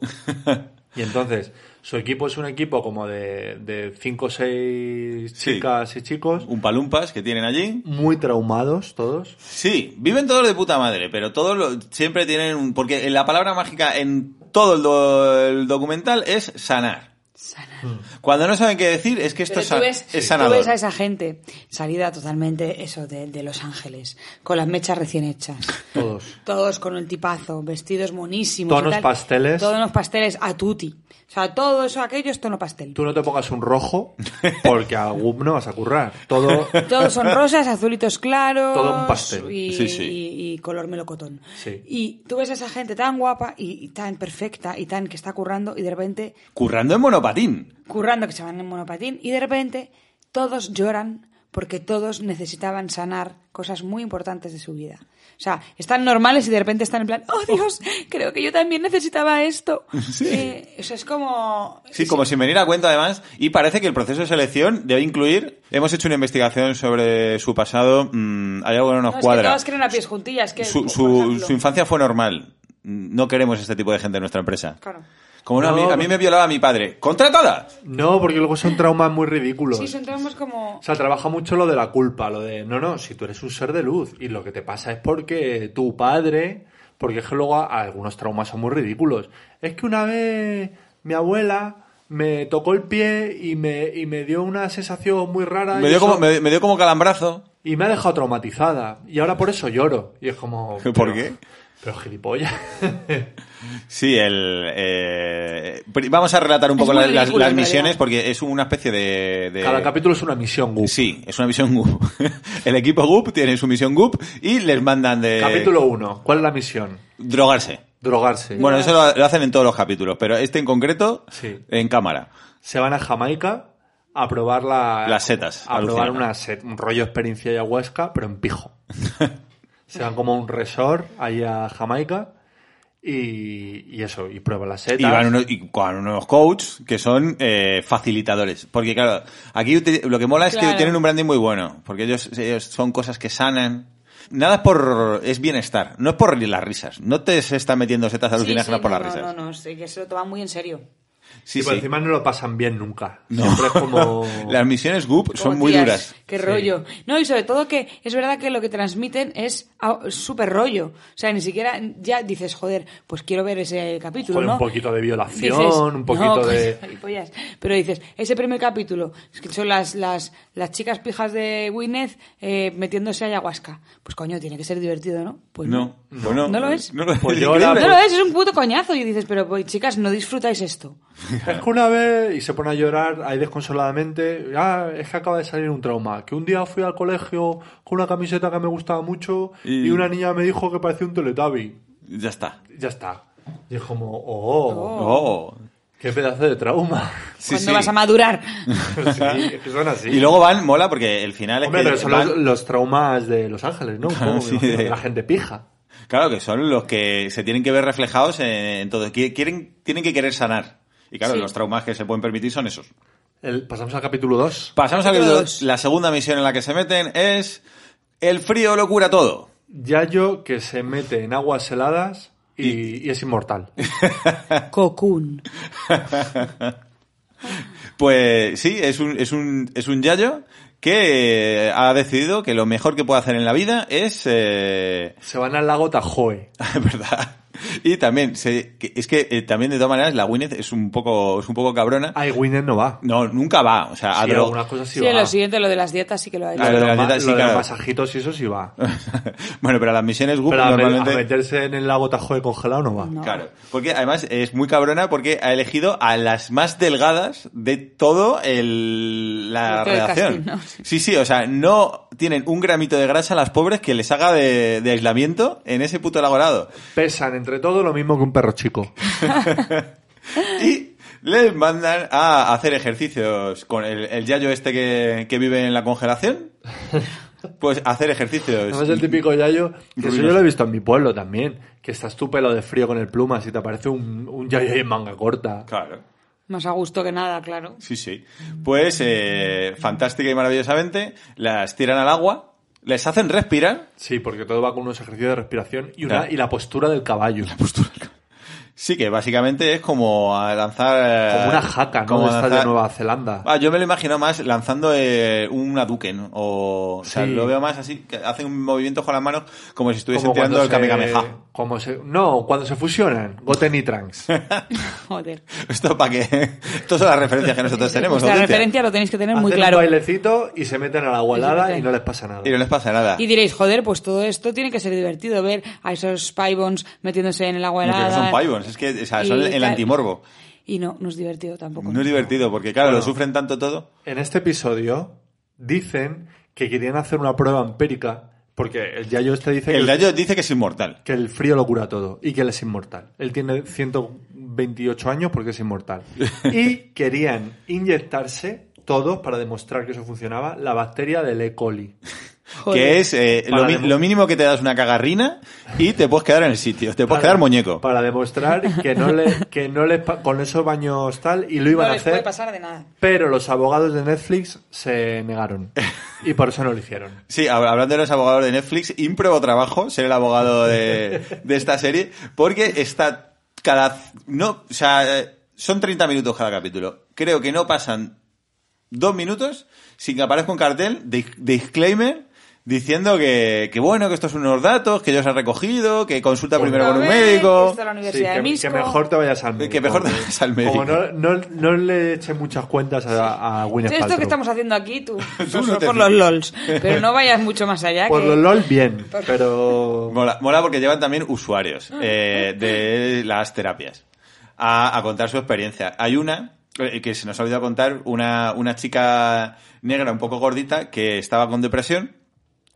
Speaker 6: Y entonces, su equipo es un equipo como de, de cinco o seis
Speaker 4: Sí.
Speaker 6: chicas y chicos,
Speaker 4: Un palumpas que tienen allí.
Speaker 6: muy traumados todos.
Speaker 4: Sí, viven todos de puta madre, pero todos lo- siempre tienen un. Porque la palabra mágica en todo el, do- el documental es sanar. Sanar. Cuando no saben qué decir, es que esto
Speaker 9: Pero
Speaker 4: es,
Speaker 9: tú
Speaker 4: sa-
Speaker 9: ves-
Speaker 4: es
Speaker 5: Tú
Speaker 4: sanador.
Speaker 5: ves a esa gente salida totalmente eso de, de Los Ángeles, con las mechas recién hechas.
Speaker 6: Todos.
Speaker 5: Todos con el tipazo, vestidos monísimos.
Speaker 6: Tonos
Speaker 5: y tal.
Speaker 6: pasteles.
Speaker 5: Tonos pasteles a tutti. O sea, todo eso, aquello es tono pastel.
Speaker 6: Tú no te pongas un rojo porque a Gum no vas a currar. Todo.
Speaker 5: Todos son rosas, azulitos claros.
Speaker 6: Todo un pastel.
Speaker 5: Y,
Speaker 4: Sí, sí.
Speaker 5: y- y color melocotón.
Speaker 6: Sí.
Speaker 5: Y tú ves a esa gente tan guapa y, y tan perfecta y tan que está currando y de repente,
Speaker 4: Currando en monopatín.
Speaker 5: currando que se van en monopatín y de repente todos lloran porque todos necesitaban sanar cosas muy importantes de su vida. O sea, están normales y de repente están en plan, oh Dios, creo que yo también necesitaba esto. Eh, o sea, es como...
Speaker 4: Sí, como sin venir a cuenta además. Y parece que el proceso de selección debe incluir... Hemos hecho una investigación sobre su pasado. mm, hay algo que no nos
Speaker 5: No, es que
Speaker 4: cuadra.
Speaker 5: todos creen a pies juntillas. Que,
Speaker 4: su,
Speaker 5: por
Speaker 4: su-
Speaker 5: ejemplo-
Speaker 4: su infancia fue normal. No queremos este tipo de gente en nuestra empresa.
Speaker 5: Claro.
Speaker 4: Como no, a, mí,
Speaker 6: No.
Speaker 4: a mí me violaba mi padre. ¡Contratada!
Speaker 6: No, porque luego son traumas muy ridículos.
Speaker 5: Sí, son todos como...
Speaker 6: O sea, trabaja mucho lo de la culpa, lo de, no, no, si tú eres un ser de luz y lo que te pasa es porque tu padre, porque es que luego a- algunos traumas son muy ridículos. Es que una vez mi abuela me tocó el pie y me, y me dio una sensación muy rara
Speaker 4: Me
Speaker 6: y,
Speaker 4: dio, como,
Speaker 6: eso-
Speaker 4: me, me dio como calambrazo.
Speaker 6: y me ha dejado traumatizada y ahora por eso lloro. Y es como...
Speaker 4: ¿Por
Speaker 6: pero-
Speaker 4: qué? Eh,
Speaker 6: Pero gilipollas.
Speaker 4: Sí, el. eh, pri- vamos a relatar un
Speaker 5: Es
Speaker 4: poco
Speaker 5: muy
Speaker 4: la- las,
Speaker 5: ridículo,
Speaker 4: las
Speaker 5: en
Speaker 4: misiones
Speaker 5: realidad.
Speaker 4: porque es una especie de. de-
Speaker 6: Cada capítulo es una misión, Gus.
Speaker 4: Sí, es una misión GUP. El equipo GUP tiene su misión GUP y les mandan de.
Speaker 6: Capítulo 1. ¿Cuál es la misión?
Speaker 4: Drogarse.
Speaker 6: Drogarse.
Speaker 4: Bueno, eso lo, lo hacen en todos los capítulos, pero este en concreto,
Speaker 6: Sí.
Speaker 4: en cámara.
Speaker 6: se van a Jamaica a probar la-
Speaker 4: Las setas,
Speaker 6: A probar
Speaker 4: alucina.
Speaker 6: una set- un rollo experiencia ayahuasca, pero en pijo. se van como a un resort ahí a Jamaica y, y eso, y prueban las setas.
Speaker 4: Y van unos, y con unos coaches que son eh, facilitadores. Porque claro, aquí uti- lo que mola es que
Speaker 5: Claro.
Speaker 4: tienen un branding muy bueno. Porque ellos, ellos son cosas que sanan. Nada es por... es bienestar. No es por las risas. No te se está metiendo setas
Speaker 5: Sí,
Speaker 4: alucinógenas
Speaker 5: sí,
Speaker 4: por
Speaker 5: no,
Speaker 4: las risas.
Speaker 5: No, no, no, sí, que se lo toman muy en serio.
Speaker 4: Sí,
Speaker 6: y por
Speaker 4: sí.
Speaker 6: encima no lo pasan bien nunca. Siempre es como...
Speaker 4: Las misiones GUP son
Speaker 5: Como,
Speaker 4: muy
Speaker 5: "Tías,
Speaker 4: duras.
Speaker 5: Qué
Speaker 6: Sí.
Speaker 5: rollo. No, y sobre todo que es verdad que lo que transmiten es a- súper rollo. O sea, ni siquiera ya dices, joder, pues quiero ver ese capítulo,
Speaker 6: Joder,
Speaker 5: ¿no?
Speaker 6: un poquito de violación,
Speaker 5: Dices,
Speaker 6: un poquito
Speaker 5: "No,
Speaker 6: de...
Speaker 5: gilipollas". Pero dices, ese primer capítulo, es que son las, las, las chicas pijas de Gwyneth eh, metiéndose a ayahuasca. Pues coño, tiene que ser divertido, ¿no? Pues
Speaker 4: No, pues no.
Speaker 5: ¿No lo es?
Speaker 4: No lo es.
Speaker 6: Pues
Speaker 4: Es
Speaker 6: yo la-
Speaker 4: increíble.
Speaker 5: No lo es, es un puto coñazo. Y dices, pero pues, chicas, no disfrutáis esto.
Speaker 6: Es que una vez, y se pone a llorar ahí desconsoladamente, ah, es que acaba de salir un trauma, que un día fui al colegio con una camiseta que me gustaba mucho
Speaker 4: Y-
Speaker 6: y, una niña me dijo que parecía un teletabi.
Speaker 4: Ya está.
Speaker 6: Ya está. Y es como, oh,
Speaker 4: Oh.
Speaker 6: qué pedazo de trauma.
Speaker 4: Sí,
Speaker 5: ¿Cuándo
Speaker 4: sí.
Speaker 5: vas a madurar?
Speaker 6: sí, es que son así.
Speaker 4: Y luego van, mola porque el final es
Speaker 6: Hombre,
Speaker 4: que
Speaker 6: pero son
Speaker 4: van-
Speaker 6: los, los traumas de Los Ángeles, ¿no? Un
Speaker 4: Claro,
Speaker 6: poco,
Speaker 4: sí,
Speaker 6: me imagino,
Speaker 4: de-
Speaker 6: de La gente pija.
Speaker 4: Claro, que son los que se tienen que ver reflejados en, en todo. Qui- Quieren, tienen que querer sanar. Y claro,
Speaker 5: Sí.
Speaker 4: los traumas que se pueden permitir son esos.
Speaker 6: El- pasamos al capítulo 2.
Speaker 4: Pasamos al
Speaker 5: Capítulo
Speaker 4: capítulo
Speaker 5: dos.
Speaker 4: La segunda misión en la que se meten es... El frío lo cura todo.
Speaker 6: Yayo que se mete en aguas heladas y, y es inmortal.
Speaker 5: Cocoon.
Speaker 4: Pues sí, es un, es un, es un yayo que eh, ha decidido que lo mejor que puede hacer en la vida es... eh,
Speaker 6: Se van al lago Tajoe.
Speaker 4: Es verdad. Y también, se- que- es que eh, también de todas maneras la Gwyneth es un poco, es un poco cabrona.
Speaker 6: Ay, Winner no va.
Speaker 4: No, nunca va. O sea, a
Speaker 6: Sí,
Speaker 4: dro-
Speaker 6: algunas cosas sí,
Speaker 5: Sí,
Speaker 6: va.
Speaker 5: lo siguiente, lo de las dietas sí que lo ha hecho.
Speaker 4: Ah,
Speaker 6: Lo de
Speaker 4: la
Speaker 6: los ma-
Speaker 4: dieta, sí,
Speaker 6: lo de los
Speaker 4: Ah, claro.
Speaker 6: masajitos y eso sí va.
Speaker 4: bueno, pero las misiones Goop
Speaker 6: Pero a, me-
Speaker 4: pues normalmente...
Speaker 6: a meterse en el lago Tajoe congelado no va.
Speaker 4: Claro, porque además es muy cabrona porque ha elegido a las más delgadas de todo el la
Speaker 5: De todo el
Speaker 4: redacción.
Speaker 5: casting, ¿no?
Speaker 4: Sí, sí, o sea, no tienen un gramito de grasa las pobres que les haga de, de aislamiento en ese puto elaborado.
Speaker 6: Pesan entre todo lo mismo que un perro chico.
Speaker 4: Y les mandan a hacer ejercicios con el, el yayo este que, que vive en la congelación. Pues hacer ejercicios.
Speaker 6: Además, el típico yayo, que eso
Speaker 4: Ruidoso.
Speaker 6: yo lo he visto en mi pueblo también, que estás tú pelo de frío con el pluma, si te parece un, un yayo ahí en manga corta.
Speaker 4: Claro.
Speaker 5: Más a gusto que nada, claro.
Speaker 4: Sí, sí. Pues eh, fantástica y maravillosamente las tiran al agua, les hacen respirar
Speaker 6: Sí, porque todo va con unos ejercicios de respiración y, una,
Speaker 4: Claro.
Speaker 6: y la postura del caballo.
Speaker 4: postura. Sí, que básicamente es como a lanzar... eh,
Speaker 6: Como una jaca, ¿no?
Speaker 4: como
Speaker 6: Como esta de
Speaker 4: lanzar-
Speaker 6: Nueva Zelanda.
Speaker 4: Ah, yo me lo imagino más lanzando eh, una duken o, o sea,
Speaker 6: Sí.
Speaker 4: lo veo más así, que hacen un movimiento con las manos como si estuviesen
Speaker 6: Como
Speaker 4: tirando
Speaker 6: cuando
Speaker 4: el Kamehameha.
Speaker 6: se- como se- No, cuando se fusionan, Goten y Trunks.
Speaker 8: Joder.
Speaker 6: Pues
Speaker 4: Esto para que... Estas son las referencias que nosotros tenemos.
Speaker 8: La
Speaker 4: audiencia.
Speaker 8: referencia lo tenéis que tener muy
Speaker 6: Hacen
Speaker 8: claro.
Speaker 6: un bailecito y se meten a la igualada
Speaker 8: meten.
Speaker 6: y no les pasa nada.
Speaker 4: Y no les pasa nada.
Speaker 8: Y diréis, joder, pues todo esto tiene que ser divertido, ver a esos pybons metiéndose en el agua
Speaker 4: No, que
Speaker 8: helada.
Speaker 4: no son pybons, es que o sea, son
Speaker 8: Y
Speaker 4: el
Speaker 8: tal.
Speaker 4: antimorbo.
Speaker 8: Y no, no es divertido tampoco.
Speaker 4: No es divertido, porque claro, lo
Speaker 6: Bueno.
Speaker 4: sufren tanto todo.
Speaker 6: En este episodio dicen que querían hacer una prueba empírica porque el Yayo este dice que
Speaker 4: El gallo dice que es inmortal.
Speaker 6: que el frío lo cura todo y que él es inmortal. Él tiene 128 años porque es inmortal. Y querían inyectarse todos para demostrar que eso funcionaba la bacteria del E. coli.
Speaker 8: Joder.
Speaker 4: Que es eh, lo,
Speaker 6: Para
Speaker 4: mi-
Speaker 6: demo-
Speaker 4: lo mínimo que te das una cagarrina y te puedes quedar en el sitio. Te puedes quedar muñeco.
Speaker 6: Para demostrar que no le, que no les pa- con esos baños tal y lo
Speaker 8: No
Speaker 6: iban a
Speaker 8: les puede
Speaker 6: hacer.
Speaker 8: pasar de nada.
Speaker 6: Pero los abogados de Netflix se negaron y por eso no lo hicieron.
Speaker 4: Sí, hab- hablando de los abogados de Netflix, ímprobo trabajo ser el abogado de, de esta serie, porque está cada... No, o sea, eh, son 30 minutos cada capítulo. Creo que no pasan dos minutos sin que aparezca un cartel de de disclaimer diciendo que, que bueno, que estos son unos datos, que ellos han recogido, que consulta primero con un
Speaker 8: A ver,
Speaker 4: médico.
Speaker 8: esto es la
Speaker 6: Sí,
Speaker 8: Universidad
Speaker 6: que,
Speaker 8: de
Speaker 6: que
Speaker 8: Misco.
Speaker 6: mejor te vayas al médico.
Speaker 4: Que mejor te vayas al médico.
Speaker 6: Como no, no, no le echen muchas cuentas a, a Gwyneth
Speaker 8: Esto
Speaker 6: Paltrow.
Speaker 8: que estamos haciendo aquí, tú,
Speaker 4: Tú no
Speaker 8: solo
Speaker 4: te
Speaker 8: por
Speaker 4: fíes.
Speaker 8: los LOLs. Pero no vayas mucho más allá.
Speaker 6: Por
Speaker 8: que-
Speaker 6: los LOL, bien, pero...
Speaker 4: Mola, mola porque llevan también usuarios eh, de las terapias a, a contar su experiencia. Hay una eh, que se nos ha olvidado contar, una, una chica negra un poco gordita que estaba con depresión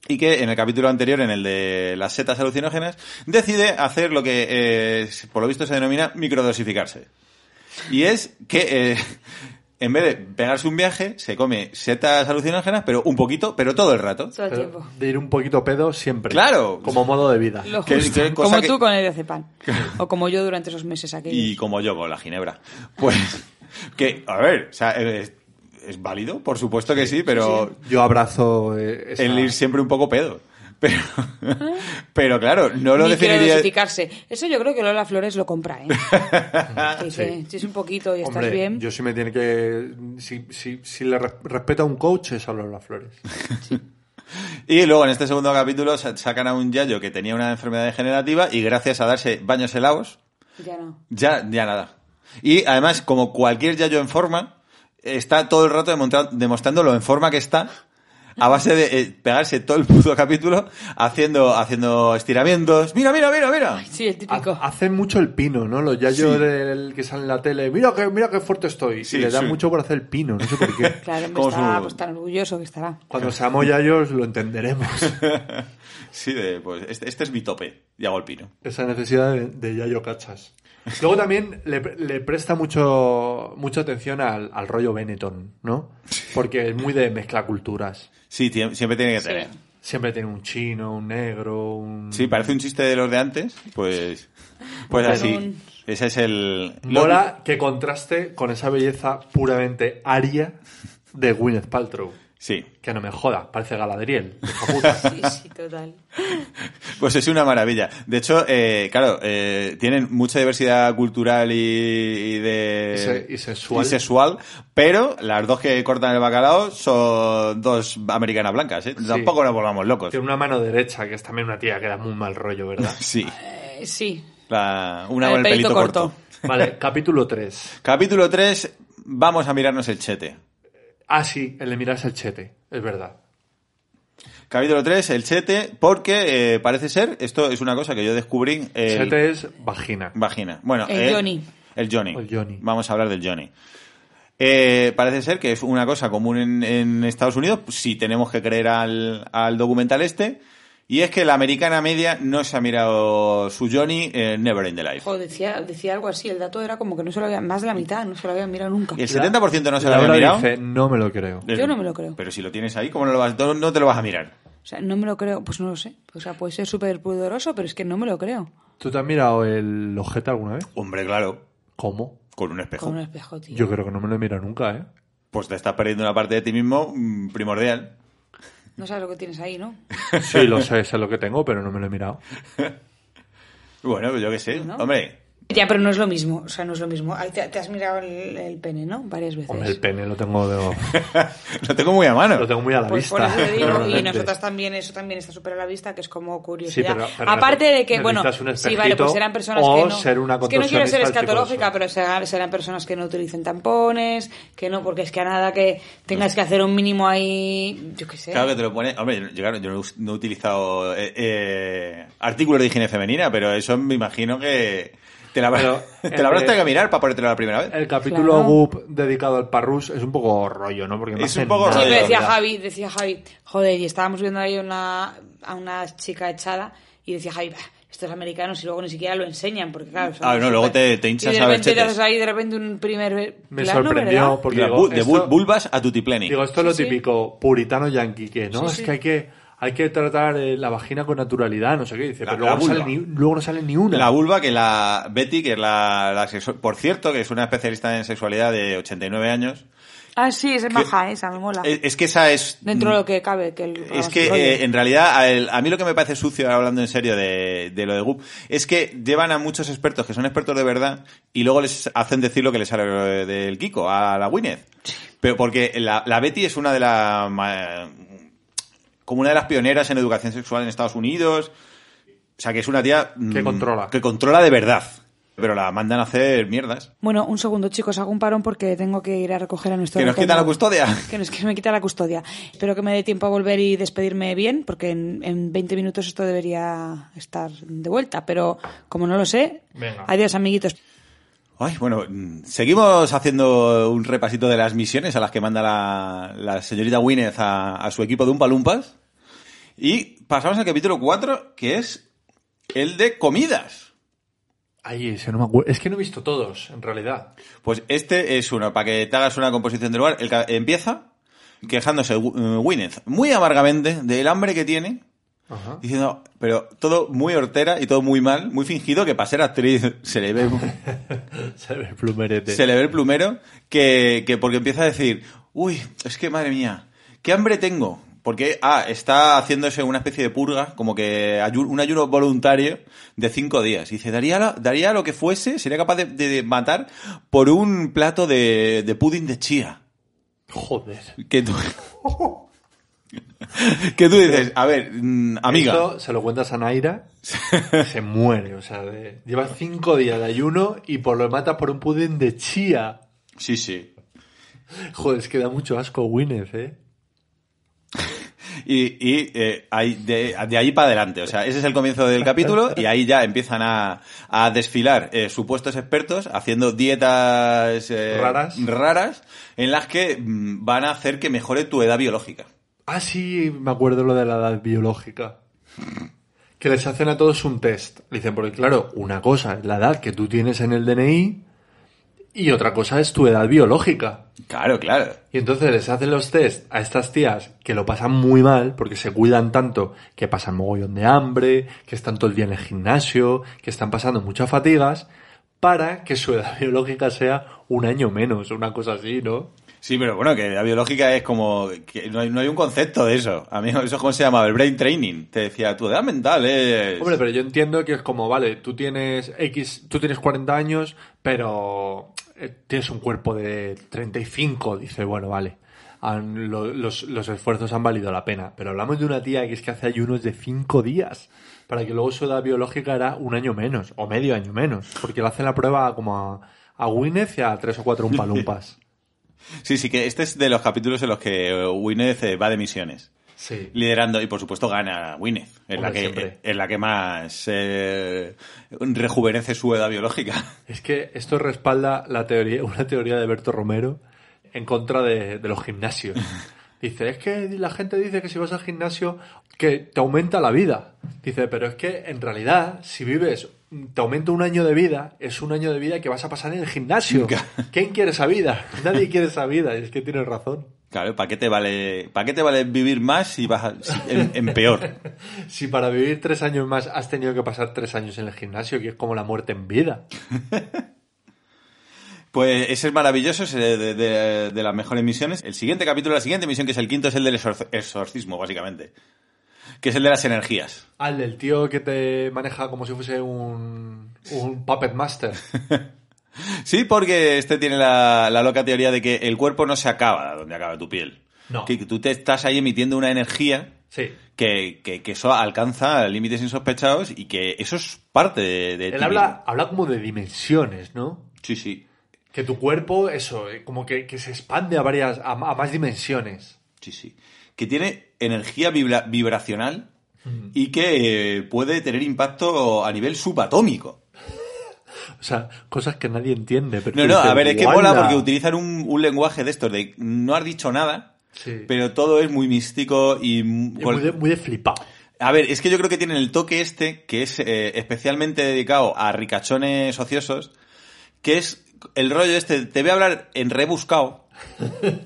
Speaker 4: y que en el capítulo anterior, en el de las setas alucinógenas, decide hacer lo que eh, por lo visto se denomina microdosificarse. Y es que eh, en vez de pegarse un viaje, se come setas alucinógenas, pero un poquito, pero todo el rato.
Speaker 8: Todo el
Speaker 6: Pero
Speaker 8: tiempo.
Speaker 6: de ir un poquito pedo siempre.
Speaker 4: Claro.
Speaker 6: Como modo de vida.
Speaker 8: Lo
Speaker 4: Que-
Speaker 8: justo.
Speaker 4: que cosa
Speaker 8: como
Speaker 4: que-
Speaker 8: tú con el de pan. o como yo durante esos meses aquí.
Speaker 4: y como yo con la ginebra. Pues que, a ver, o sea, eh, es, es válido, por supuesto que sí, pero
Speaker 6: Yo abrazo eh, esa-
Speaker 4: el ir siempre un poco pedo. Pero, pero claro, Pues no lo definiría.
Speaker 8: Eso yo creo que Lola Flores lo compra, ¿eh? Que dice, si es un poquito y estás
Speaker 6: Hombre,
Speaker 8: bien.
Speaker 6: yo sí me tiene que... Si, si, si le res- respeta a un coach es a Lola Flores.
Speaker 4: Y luego en este segundo capítulo sa- sacan a un yayo que tenía una enfermedad degenerativa y gracias a darse baños helados,
Speaker 8: Ya no.
Speaker 4: ya, ya nada. Y además, como cualquier yayo en forma, está todo el rato demontra- demostrando lo en forma que está. A base de eh, pegarse todo el puto capítulo haciendo, haciendo estiramientos. Mira, mira, mira, mira.
Speaker 8: Sí, el
Speaker 6: Ha-
Speaker 8: típico.
Speaker 6: hacen mucho el pino, ¿no? Los yayos
Speaker 4: Sí.
Speaker 6: del que salen en la tele. Mira que, mira qué fuerte estoy.
Speaker 4: Sí,
Speaker 6: y le dan
Speaker 4: sí.
Speaker 6: mucho por hacer el pino, no sé por qué.
Speaker 8: claro, hombre,
Speaker 4: como
Speaker 8: está
Speaker 4: su-
Speaker 8: pues, tan orgulloso que estará.
Speaker 6: Cuando seamos yayos lo entenderemos.
Speaker 4: Sí, de, pues este, este es mi tope. Y hago el pino.
Speaker 6: Esa necesidad de, de Yayo Cachas. Luego también le, le presta mucho, mucha atención al, al rollo Benetton, ¿no? Porque es muy de mezcla culturas.
Speaker 4: Sí, tie- siempre tiene que tener. Sí.
Speaker 6: Siempre tiene un chino, un negro, un...
Speaker 4: parece un chiste de los de antes. Pues, pues
Speaker 8: Pero
Speaker 4: así.
Speaker 8: un-
Speaker 4: Ese es el...
Speaker 6: Mola que contraste con esa belleza puramente aria de Gwyneth Paltrow.
Speaker 4: Sí,
Speaker 6: Que no me joda, parece Galadriel. hija puta.
Speaker 8: Sí, sí, total.
Speaker 4: pues es una maravilla. De hecho, eh, claro, eh, tienen mucha diversidad cultural y, y de...
Speaker 6: Y se- y sexual.
Speaker 4: y sexual, pero las dos que cortan el bacalao son dos americanas blancas, ¿eh? Tampoco nos volvamos locos.
Speaker 6: Tiene una mano derecha, que es también una tía que da muy mal rollo, ¿verdad?
Speaker 4: Sí,
Speaker 8: Eh, sí.
Speaker 4: la- una
Speaker 8: La
Speaker 4: con el
Speaker 8: del
Speaker 4: pelito,
Speaker 8: pelito
Speaker 4: corto.
Speaker 8: corto.
Speaker 6: Vale, capítulo 3.
Speaker 4: Capítulo 3, vamos a mirarnos el chete.
Speaker 6: Ah, sí, el de mirarse el chete, es verdad.
Speaker 4: Capítulo 3, el chete, porque eh, parece ser, esto es una cosa que yo descubrí. El
Speaker 6: Chete es vagina.
Speaker 4: Vagina. Bueno, eh,
Speaker 8: El Johnny.
Speaker 4: El Johnny.
Speaker 6: El Johnny.
Speaker 4: Vamos a hablar del Johnny. Eh, parece ser que es una cosa común en, en Estados Unidos, si tenemos que creer al, al documental este, y es que la americana media no se ha mirado su Johnny en Never in the Life.
Speaker 8: O decía, decía algo así, el dato era como que no se lo había, más de la mitad, no se lo habían mirado nunca.
Speaker 4: El 70% no se lo
Speaker 6: Laura
Speaker 4: había mirado.
Speaker 6: dice, no me lo creo.
Speaker 8: Yo no me lo creo.
Speaker 4: Pero si lo tienes ahí, ¿cómo no, lo vas, no, no te lo vas a mirar?
Speaker 8: O sea, no me lo creo, pues no lo sé. O sea, puede ser súper pudoroso, pero es que no me lo creo.
Speaker 6: ¿Tú te has mirado el ojete alguna vez?
Speaker 4: Hombre, claro,
Speaker 6: ¿Cómo?
Speaker 4: con un espejo.
Speaker 8: Con un espejo, tío.
Speaker 6: Yo creo que no me lo he mirado nunca, ¿eh?
Speaker 4: Pues te estás perdiendo una parte de ti mismo mm, primordial.
Speaker 8: No sabes lo que tienes ahí, ¿no?
Speaker 6: Sí, lo sé, sé lo que tengo, pero no me lo he mirado.
Speaker 4: Bueno, pues yo qué sé.
Speaker 8: ¿No?
Speaker 4: Hombre,
Speaker 8: Ya, pero no es lo mismo, o sea, no es lo mismo. Ahí te, te has mirado el, el pene, ¿no? Varias veces.
Speaker 6: Hombre, el pene lo tengo, de-
Speaker 4: Lo tengo muy a mano.
Speaker 6: lo tengo muy a la
Speaker 8: Pues por
Speaker 6: vista.
Speaker 8: eso te digo, y
Speaker 6: realmente.
Speaker 8: nosotras también, eso también está súper a la vista, que es como
Speaker 6: Sí,
Speaker 8: curiosidad.
Speaker 6: pero- pero
Speaker 8: Aparte de que,
Speaker 6: necesitas
Speaker 8: bueno,
Speaker 6: un
Speaker 8: sí, vale, pues
Speaker 6: espejito
Speaker 8: serán personas
Speaker 6: o
Speaker 8: que no.
Speaker 6: ser una
Speaker 8: es que no quiero ser
Speaker 6: contorsionista
Speaker 8: escatológica,
Speaker 6: al
Speaker 8: pero será- serán personas que no utilicen tampones, que no, porque es que a nada que tengas que hacer un mínimo ahí, yo qué sé.
Speaker 4: Claro que te lo pone. Hombre, yo, claro, yo no, he us- no he utilizado eh, eh, artículos de higiene femenina, pero eso me imagino que te la, habrá-
Speaker 6: Pero,
Speaker 4: te la habrás
Speaker 6: eh,
Speaker 4: tenido que mirar para ponértelo la primera vez.
Speaker 6: El capítulo
Speaker 8: Claro.
Speaker 6: Goop dedicado al Parrus es un poco rollo, ¿no? Porque no
Speaker 4: Es un
Speaker 6: hacen
Speaker 4: poco
Speaker 6: nada
Speaker 8: Sí,
Speaker 4: rollo.
Speaker 6: de
Speaker 8: pero decía
Speaker 6: realidad.
Speaker 8: Javi, decía Javi, joder, y estábamos viendo ahí una, a una chica echada y decía Javi, "Bah, estos americanos y luego ni siquiera lo enseñan, porque claro... son
Speaker 4: Ah, no,
Speaker 8: súper-
Speaker 4: luego te- te hinchas
Speaker 8: Y de
Speaker 4: a
Speaker 8: repente te
Speaker 4: berchetes.
Speaker 8: haces ahí de repente un primer... ve-
Speaker 6: Me
Speaker 8: plano,
Speaker 6: sorprendió
Speaker 8: ¿verdad?
Speaker 6: porque
Speaker 4: de la
Speaker 6: digo,
Speaker 4: bu- de
Speaker 6: esto-
Speaker 4: bul- vulvas a tutipleni.
Speaker 6: Digo, esto es lo
Speaker 8: Sí, sí.
Speaker 6: típico puritano yanqui, que no, es que hay que hay que tratar eh, la vagina con naturalidad, no sé qué dice,
Speaker 4: La-
Speaker 6: pero
Speaker 4: la
Speaker 6: luego no, sale
Speaker 4: vulva.
Speaker 6: ni, luego no sale ni una.
Speaker 4: La vulva que la Betty, que es la, la sexo- por cierto, que es una especialista en sexualidad de 89 años.
Speaker 8: Ah, sí, esa es
Speaker 4: Que-
Speaker 8: maja, esa me mola.
Speaker 4: Es, es que esa es...
Speaker 8: Dentro de lo que cabe. que el-
Speaker 4: Es
Speaker 5: Ah,
Speaker 8: vamos,
Speaker 4: que
Speaker 8: rollo.
Speaker 4: eh, en realidad a, el- a mí lo que me parece sucio, ahora hablando en serio de, de lo de Goop, es que llevan a muchos expertos que son expertos de verdad y luego les hacen decir lo que les sale de- del Kiko, a la Gwyneth. Pero porque la, la Betty es una de las... ma- como una de las pioneras en educación sexual en Estados Unidos. O sea, que es una tía... mm,
Speaker 6: Que controla.
Speaker 4: Que controla de verdad. Pero la mandan a hacer mierdas.
Speaker 8: Bueno, un segundo, chicos, hago un parón porque tengo que ir a recoger a nuestro...
Speaker 4: Que nos
Speaker 8: Antonio.
Speaker 4: quita la custodia.
Speaker 8: Que no es que me quita la custodia. Espero que me dé tiempo a volver y despedirme bien, porque en, en 20 minutos esto debería estar de vuelta. Pero como no lo sé,
Speaker 6: Venga.
Speaker 8: adiós, amiguitos.
Speaker 4: Ay, bueno, mm, seguimos haciendo un repasito de las misiones a las que manda la, la señorita Winez a, a su equipo de Umpalumpas. Y pasamos al capítulo 4, que es el de comidas.
Speaker 6: Ay, ese no me acuerdo. Es que no he visto todos, en realidad.
Speaker 4: Pues este es uno, para que te hagas una composición del lugar. El ca- empieza quejándose Wi- eh, Gwyneth muy amargamente del hambre que tiene,
Speaker 6: Ajá.
Speaker 4: diciendo, pero todo muy hortera y todo muy mal, muy fingido, que para ser actriz se le ve
Speaker 6: Se ve el plumerete.
Speaker 4: se le ve el plumero que, que porque empieza a decir, uy, es que madre mía, qué hambre tengo. Porque, ah, está haciéndose una especie de purga, como que ayu- un ayuno voluntario de cinco días. Y dice, daría lo, daría lo que fuese, sería capaz de, de matar por un plato de, de pudding de chía.
Speaker 6: Joder.
Speaker 4: Que tú, que tú dices, a ver, mm, amiga.
Speaker 6: Esto se lo cuentas a Naira, se muere. O sea, de- llevas cinco días de ayuno y por lo matas por un pudín de chía.
Speaker 4: Sí, sí.
Speaker 6: Joder, es que da mucho asco Winnet, ¿eh?
Speaker 4: Y, y eh, ahí- de, de ahí para adelante, o sea, ese es el comienzo del capítulo y ahí ya empiezan a, a desfilar eh, supuestos expertos haciendo dietas eh,
Speaker 6: Raras.
Speaker 4: raras en las que mm, van a hacer que mejore tu edad biológica.
Speaker 6: Ah, sí, me acuerdo lo de la edad biológica. Que les hacen a todos un test. Dicen, porque claro, una cosa es la edad que tú tienes en el DNI y otra cosa es tu edad biológica.
Speaker 4: Claro, claro.
Speaker 6: Y entonces les hacen los test a estas tías que lo pasan muy mal porque se cuidan tanto que pasan mogollón de hambre, que están todo el día en el gimnasio, que están pasando muchas fatigas, para que su edad biológica sea un año menos, una cosa así, ¿no?
Speaker 4: Sí, pero bueno, que la biológica es como... Que no, hay, no hay un concepto de eso. A mí eso es como se llamaba, el brain training. Te decía, tu edad mental es...
Speaker 6: Hombre, pero yo entiendo que es como, vale, tú tienes X, tú tienes 40 años, pero eh, tienes un cuerpo de 35. Dice, bueno, vale. han- lo- los, los esfuerzos han valido la pena. Pero hablamos de una tía que es que hace ayunos de 5 días. Para que luego su edad biológica era un año menos, o medio año menos. Porque le hacen la prueba como a, a Gwyneth y a 3 o 4 palumpas.
Speaker 4: Sí, sí, que este es de los capítulos en los que eh, Gwyneth eh, va de misiones.
Speaker 6: Sí.
Speaker 4: liderando y por supuesto gana Winnet, es la
Speaker 6: Hombre,
Speaker 4: que
Speaker 6: siempre.
Speaker 4: es la que más eh, rejuvenece su edad biológica.
Speaker 6: Es que esto respalda la teoría, una teoría de Berto Romero en contra de, de los gimnasios. Dice, es que la gente dice que si vas al gimnasio que te aumenta la vida. Dice, pero es que en realidad si vives, te aumenta un año de vida, es un año de vida que vas a pasar en el gimnasio. ¿Quién quiere esa vida? Nadie quiere esa vida. Y es que tienes razón.
Speaker 4: Claro, ¿para qué te vale, para qué te vale vivir más si vas a- si- en, en peor?
Speaker 6: Si para vivir tres años más has tenido que pasar tres años en el gimnasio, que es como la muerte en vida.
Speaker 4: Pues ese es maravilloso, es eh, de, de- de las mejores misiones. El siguiente capítulo, la siguiente misión, que es el quinto, es el del exor- exorcismo, básicamente. que es el de las energías.
Speaker 6: Al del tío que te maneja como si fuese un, un puppet master.
Speaker 4: Sí, porque este tiene la, la loca teoría de que el cuerpo no se acaba donde acaba tu piel.
Speaker 6: No.
Speaker 4: Que tú te estás ahí emitiendo una energía
Speaker 6: Sí.
Speaker 4: que, que- que eso alcanza límites insospechados y que eso es parte de, de ti
Speaker 6: Él habla,
Speaker 4: mismo.
Speaker 6: habla como de dimensiones, ¿no?
Speaker 4: Sí, sí.
Speaker 6: Que tu cuerpo, eso, eh, como que, que se expande a varias, a, a más dimensiones.
Speaker 4: Sí, sí. Que tiene energía vibra- vibracional y que eh, puede tener impacto a nivel subatómico.
Speaker 6: O sea, cosas que nadie entiende. Pero
Speaker 4: No,
Speaker 6: tú
Speaker 4: no,
Speaker 6: dices,
Speaker 4: a ver, es que
Speaker 6: "Guala".
Speaker 4: mola porque utilizan un, un lenguaje de estos de no has dicho nada,
Speaker 6: Sí.
Speaker 4: pero todo es muy místico y...
Speaker 6: Es
Speaker 4: con-
Speaker 6: muy, de, muy de flipado.
Speaker 4: A ver, es que yo creo que tienen el toque este, que es eh, especialmente dedicado a ricachones ociosos, que es el rollo este, te voy a hablar en rebuscado,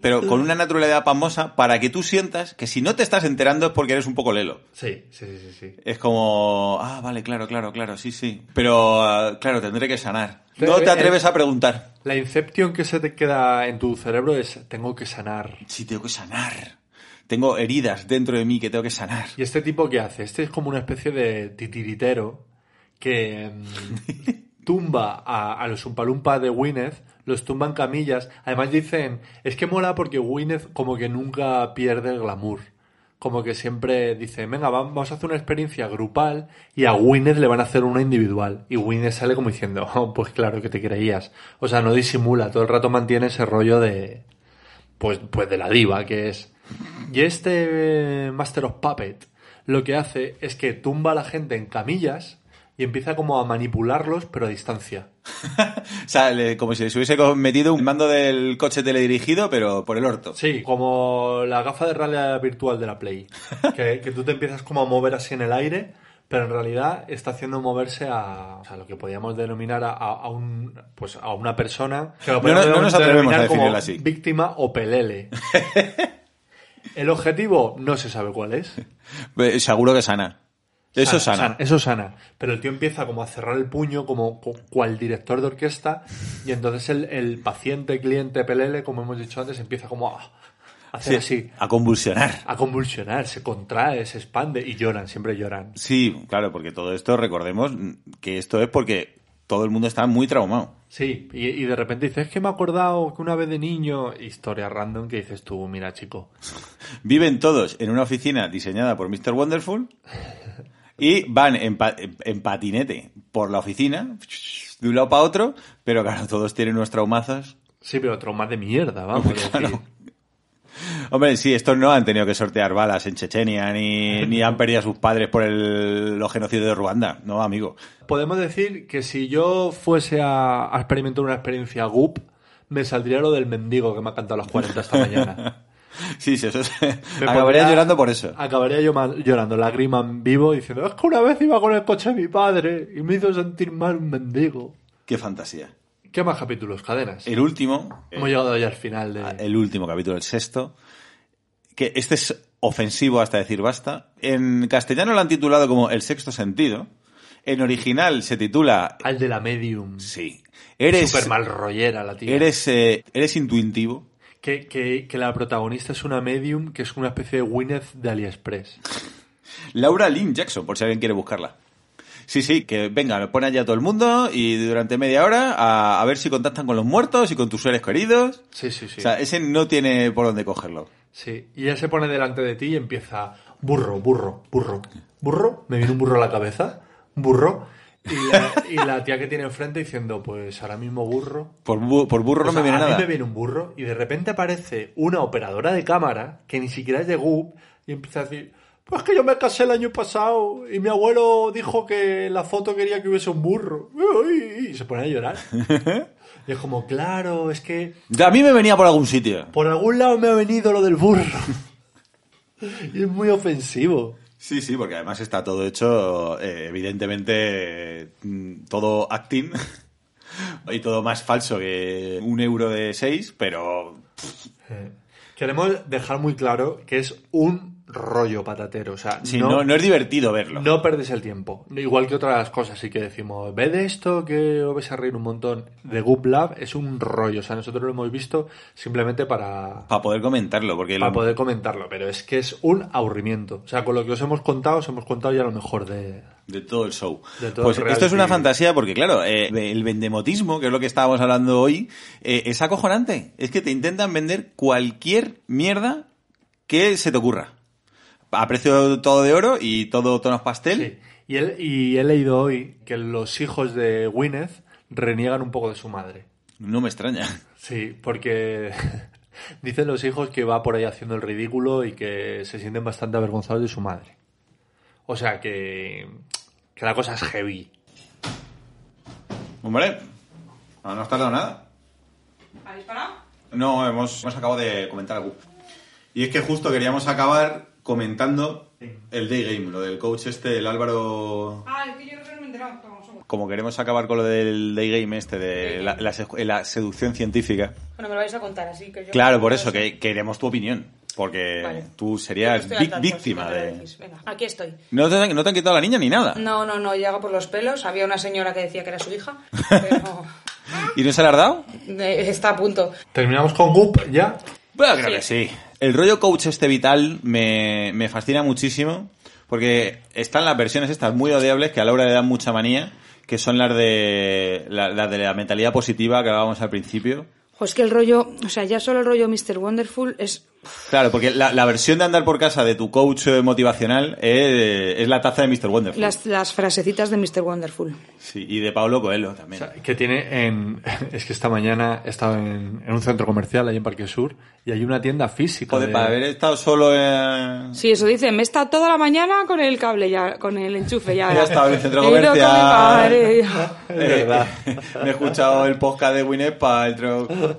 Speaker 4: pero con una naturalidad pasmosa, para que tú sientas que si no te estás enterando es porque eres un poco lelo.
Speaker 6: Sí, sí, sí, sí, sí.
Speaker 4: Es como, ah, vale, claro, claro, claro, sí, sí. Pero, ah, claro, tendré que sanar.
Speaker 6: Pero,
Speaker 4: No te
Speaker 6: eh,
Speaker 4: atreves a preguntar.
Speaker 6: La incepción que se te queda en tu cerebro es tengo que sanar.
Speaker 4: Sí, tengo que sanar. Tengo heridas dentro de mí que tengo que sanar.
Speaker 6: ¿Y este tipo qué hace? Este es como una especie de titiritero que mm, tumba a, a los umpalumpa de Gwyneth, los tumba en camillas. Además dicen, es que mola porque Gwyneth como que nunca pierde el glamour. Como que siempre dice, venga, va- vamos a hacer una experiencia grupal y a Gwyneth le van a hacer una individual. Y Gwyneth sale como diciendo, "Oh, pues claro que te creías. O sea, no disimula, todo el rato mantiene ese rollo de, pues, pues de la diva que es. Y este eh, Master of Puppet lo que hace es que tumba a la gente en camillas y empieza como a manipularlos, pero a distancia.
Speaker 4: O sea, le- como si les hubiese co- metido un mando del coche teledirigido, pero por el orto.
Speaker 6: Sí, como la gafa de realidad virtual de la Play. Que, que tú te empiezas como a mover así en el aire, pero en realidad está haciendo moverse a, o sea, lo que podríamos denominar a, a- a un, pues a una persona que lo
Speaker 4: No, no, no
Speaker 6: podríamos
Speaker 4: nos atrevemos
Speaker 6: denominar
Speaker 4: a
Speaker 6: como
Speaker 4: definirla así.
Speaker 6: víctima o pelele. El objetivo no se sabe cuál es.
Speaker 4: Eh, Seguro que sana. Eso sana.
Speaker 6: Eso sana. Pero el tío empieza como a cerrar el puño, como co- cual director de orquesta, y entonces el, el paciente, cliente, pelele, como hemos dicho antes, empieza como a a
Speaker 4: Sí,
Speaker 6: hacer así,
Speaker 4: A convulsionar.
Speaker 6: a convulsionar, se contrae, se expande, y lloran, siempre lloran.
Speaker 4: Sí, claro, porque todo esto, recordemos que esto es porque todo el mundo está muy traumado.
Speaker 6: Sí, y, y de repente dices, es que me he acordado que una vez de niño, historia random que dices tú, mira chico,
Speaker 4: Viven todos en una oficina diseñada por Mr. Wonderful y van en, pa- en patinete por la oficina, de un lado para otro, pero claro, todos tienen unos traumazos.
Speaker 6: sí, pero trauma de mierda, vamos. a decir.
Speaker 4: Hombre, sí, estos no han tenido que sortear balas en Chechenia ni, ni han perdido a sus padres por el, los genocidios de Ruanda, no, amigo.
Speaker 6: Podemos decir que si yo fuese a, a experimentar una experiencia GUP, me saldría lo del mendigo que me ha cantado a las 40 esta mañana.
Speaker 4: Sí, sí, eso es.
Speaker 6: Me
Speaker 4: Acabaría
Speaker 6: pondría-
Speaker 4: llorando por eso.
Speaker 6: Acabaría yo ma- llorando, lágrima en vivo, diciendo, es que una vez iba con el coche de mi padre y me hizo sentir mal un mendigo.
Speaker 4: Qué fantasía.
Speaker 6: ¿Qué más capítulos, cadenas?
Speaker 4: El último, eh,
Speaker 6: Hemos llegado ya al final de...
Speaker 4: el último capítulo, el sexto, que este es ofensivo hasta decir basta. En castellano lo han titulado como El sexto sentido. En original se titula...
Speaker 6: Al de la medium.
Speaker 4: Sí. Eres...
Speaker 6: Súper mal rollera la tía.
Speaker 4: Eres, eh, eres intuitivo.
Speaker 6: Que, que, que la protagonista es una medium que es una especie de Gwyneth de AliExpress.
Speaker 4: Laura Lynn Jackson, por si alguien quiere buscarla. Sí, sí, que venga, lo pone allá todo el mundo y durante media hora a, a ver si contactan con los muertos y con tus seres queridos.
Speaker 6: Sí, sí, sí.
Speaker 4: O sea, ese no tiene por dónde cogerlo.
Speaker 6: Sí, y ella se pone delante de ti y empieza burro, burro, burro, burro, me viene un burro a la cabeza, burro, y la, y la tía que tiene enfrente diciendo, pues ahora mismo burro.
Speaker 4: Por, bu- por burro
Speaker 6: O
Speaker 4: no me
Speaker 6: sea,
Speaker 4: viene
Speaker 6: a
Speaker 4: nada.
Speaker 6: mí me viene un burro y de repente aparece una operadora de cámara que ni siquiera es de Goop y empieza a decir, pues que yo me casé el año pasado y mi abuelo dijo que en la foto quería que hubiese un burro. Y se pone a llorar. Y es como, claro, es que
Speaker 4: Ya, A mí me venía por algún sitio.
Speaker 6: por algún lado me ha venido lo del burro. y es muy ofensivo.
Speaker 4: Sí, sí, porque además está todo hecho, eh, evidentemente, eh, mm, todo acting y todo más falso que un euro de seis, pero
Speaker 6: Eh, Queremos dejar muy claro que es un rollo patatero. O sea,
Speaker 4: Sí, no, no es divertido verlo.
Speaker 6: no perdes el tiempo. Igual que otras cosas, sí que decimos, ve de esto que lo ves a reír un montón. The Good Lab es un rollo. O sea, nosotros lo hemos visto simplemente para,
Speaker 4: Para poder comentarlo, porque
Speaker 6: para
Speaker 4: lo-
Speaker 6: poder comentarlo, pero es que es un aburrimiento. O sea, con lo que os hemos contado, os hemos contado ya lo mejor de...
Speaker 4: De todo el show.
Speaker 6: De todo
Speaker 4: pues
Speaker 6: el
Speaker 4: esto es
Speaker 6: reality.
Speaker 4: una fantasía porque, claro, eh, el vendemotismo, que es lo que estábamos hablando hoy, eh, es acojonante. Es que te intentan vender cualquier mierda que se te ocurra. A precio todo de oro y todo tonos pastel.
Speaker 6: Sí. Y, él, y he leído hoy que los hijos de Gwyneth reniegan un poco de su madre.
Speaker 4: No me extraña.
Speaker 6: Sí, porque dicen los hijos que va por ahí haciendo el ridículo y que se sienten bastante avergonzados de su madre. O sea que, que la cosa es heavy.
Speaker 4: Hombre, no has tardado nada.
Speaker 5: ¿Habéis parado?
Speaker 4: No, hemos, hemos acabado de comentar algo. Y es que justo queríamos acabar comentando el day game, lo del coach este, el Álvaro
Speaker 5: Ah, es que yo creo que no me he enterado. Vamos, vamos.
Speaker 4: como queremos acabar con lo del day game este de la, la se- la seducción científica.
Speaker 5: Bueno, me lo vais a contar, así que yo...
Speaker 4: Claro, por eso que queremos tu opinión, porque
Speaker 5: Vale.
Speaker 4: tú
Speaker 5: Yo no
Speaker 4: serías
Speaker 5: estoy al
Speaker 4: vic-
Speaker 5: tanto,
Speaker 4: víctima
Speaker 5: si me lo
Speaker 4: de.
Speaker 5: decís. Venga, aquí estoy.
Speaker 4: No te, han- no te han quitado la niña ni nada.
Speaker 5: No, no, no, llega por los pelos. Había una señora que decía que era su hija, pero
Speaker 4: ¿Y no se la has dado?
Speaker 5: eh, está a punto.
Speaker 6: Terminamos con Goop ya.
Speaker 4: Bueno, Pues creo que sí. El rollo coach este vital me, me fascina muchísimo porque están las versiones estas muy odiables que a Laura le dan mucha manía, que son las de la, las de la mentalidad positiva que hablábamos al principio.
Speaker 8: Jo, es que el rollo, o sea, ya solo el rollo Mr. Wonderful es
Speaker 4: Claro, porque la, la versión de andar por casa de tu coach eh, motivacional eh, es, la taza de Mr. Wonderful.
Speaker 8: las, las frasecitas de Mr. Wonderful.
Speaker 4: Sí, y de Pablo Coelho también.
Speaker 6: O sea, que tiene en... Es que esta mañana he estado en, en un centro comercial ahí en Parque Sur y hay una tienda física.
Speaker 4: Joder,
Speaker 6: de-
Speaker 4: para haber estado solo en...
Speaker 8: Sí, eso dice, me he estado toda la mañana con el cable ya, con el enchufe ya.
Speaker 4: He estado en el centro
Speaker 8: He ido con mi
Speaker 4: comercial.
Speaker 8: padre.
Speaker 4: Eh, me he escuchado el podcast de Winnet para el... tro-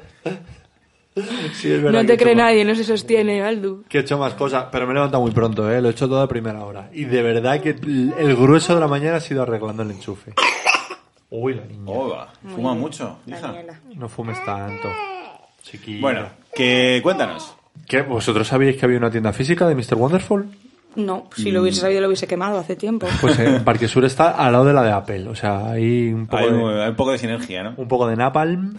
Speaker 6: Sí, es
Speaker 8: No
Speaker 6: verdad que he
Speaker 8: te
Speaker 6: hecho
Speaker 8: cree
Speaker 6: más-
Speaker 8: nadie, no se sostiene, Aldu.
Speaker 6: Que he hecho más cosas, pero me he levantado muy pronto, ¿eh? lo he hecho todo a primera hora. Y de verdad que el el grueso de la mañana ha sido arreglando el enchufe. Uy, la niña.
Speaker 4: Oh, va, fuma mucho, hija.
Speaker 6: No fumes tanto. Chiquilla.
Speaker 4: Bueno, que cuéntanos.
Speaker 6: ¿Qué? ¿Vosotros sabíais que había una tienda física de Mr. Wonderful?
Speaker 8: No, si lo
Speaker 4: Mm.
Speaker 8: hubiese sabido lo hubiese quemado hace tiempo.
Speaker 6: Pues en Parque Sur está al lado de la de Apple. O sea, hay un poco,
Speaker 4: Hay un,
Speaker 6: de,
Speaker 4: hay un poco de sinergia, ¿no?
Speaker 6: un poco de napalm.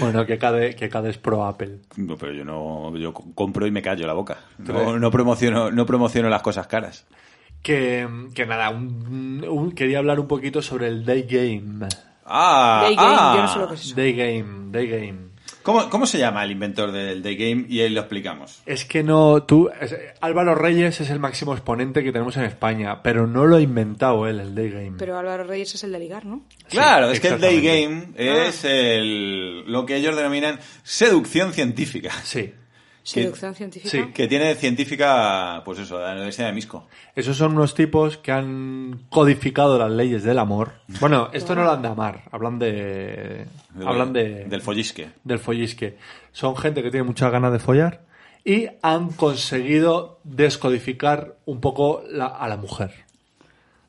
Speaker 6: bueno, que cada, que cada es pro Apple.
Speaker 4: No, pero yo no yo co- compro y me callo la boca. No, no promociono no promociono las cosas caras.
Speaker 6: Que, que nada, un- un- quería hablar un poquito sobre el Day Game.
Speaker 4: Ah,
Speaker 8: Day game,
Speaker 4: ah.
Speaker 8: yo no sé lo que es.
Speaker 6: Day Game, Day Game.
Speaker 4: ¿Cómo, cómo se llama el inventor del Day Game? Y ahí lo explicamos.
Speaker 6: Es que no, tú, es- Álvaro Reyes es el máximo exponente que tenemos en España, pero no lo ha inventado él, el Day Game.
Speaker 8: Pero Álvaro Reyes es el de ligar, ¿no?
Speaker 4: Claro, es que el Day Game
Speaker 6: exactamente.
Speaker 4: es el, lo que ellos denominan seducción científica.
Speaker 6: Sí.
Speaker 8: Seducción científica.
Speaker 6: Sí.
Speaker 4: Que tiene científica, pues eso, de la Universidad de Misco.
Speaker 6: Esos son unos tipos que han codificado las leyes del amor. Bueno, esto no lo han de amar, hablan de.
Speaker 4: Del-
Speaker 6: Hablan de.
Speaker 4: Del follisque.
Speaker 6: del follisque. Son gente que tiene muchas ganas de follar y han conseguido descodificar un poco la- a la mujer.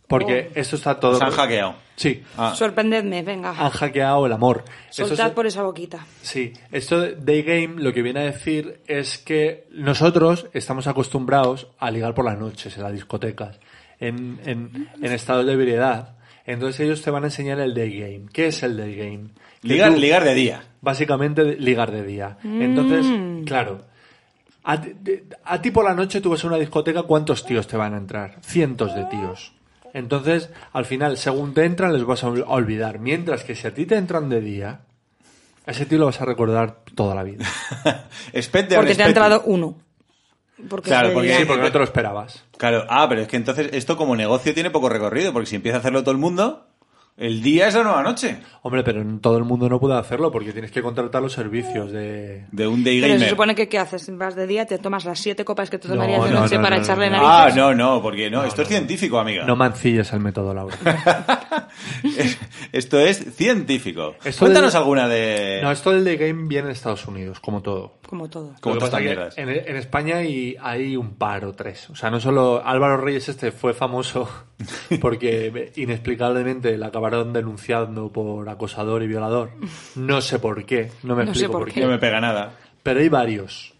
Speaker 6: Porque esto está todo.
Speaker 4: Se han hackeado.
Speaker 6: Sí.
Speaker 4: Ah,
Speaker 8: Sorprendedme, venga.
Speaker 6: Han hackeado el amor. Eso
Speaker 8: Soltad
Speaker 6: es-
Speaker 8: por esa boquita.
Speaker 6: Sí, esto de Day Game lo que viene a decir es que nosotros estamos acostumbrados a ligar por las noches, en las discotecas, en, en, en estados de ebriedad. Entonces ellos te van a enseñar el Day Game. ¿Qué es el Day Game? Que
Speaker 4: ligar,
Speaker 6: tú-
Speaker 4: ligar de día.
Speaker 6: Básicamente de- ligar de día. Entonces, claro, a, ti- de- a ti por la noche tú vas a una discoteca, ¿cuántos tíos te van a entrar? Cientos de tíos. Entonces, al final, según te entran, les vas a ol- a olvidar. Mientras que si a ti te entran de día, a ese tío lo vas a recordar toda la vida.
Speaker 4: Espet de
Speaker 8: Porque te ha
Speaker 4: respeti.
Speaker 8: entrado uno. Porque
Speaker 4: Claro,
Speaker 8: es de
Speaker 4: porque-
Speaker 8: ligar.
Speaker 6: Sí, porque no te lo esperabas.
Speaker 4: Claro, ah, pero es que entonces esto como negocio tiene poco recorrido, porque si empieza a hacerlo todo el mundo, el día es la nueva noche
Speaker 6: Hombre, pero en todo el mundo no puede hacerlo porque tienes que contratar los servicios de...
Speaker 4: de un day
Speaker 8: Pero
Speaker 4: gamer.
Speaker 8: se supone que ¿qué haces? Vas de día, te tomas las siete copas que te tomarías
Speaker 6: No,
Speaker 8: de
Speaker 6: no,
Speaker 8: noche
Speaker 6: no,
Speaker 8: para
Speaker 6: no,
Speaker 8: echarle
Speaker 6: no.
Speaker 8: narices.
Speaker 4: Ah, no, no, porque no, esto es científico, amiga.
Speaker 6: No mancilles el método, Laura.
Speaker 4: Es- esto es científico.
Speaker 6: Esto
Speaker 4: Cuéntanos
Speaker 6: del-
Speaker 4: alguna de...
Speaker 6: No, esto del Day Game viene de Estados Unidos, como todo.
Speaker 8: Como todo.
Speaker 4: como
Speaker 6: Lo que
Speaker 4: todas
Speaker 6: pasa
Speaker 4: estas
Speaker 6: que en, en España y hay un par o tres. O sea, no solo Álvaro Reyes este fue famoso porque inexplicablemente le acabaron denunciando por acosador y violador. No sé por qué, no me
Speaker 8: No sé
Speaker 6: explico
Speaker 8: por
Speaker 6: por
Speaker 8: qué.
Speaker 6: qué.
Speaker 4: No me pega nada.
Speaker 6: Pero hay varios.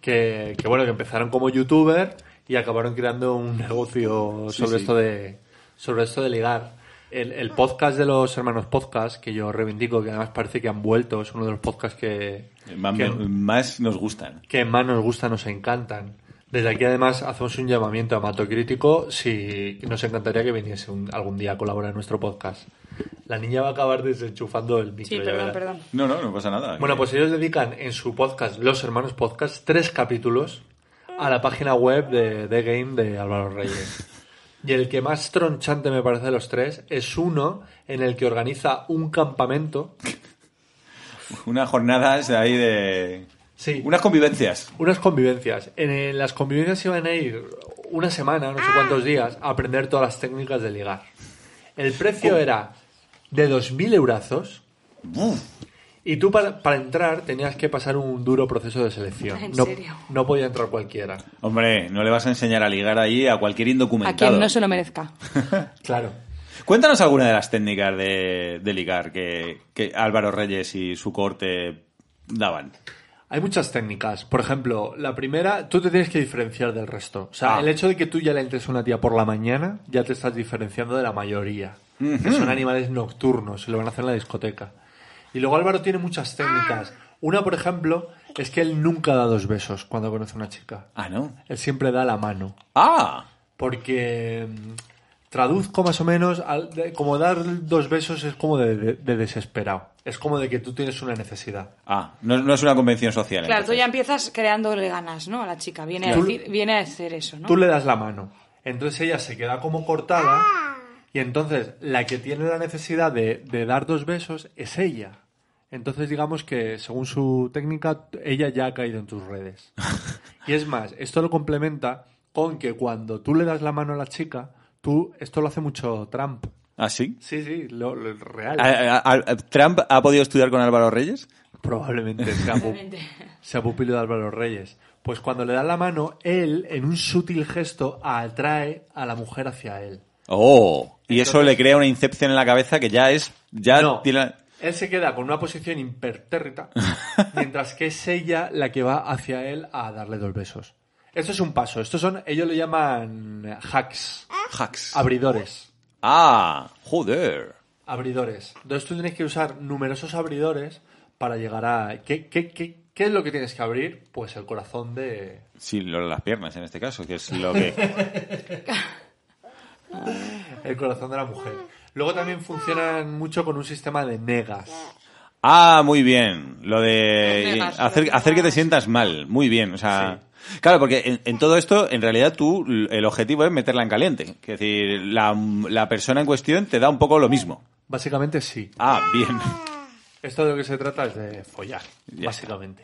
Speaker 6: que, que, bueno, que empezaron como youtuber y acabaron creando un negocio
Speaker 4: Sí,
Speaker 6: sobre
Speaker 4: sí.
Speaker 6: esto de sobre esto de ligar. El, el podcast de los hermanos podcast, que yo reivindico, que además parece que han vuelto, es uno de los podcasts que,
Speaker 4: Más,
Speaker 6: que-
Speaker 4: más nos gustan.
Speaker 6: que más nos gustan, nos encantan. Desde aquí además hacemos un llamamiento a Mato Crítico si nos encantaría que viniese un- algún día a colaborar en nuestro podcast. La niña va a acabar desenchufando el micro.
Speaker 8: Sí,
Speaker 6: ya
Speaker 8: perdón,
Speaker 6: verás.
Speaker 8: perdón.
Speaker 4: No, no, no pasa nada.
Speaker 6: Bueno,
Speaker 4: Que-
Speaker 6: pues ellos dedican en su podcast, Los Hermanos Podcast, tres capítulos a la página web de The Game de Álvaro Reyes. Y el que más tronchante me parece de los tres es uno en el que organiza un campamento.
Speaker 4: Unas jornadas ahí de...
Speaker 6: Sí.
Speaker 4: Unas convivencias.
Speaker 6: Unas convivencias. En, eh, las convivencias iban a ir una semana,
Speaker 8: Ah.
Speaker 6: no sé cuántos días, a aprender todas las técnicas de ligar. El
Speaker 8: Oh.
Speaker 6: precio era de 2.000 eurazos. Y tú para, para entrar tenías que pasar un duro proceso de selección.
Speaker 8: ¿En
Speaker 6: no,
Speaker 8: serio?
Speaker 6: no podía entrar cualquiera.
Speaker 4: Hombre, no le vas a enseñar a ligar ahí a cualquier
Speaker 8: A
Speaker 4: indocumentado.
Speaker 8: quien no se lo merezca.
Speaker 6: Claro.
Speaker 4: Cuéntanos alguna de las técnicas de, de ligar que, que Álvaro Reyes y su corte daban.
Speaker 6: Hay muchas técnicas. Por ejemplo, la primera, tú te tienes que diferenciar del resto. O sea,
Speaker 4: Ah.
Speaker 6: el hecho de que tú ya le entres a una tía por la mañana, ya te estás diferenciando de la mayoría. Que son animales nocturnos, se lo van a hacer en la discoteca. Y luego Álvaro tiene muchas técnicas. Una, por ejemplo, es que él nunca da dos besos cuando conoce a una chica.
Speaker 4: Ah, ¿no?
Speaker 6: Él siempre da la mano.
Speaker 4: ¡Ah!
Speaker 6: Porque mm, traduzco más o menos, al- de- como dar dos besos es como de- de- de desesperado. Es como de que tú tienes una necesidad.
Speaker 4: Ah, no, no es una convención social.
Speaker 8: Claro, tú
Speaker 4: entonces.
Speaker 8: ya empiezas creándole ganas, ¿no? A la chica. Viene, a,
Speaker 6: Tú-
Speaker 8: decir, viene a hacer eso, ¿no?
Speaker 6: Tú le das la mano. Entonces ella se queda como cortada. Y entonces la que tiene la necesidad de, de dar dos besos es ella. Entonces digamos que según su técnica, ella ya ha caído en tus redes. Y es más, esto lo complementa con que cuando tú le das la mano a la chica, tú, esto lo hace mucho Trump. Ah,
Speaker 4: ¿Ah, sí?
Speaker 6: Sí, sí, lo, lo real.
Speaker 4: ¿A- a- a- ¿Trump ha podido estudiar con Álvaro Reyes?
Speaker 6: Probablemente sea, pu- sea pupilo de Álvaro Reyes. Pues cuando le dan la mano, él, en un sutil gesto, atrae a la mujer hacia él.
Speaker 4: ¡Oh! Y eso
Speaker 6: Entonces-
Speaker 4: le crea una incepción en la cabeza que ya es... Ya
Speaker 6: No,
Speaker 4: Ah, tiene la-
Speaker 6: él se queda con una posición impertérrita, mientras que es ella la que va hacia él a darle dos besos. Esto es un paso. Estos son, ellos le llaman hacks,
Speaker 4: Hacks.
Speaker 6: abridores.
Speaker 4: ¡Ah! ¡Joder!
Speaker 6: Abridores. Entonces tú tienes que usar numerosos abridores para llegar a... ¿Qué, qué, qué, qué es lo que tienes que abrir? Pues el corazón de...
Speaker 4: Sí, lo de las piernas en este caso, que es lo que...
Speaker 6: El corazón de la mujer. Luego también funcionan mucho con un sistema de negas.
Speaker 4: Ah, muy bien. Lo de
Speaker 8: Los negas,
Speaker 4: hacer,
Speaker 8: los
Speaker 4: hacer que te
Speaker 8: negas.
Speaker 4: sientas mal. Muy bien. O sea, claro, porque en, en todo esto, en realidad tú, l- el objetivo es meterla en caliente. Es decir, la, la persona en cuestión te da un poco lo mismo.
Speaker 6: Básicamente sí.
Speaker 4: Ah, bien.
Speaker 6: Esto de lo que se trata es de follar,
Speaker 4: Ya
Speaker 6: básicamente.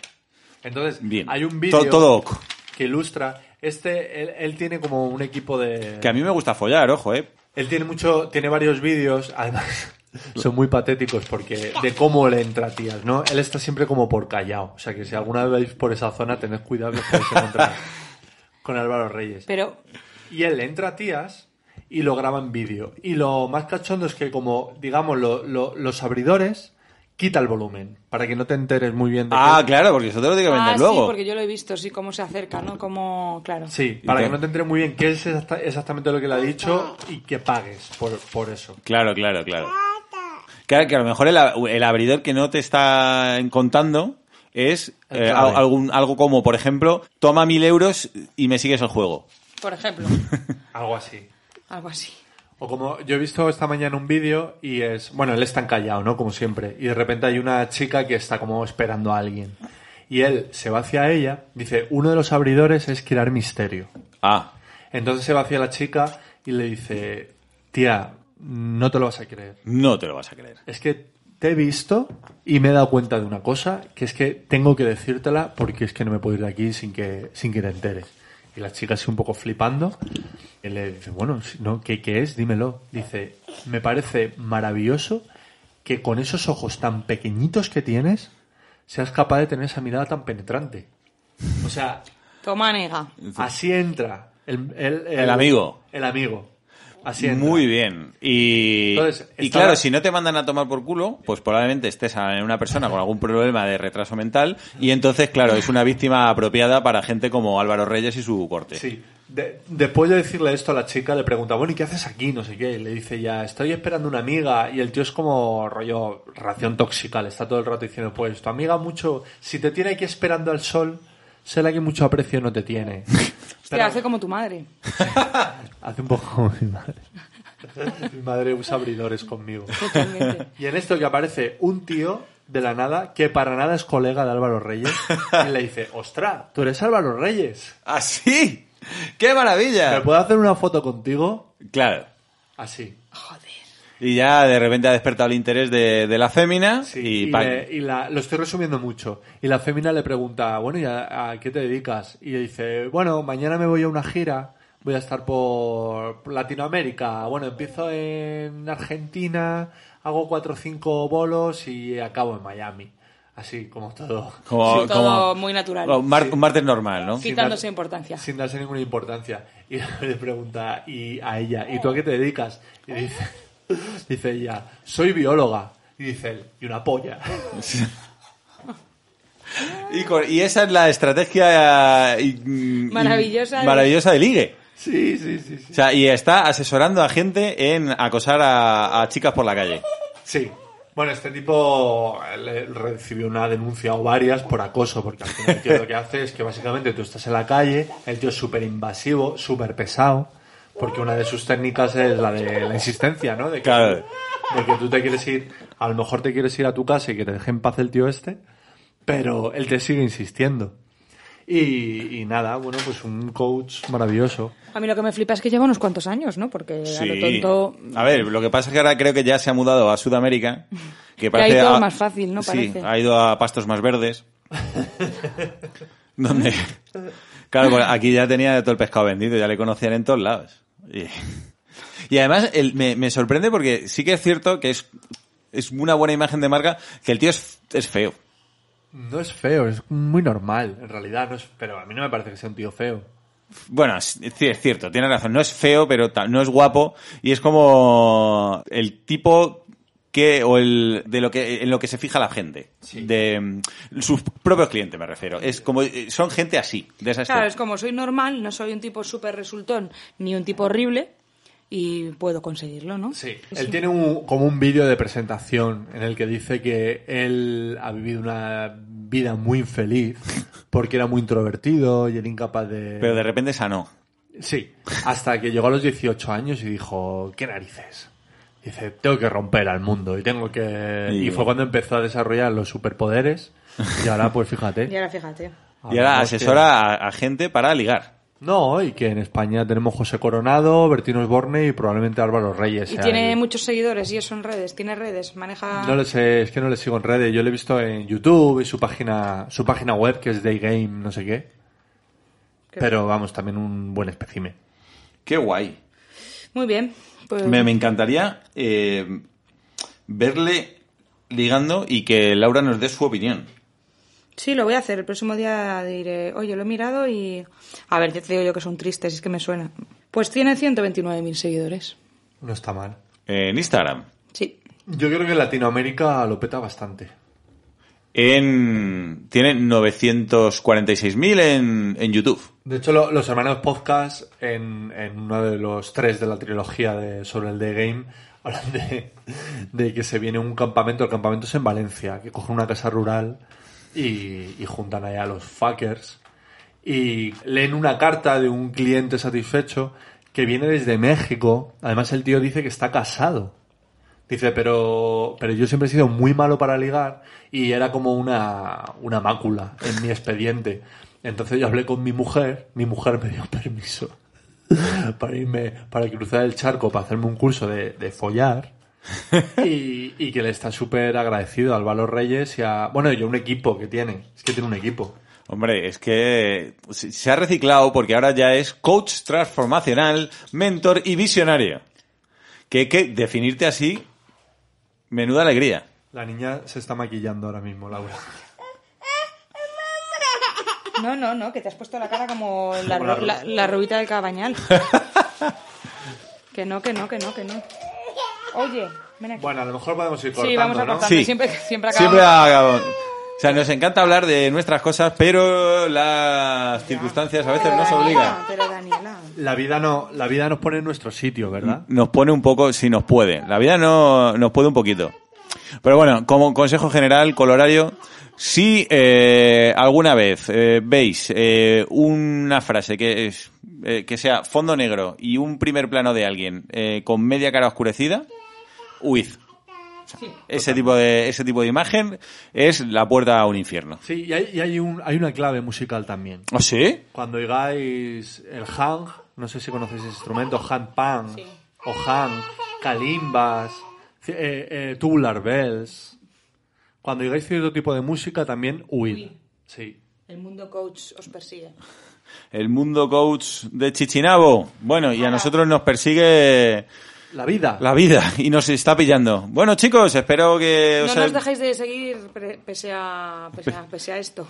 Speaker 6: Entonces,
Speaker 4: Bien.
Speaker 6: hay un
Speaker 4: To-
Speaker 6: vídeo
Speaker 4: todo ok.
Speaker 6: que ilustra. Este, él, él tiene como un equipo de.
Speaker 4: Que a mí me gusta follar, ojo, eh.
Speaker 6: Él tiene mucho, tiene varios vídeos, además son muy patéticos porque de cómo le entra a tías, ¿no? Él está siempre como por callado. O sea que si alguna vez vais por esa zona, tened cuidado que os podéis encontrar con Álvaro Reyes.
Speaker 8: Pero
Speaker 6: Y él le entra a tías y lo graba en vídeo. Y lo más cachondo es que, como, digamos, lo- lo- los abridores, quita el volumen para que no te enteres muy bien de
Speaker 4: Ah,
Speaker 6: qué-
Speaker 4: claro, porque eso te lo tengo que vender
Speaker 8: ah, sí,
Speaker 4: luego.
Speaker 8: porque yo lo he visto, sí, cómo se acerca, ¿no? Cómo, claro.
Speaker 6: Sí, para
Speaker 4: ¿Y
Speaker 6: que
Speaker 4: qué?
Speaker 6: no te enteres muy bien qué es exacta- exactamente lo que le ha dicho y que pagues por, por eso.
Speaker 4: Claro, claro, claro. Claro, que a lo mejor el, ab- el abridor que no te está contando es eh,
Speaker 6: El clave.
Speaker 4: al- algún, algo como, por ejemplo, toma mil euros y me sigues el juego.
Speaker 8: Por ejemplo,
Speaker 6: Algo así.
Speaker 8: algo así.
Speaker 6: O como yo he visto esta mañana un vídeo y es, bueno, él está encallado, ¿no? Como siempre. Y de repente hay una chica que está como esperando a alguien. Y él se va hacia ella, dice, uno de los abridores es crear misterio.
Speaker 4: Ah,
Speaker 6: Entonces se va hacia la chica y le dice, tía, no te lo vas a creer.
Speaker 4: no te lo vas a creer.
Speaker 6: Es que te he visto y me he dado cuenta de una cosa, que es que tengo que decírtela porque es que no me puedo ir de aquí sin que, sin que te enteres. Y la chica así un poco flipando, y le dice, bueno, si no, ¿qué, ¿qué es? Dímelo. Dice, me parece maravilloso que con esos ojos tan pequeñitos que tienes, seas capaz de tener esa mirada tan penetrante. O sea,
Speaker 8: Toma nega.
Speaker 6: así entra el, el-
Speaker 4: El amigo.
Speaker 6: El amigo. Así entra.
Speaker 4: Muy bien. Y,
Speaker 6: Entonces,
Speaker 4: y
Speaker 6: estaba-
Speaker 4: claro, si no te mandan a tomar por culo, pues probablemente estés a- en una persona con algún problema de retraso mental y entonces, claro, es una víctima apropiada para gente como Álvaro Reyes y su corte.
Speaker 6: Sí. De- después de decirle esto a la chica, le pregunta, bueno, ¿y qué haces aquí? No sé qué. Y le dice ya, estoy esperando una amiga. Y el tío es como rollo ración tóxica. Le está todo el rato diciendo, pues tu amiga mucho, si te tiene aquí esperando al sol, sé la que mucho aprecio no te tiene.
Speaker 8: Te
Speaker 6: Pero-
Speaker 8: hace como tu madre.
Speaker 6: Hace un poco como mi madre. mi madre usa abridores conmigo.
Speaker 8: Totalmente.
Speaker 6: Y en esto que aparece un tío de la nada, que para nada es colega de Álvaro Reyes, y le dice, ostra, tú eres Álvaro Reyes.
Speaker 4: ¡Así! ¡Ah, ¡Qué
Speaker 6: ¿Me
Speaker 4: maravilla!
Speaker 6: puedo hacer una foto contigo?
Speaker 4: Claro.
Speaker 6: Así.
Speaker 4: Y ya de repente ha despertado el interés de, de la fémina
Speaker 6: Sí,
Speaker 4: y,
Speaker 6: y,
Speaker 4: pa-
Speaker 6: le- y la, lo estoy resumiendo mucho. Y la fémina le pregunta, bueno, ¿y a, a qué te dedicas? Y dice, bueno, mañana me voy a una gira, voy a estar por Latinoamérica. Bueno, empiezo en Argentina, hago cuatro o cinco bolos y acabo en Miami. Así como todo.
Speaker 4: como,
Speaker 8: Sí, todo
Speaker 4: como-
Speaker 8: muy natural.
Speaker 4: como mar- un martes normal, ¿no?
Speaker 8: Quitándose
Speaker 6: dar-
Speaker 8: importancia.
Speaker 6: Sin darse ninguna importancia. Y le pregunta y a ella, ¿y tú a qué te dedicas? Y dice, dice ella, soy bióloga. Y dice él, y una polla.
Speaker 4: Y, con- y esa es la estrategia eh, y- mm,
Speaker 8: Maravillosa
Speaker 4: y-
Speaker 8: de-
Speaker 4: maravillosa de ligue.
Speaker 6: Sí, sí, sí. sí.
Speaker 4: O sea, y está asesorando a gente en acosar a, a chicas por la calle.
Speaker 6: Sí. Bueno, este tipo eh, le- recibió una denuncia o varias por acoso, porque al final el tío lo que hace es que básicamente tú estás en la calle, el tío es súper invasivo, súper pesado, porque una de sus técnicas es la de la insistencia, ¿no? De que,
Speaker 4: Claro.
Speaker 6: de que tú te quieres ir, a lo mejor te quieres ir a tu casa y que te deje en paz el tío este, pero él te sigue insistiendo. Y, y nada, bueno, pues un coach maravilloso.
Speaker 8: A mí lo que me flipa es que lleva unos cuantos años, ¿no? Porque a lo tonto...
Speaker 4: A ver, lo que pasa es que ahora creo que ya se ha mudado a Sudamérica. Que parece
Speaker 8: todo
Speaker 4: a-
Speaker 8: más fácil, ¿no?
Speaker 4: Sí,
Speaker 8: Parece.
Speaker 4: ha ido a pastos más verdes. donde. Claro, bueno, aquí ya tenía todo el pescado vendido, ya le conocían en todos lados. Y, y además el- me, me sorprende porque sí que es cierto que es, es una buena imagen de marca que el tío es, es feo.
Speaker 6: No es feo, es muy normal, en realidad, no es, pero a mí no me parece que sea un tío feo.
Speaker 4: Bueno, es, sí, es cierto, tiene razón. No es feo, pero ta- no es guapo. Y es como el tipo que, o el, de lo que, en lo que se fija la gente. De mm, sus propios clientes, me refiero. Es como, eh, son gente así, de esas
Speaker 8: Claro,
Speaker 4: que-
Speaker 8: es como soy normal, no soy un tipo súper resultón ni un tipo horrible y puedo conseguirlo, ¿no? Pues
Speaker 6: Sí, él tiene un- como un vídeo de presentación en el que dice que él ha vivido una vida muy infeliz porque era muy introvertido y era incapaz de...
Speaker 4: Pero de repente sanó.
Speaker 6: Sí, hasta que llegó a los 18 años y dijo, ¿qué narices? Dice, tengo que romper al mundo y tengo que...
Speaker 4: Y-
Speaker 6: Y fue cuando empezó a desarrollar los superpoderes y ahora pues
Speaker 8: Y
Speaker 6: fíjate.
Speaker 8: ahora fíjate.
Speaker 4: Y ahora
Speaker 6: hablamos que-
Speaker 4: asesora a, a gente para ligar.
Speaker 6: No, y que en España tenemos José Coronado, Bertino Osborne y probablemente Álvaro Reyes.
Speaker 8: Y
Speaker 6: sea
Speaker 8: tiene
Speaker 6: el-
Speaker 8: muchos seguidores y eso en redes, tiene redes, maneja...
Speaker 6: No lo sé, es que no le sigo en redes. Yo le he visto en YouTube y su página, su página web, que es Daygame, no sé qué. Pero vamos, también un buen espécimen.
Speaker 4: Qué guay.
Speaker 8: Muy bien. Pues...
Speaker 4: Me, me encantaría eh, verle ligando y que Laura nos dé su opinión.
Speaker 8: Sí, lo voy a hacer. El próximo día diré, oye, lo he mirado y... A ver, yo te digo yo que son tristes, es que me suena. Pues tiene 129.000 seguidores.
Speaker 6: No está mal.
Speaker 4: En Instagram.
Speaker 8: Sí.
Speaker 6: Yo creo que Latinoamérica lo peta bastante.
Speaker 4: en tiene 946.000 en, en YouTube.
Speaker 6: De hecho, lo- los hermanos podcast, en, en uno de los tres de la trilogía de, sobre el Daygame, hablan de, de que se viene un campamento. El campamento es en Valencia, que cogen una casa rural y, y juntan allá a los fuckers. y leen una carta de un cliente satisfecho que viene desde México. Además, el tío dice que está casado. Dice, pero, pero yo siempre he sido muy malo para ligar y era como una, una mácula en mi expediente. Entonces yo hablé con mi mujer, mi mujer me dio permiso para irme, para cruzar el charco, para hacerme un curso de, de follar. Y, y que le está súper agradecido a Álvaro Reyes y a... Bueno, y a un equipo que tiene. Es que tiene un equipo.
Speaker 4: Hombre, es que se se ha reciclado porque ahora ya es coach transformacional, mentor y visionario. Que, que definirte así, menuda alegría.
Speaker 6: La niña se está maquillando ahora mismo, Laura.
Speaker 8: No, no, no, que te has puesto la cara como
Speaker 6: Como la
Speaker 8: la,
Speaker 6: ru-
Speaker 8: la, la rubita del cabañal. Que no, que no, que no, que no. Oye, ven aquí.
Speaker 6: Bueno, a lo mejor podemos ir cortando,
Speaker 8: sí, vamos a
Speaker 6: ¿no?
Speaker 8: cortar.
Speaker 4: Sí.
Speaker 8: Siempre, siempre acabamos.
Speaker 4: Siempre acabamos. O sea, nos encanta hablar de nuestras cosas, pero las circunstancias a veces nos obligan.
Speaker 5: Pero Daniela.
Speaker 6: La vida, no, la vida nos pone en nuestro sitio, ¿verdad?
Speaker 4: Nos pone un poco, si nos puede. La vida no nos puede un poquito. Pero bueno, como consejo general, colorario, si eh, alguna vez eh, veis eh, una frase que es eh, que sea fondo negro y un primer plano de alguien eh, con media cara oscurecida, huid. O sea, Ese tipo de ese tipo de imagen es la puerta a un infierno.
Speaker 6: Sí, y hay, y hay, un, hay una clave musical también.
Speaker 4: ¿Ah, sí?
Speaker 6: Cuando oigáis el hang, no sé si conocéis ese instrumento, hang pan, o hang, kalimbas, ci- eh, eh, tubular bells. Cuando oigáis cierto tipo de música, también huid. Sí.
Speaker 5: El mundo coach os persigue.
Speaker 4: El mundo coach de Chichinabo. Bueno, y a nosotros nos persigue
Speaker 6: La vida.
Speaker 4: la vida y nos está pillando. Bueno, chicos, espero que
Speaker 6: Eh,
Speaker 8: No
Speaker 4: os haya-
Speaker 8: nos dejéis de seguir pre- pese a, pese a, pese a esto.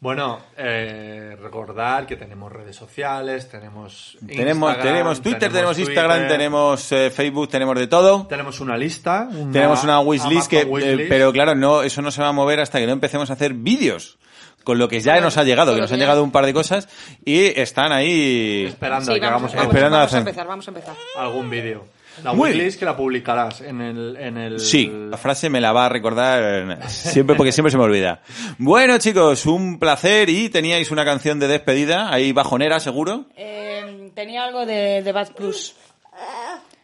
Speaker 6: Bueno, eh, recordar que tenemos redes sociales, tenemos
Speaker 4: tenemos
Speaker 6: Instagram,
Speaker 4: tenemos Twitter, tenemos, Instagram,
Speaker 6: Twitter,
Speaker 4: tenemos eh, Facebook, tenemos de todo.
Speaker 6: tenemos una lista, una-
Speaker 4: Tenemos una wishlist que
Speaker 6: Amazon wishlist.
Speaker 4: eh, pero claro, no eso no se va a mover hasta que no empecemos a hacer vídeos. Con lo que ya nos ha llegado, que nos han llegado un par de cosas y están ahí
Speaker 8: Sí,
Speaker 6: esperando a que
Speaker 8: vamos,
Speaker 6: hagamos
Speaker 8: vamos,
Speaker 4: Esperando
Speaker 8: vamos
Speaker 4: a-
Speaker 8: a empezar, vamos a empezar.
Speaker 6: algún vídeo. La
Speaker 4: Muy
Speaker 6: wishlist que la publicarás en el en el
Speaker 4: Sí, la frase me la va a recordar siempre porque siempre se me olvida. Bueno, chicos, un placer y teníais una canción de despedida ahí bajonera, seguro.
Speaker 8: Eh, tenía algo de, de Bad Plus.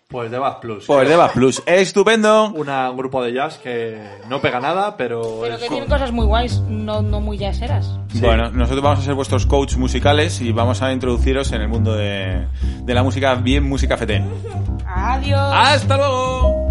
Speaker 6: pues de Bass Plus.
Speaker 4: Pues de Bass Plus. Estupendo.
Speaker 6: Una- un grupo de jazz que no pega nada, pero,
Speaker 8: Pero
Speaker 6: es
Speaker 8: que
Speaker 6: Pues con-
Speaker 8: tiene cosas muy guays, no, no muy jazzeras.
Speaker 4: Bueno, nosotros vamos a ser vuestros coach musicales y vamos a introduciros en el mundo de, de la música bien música fetén.
Speaker 8: Adiós.
Speaker 4: ¡Hasta luego!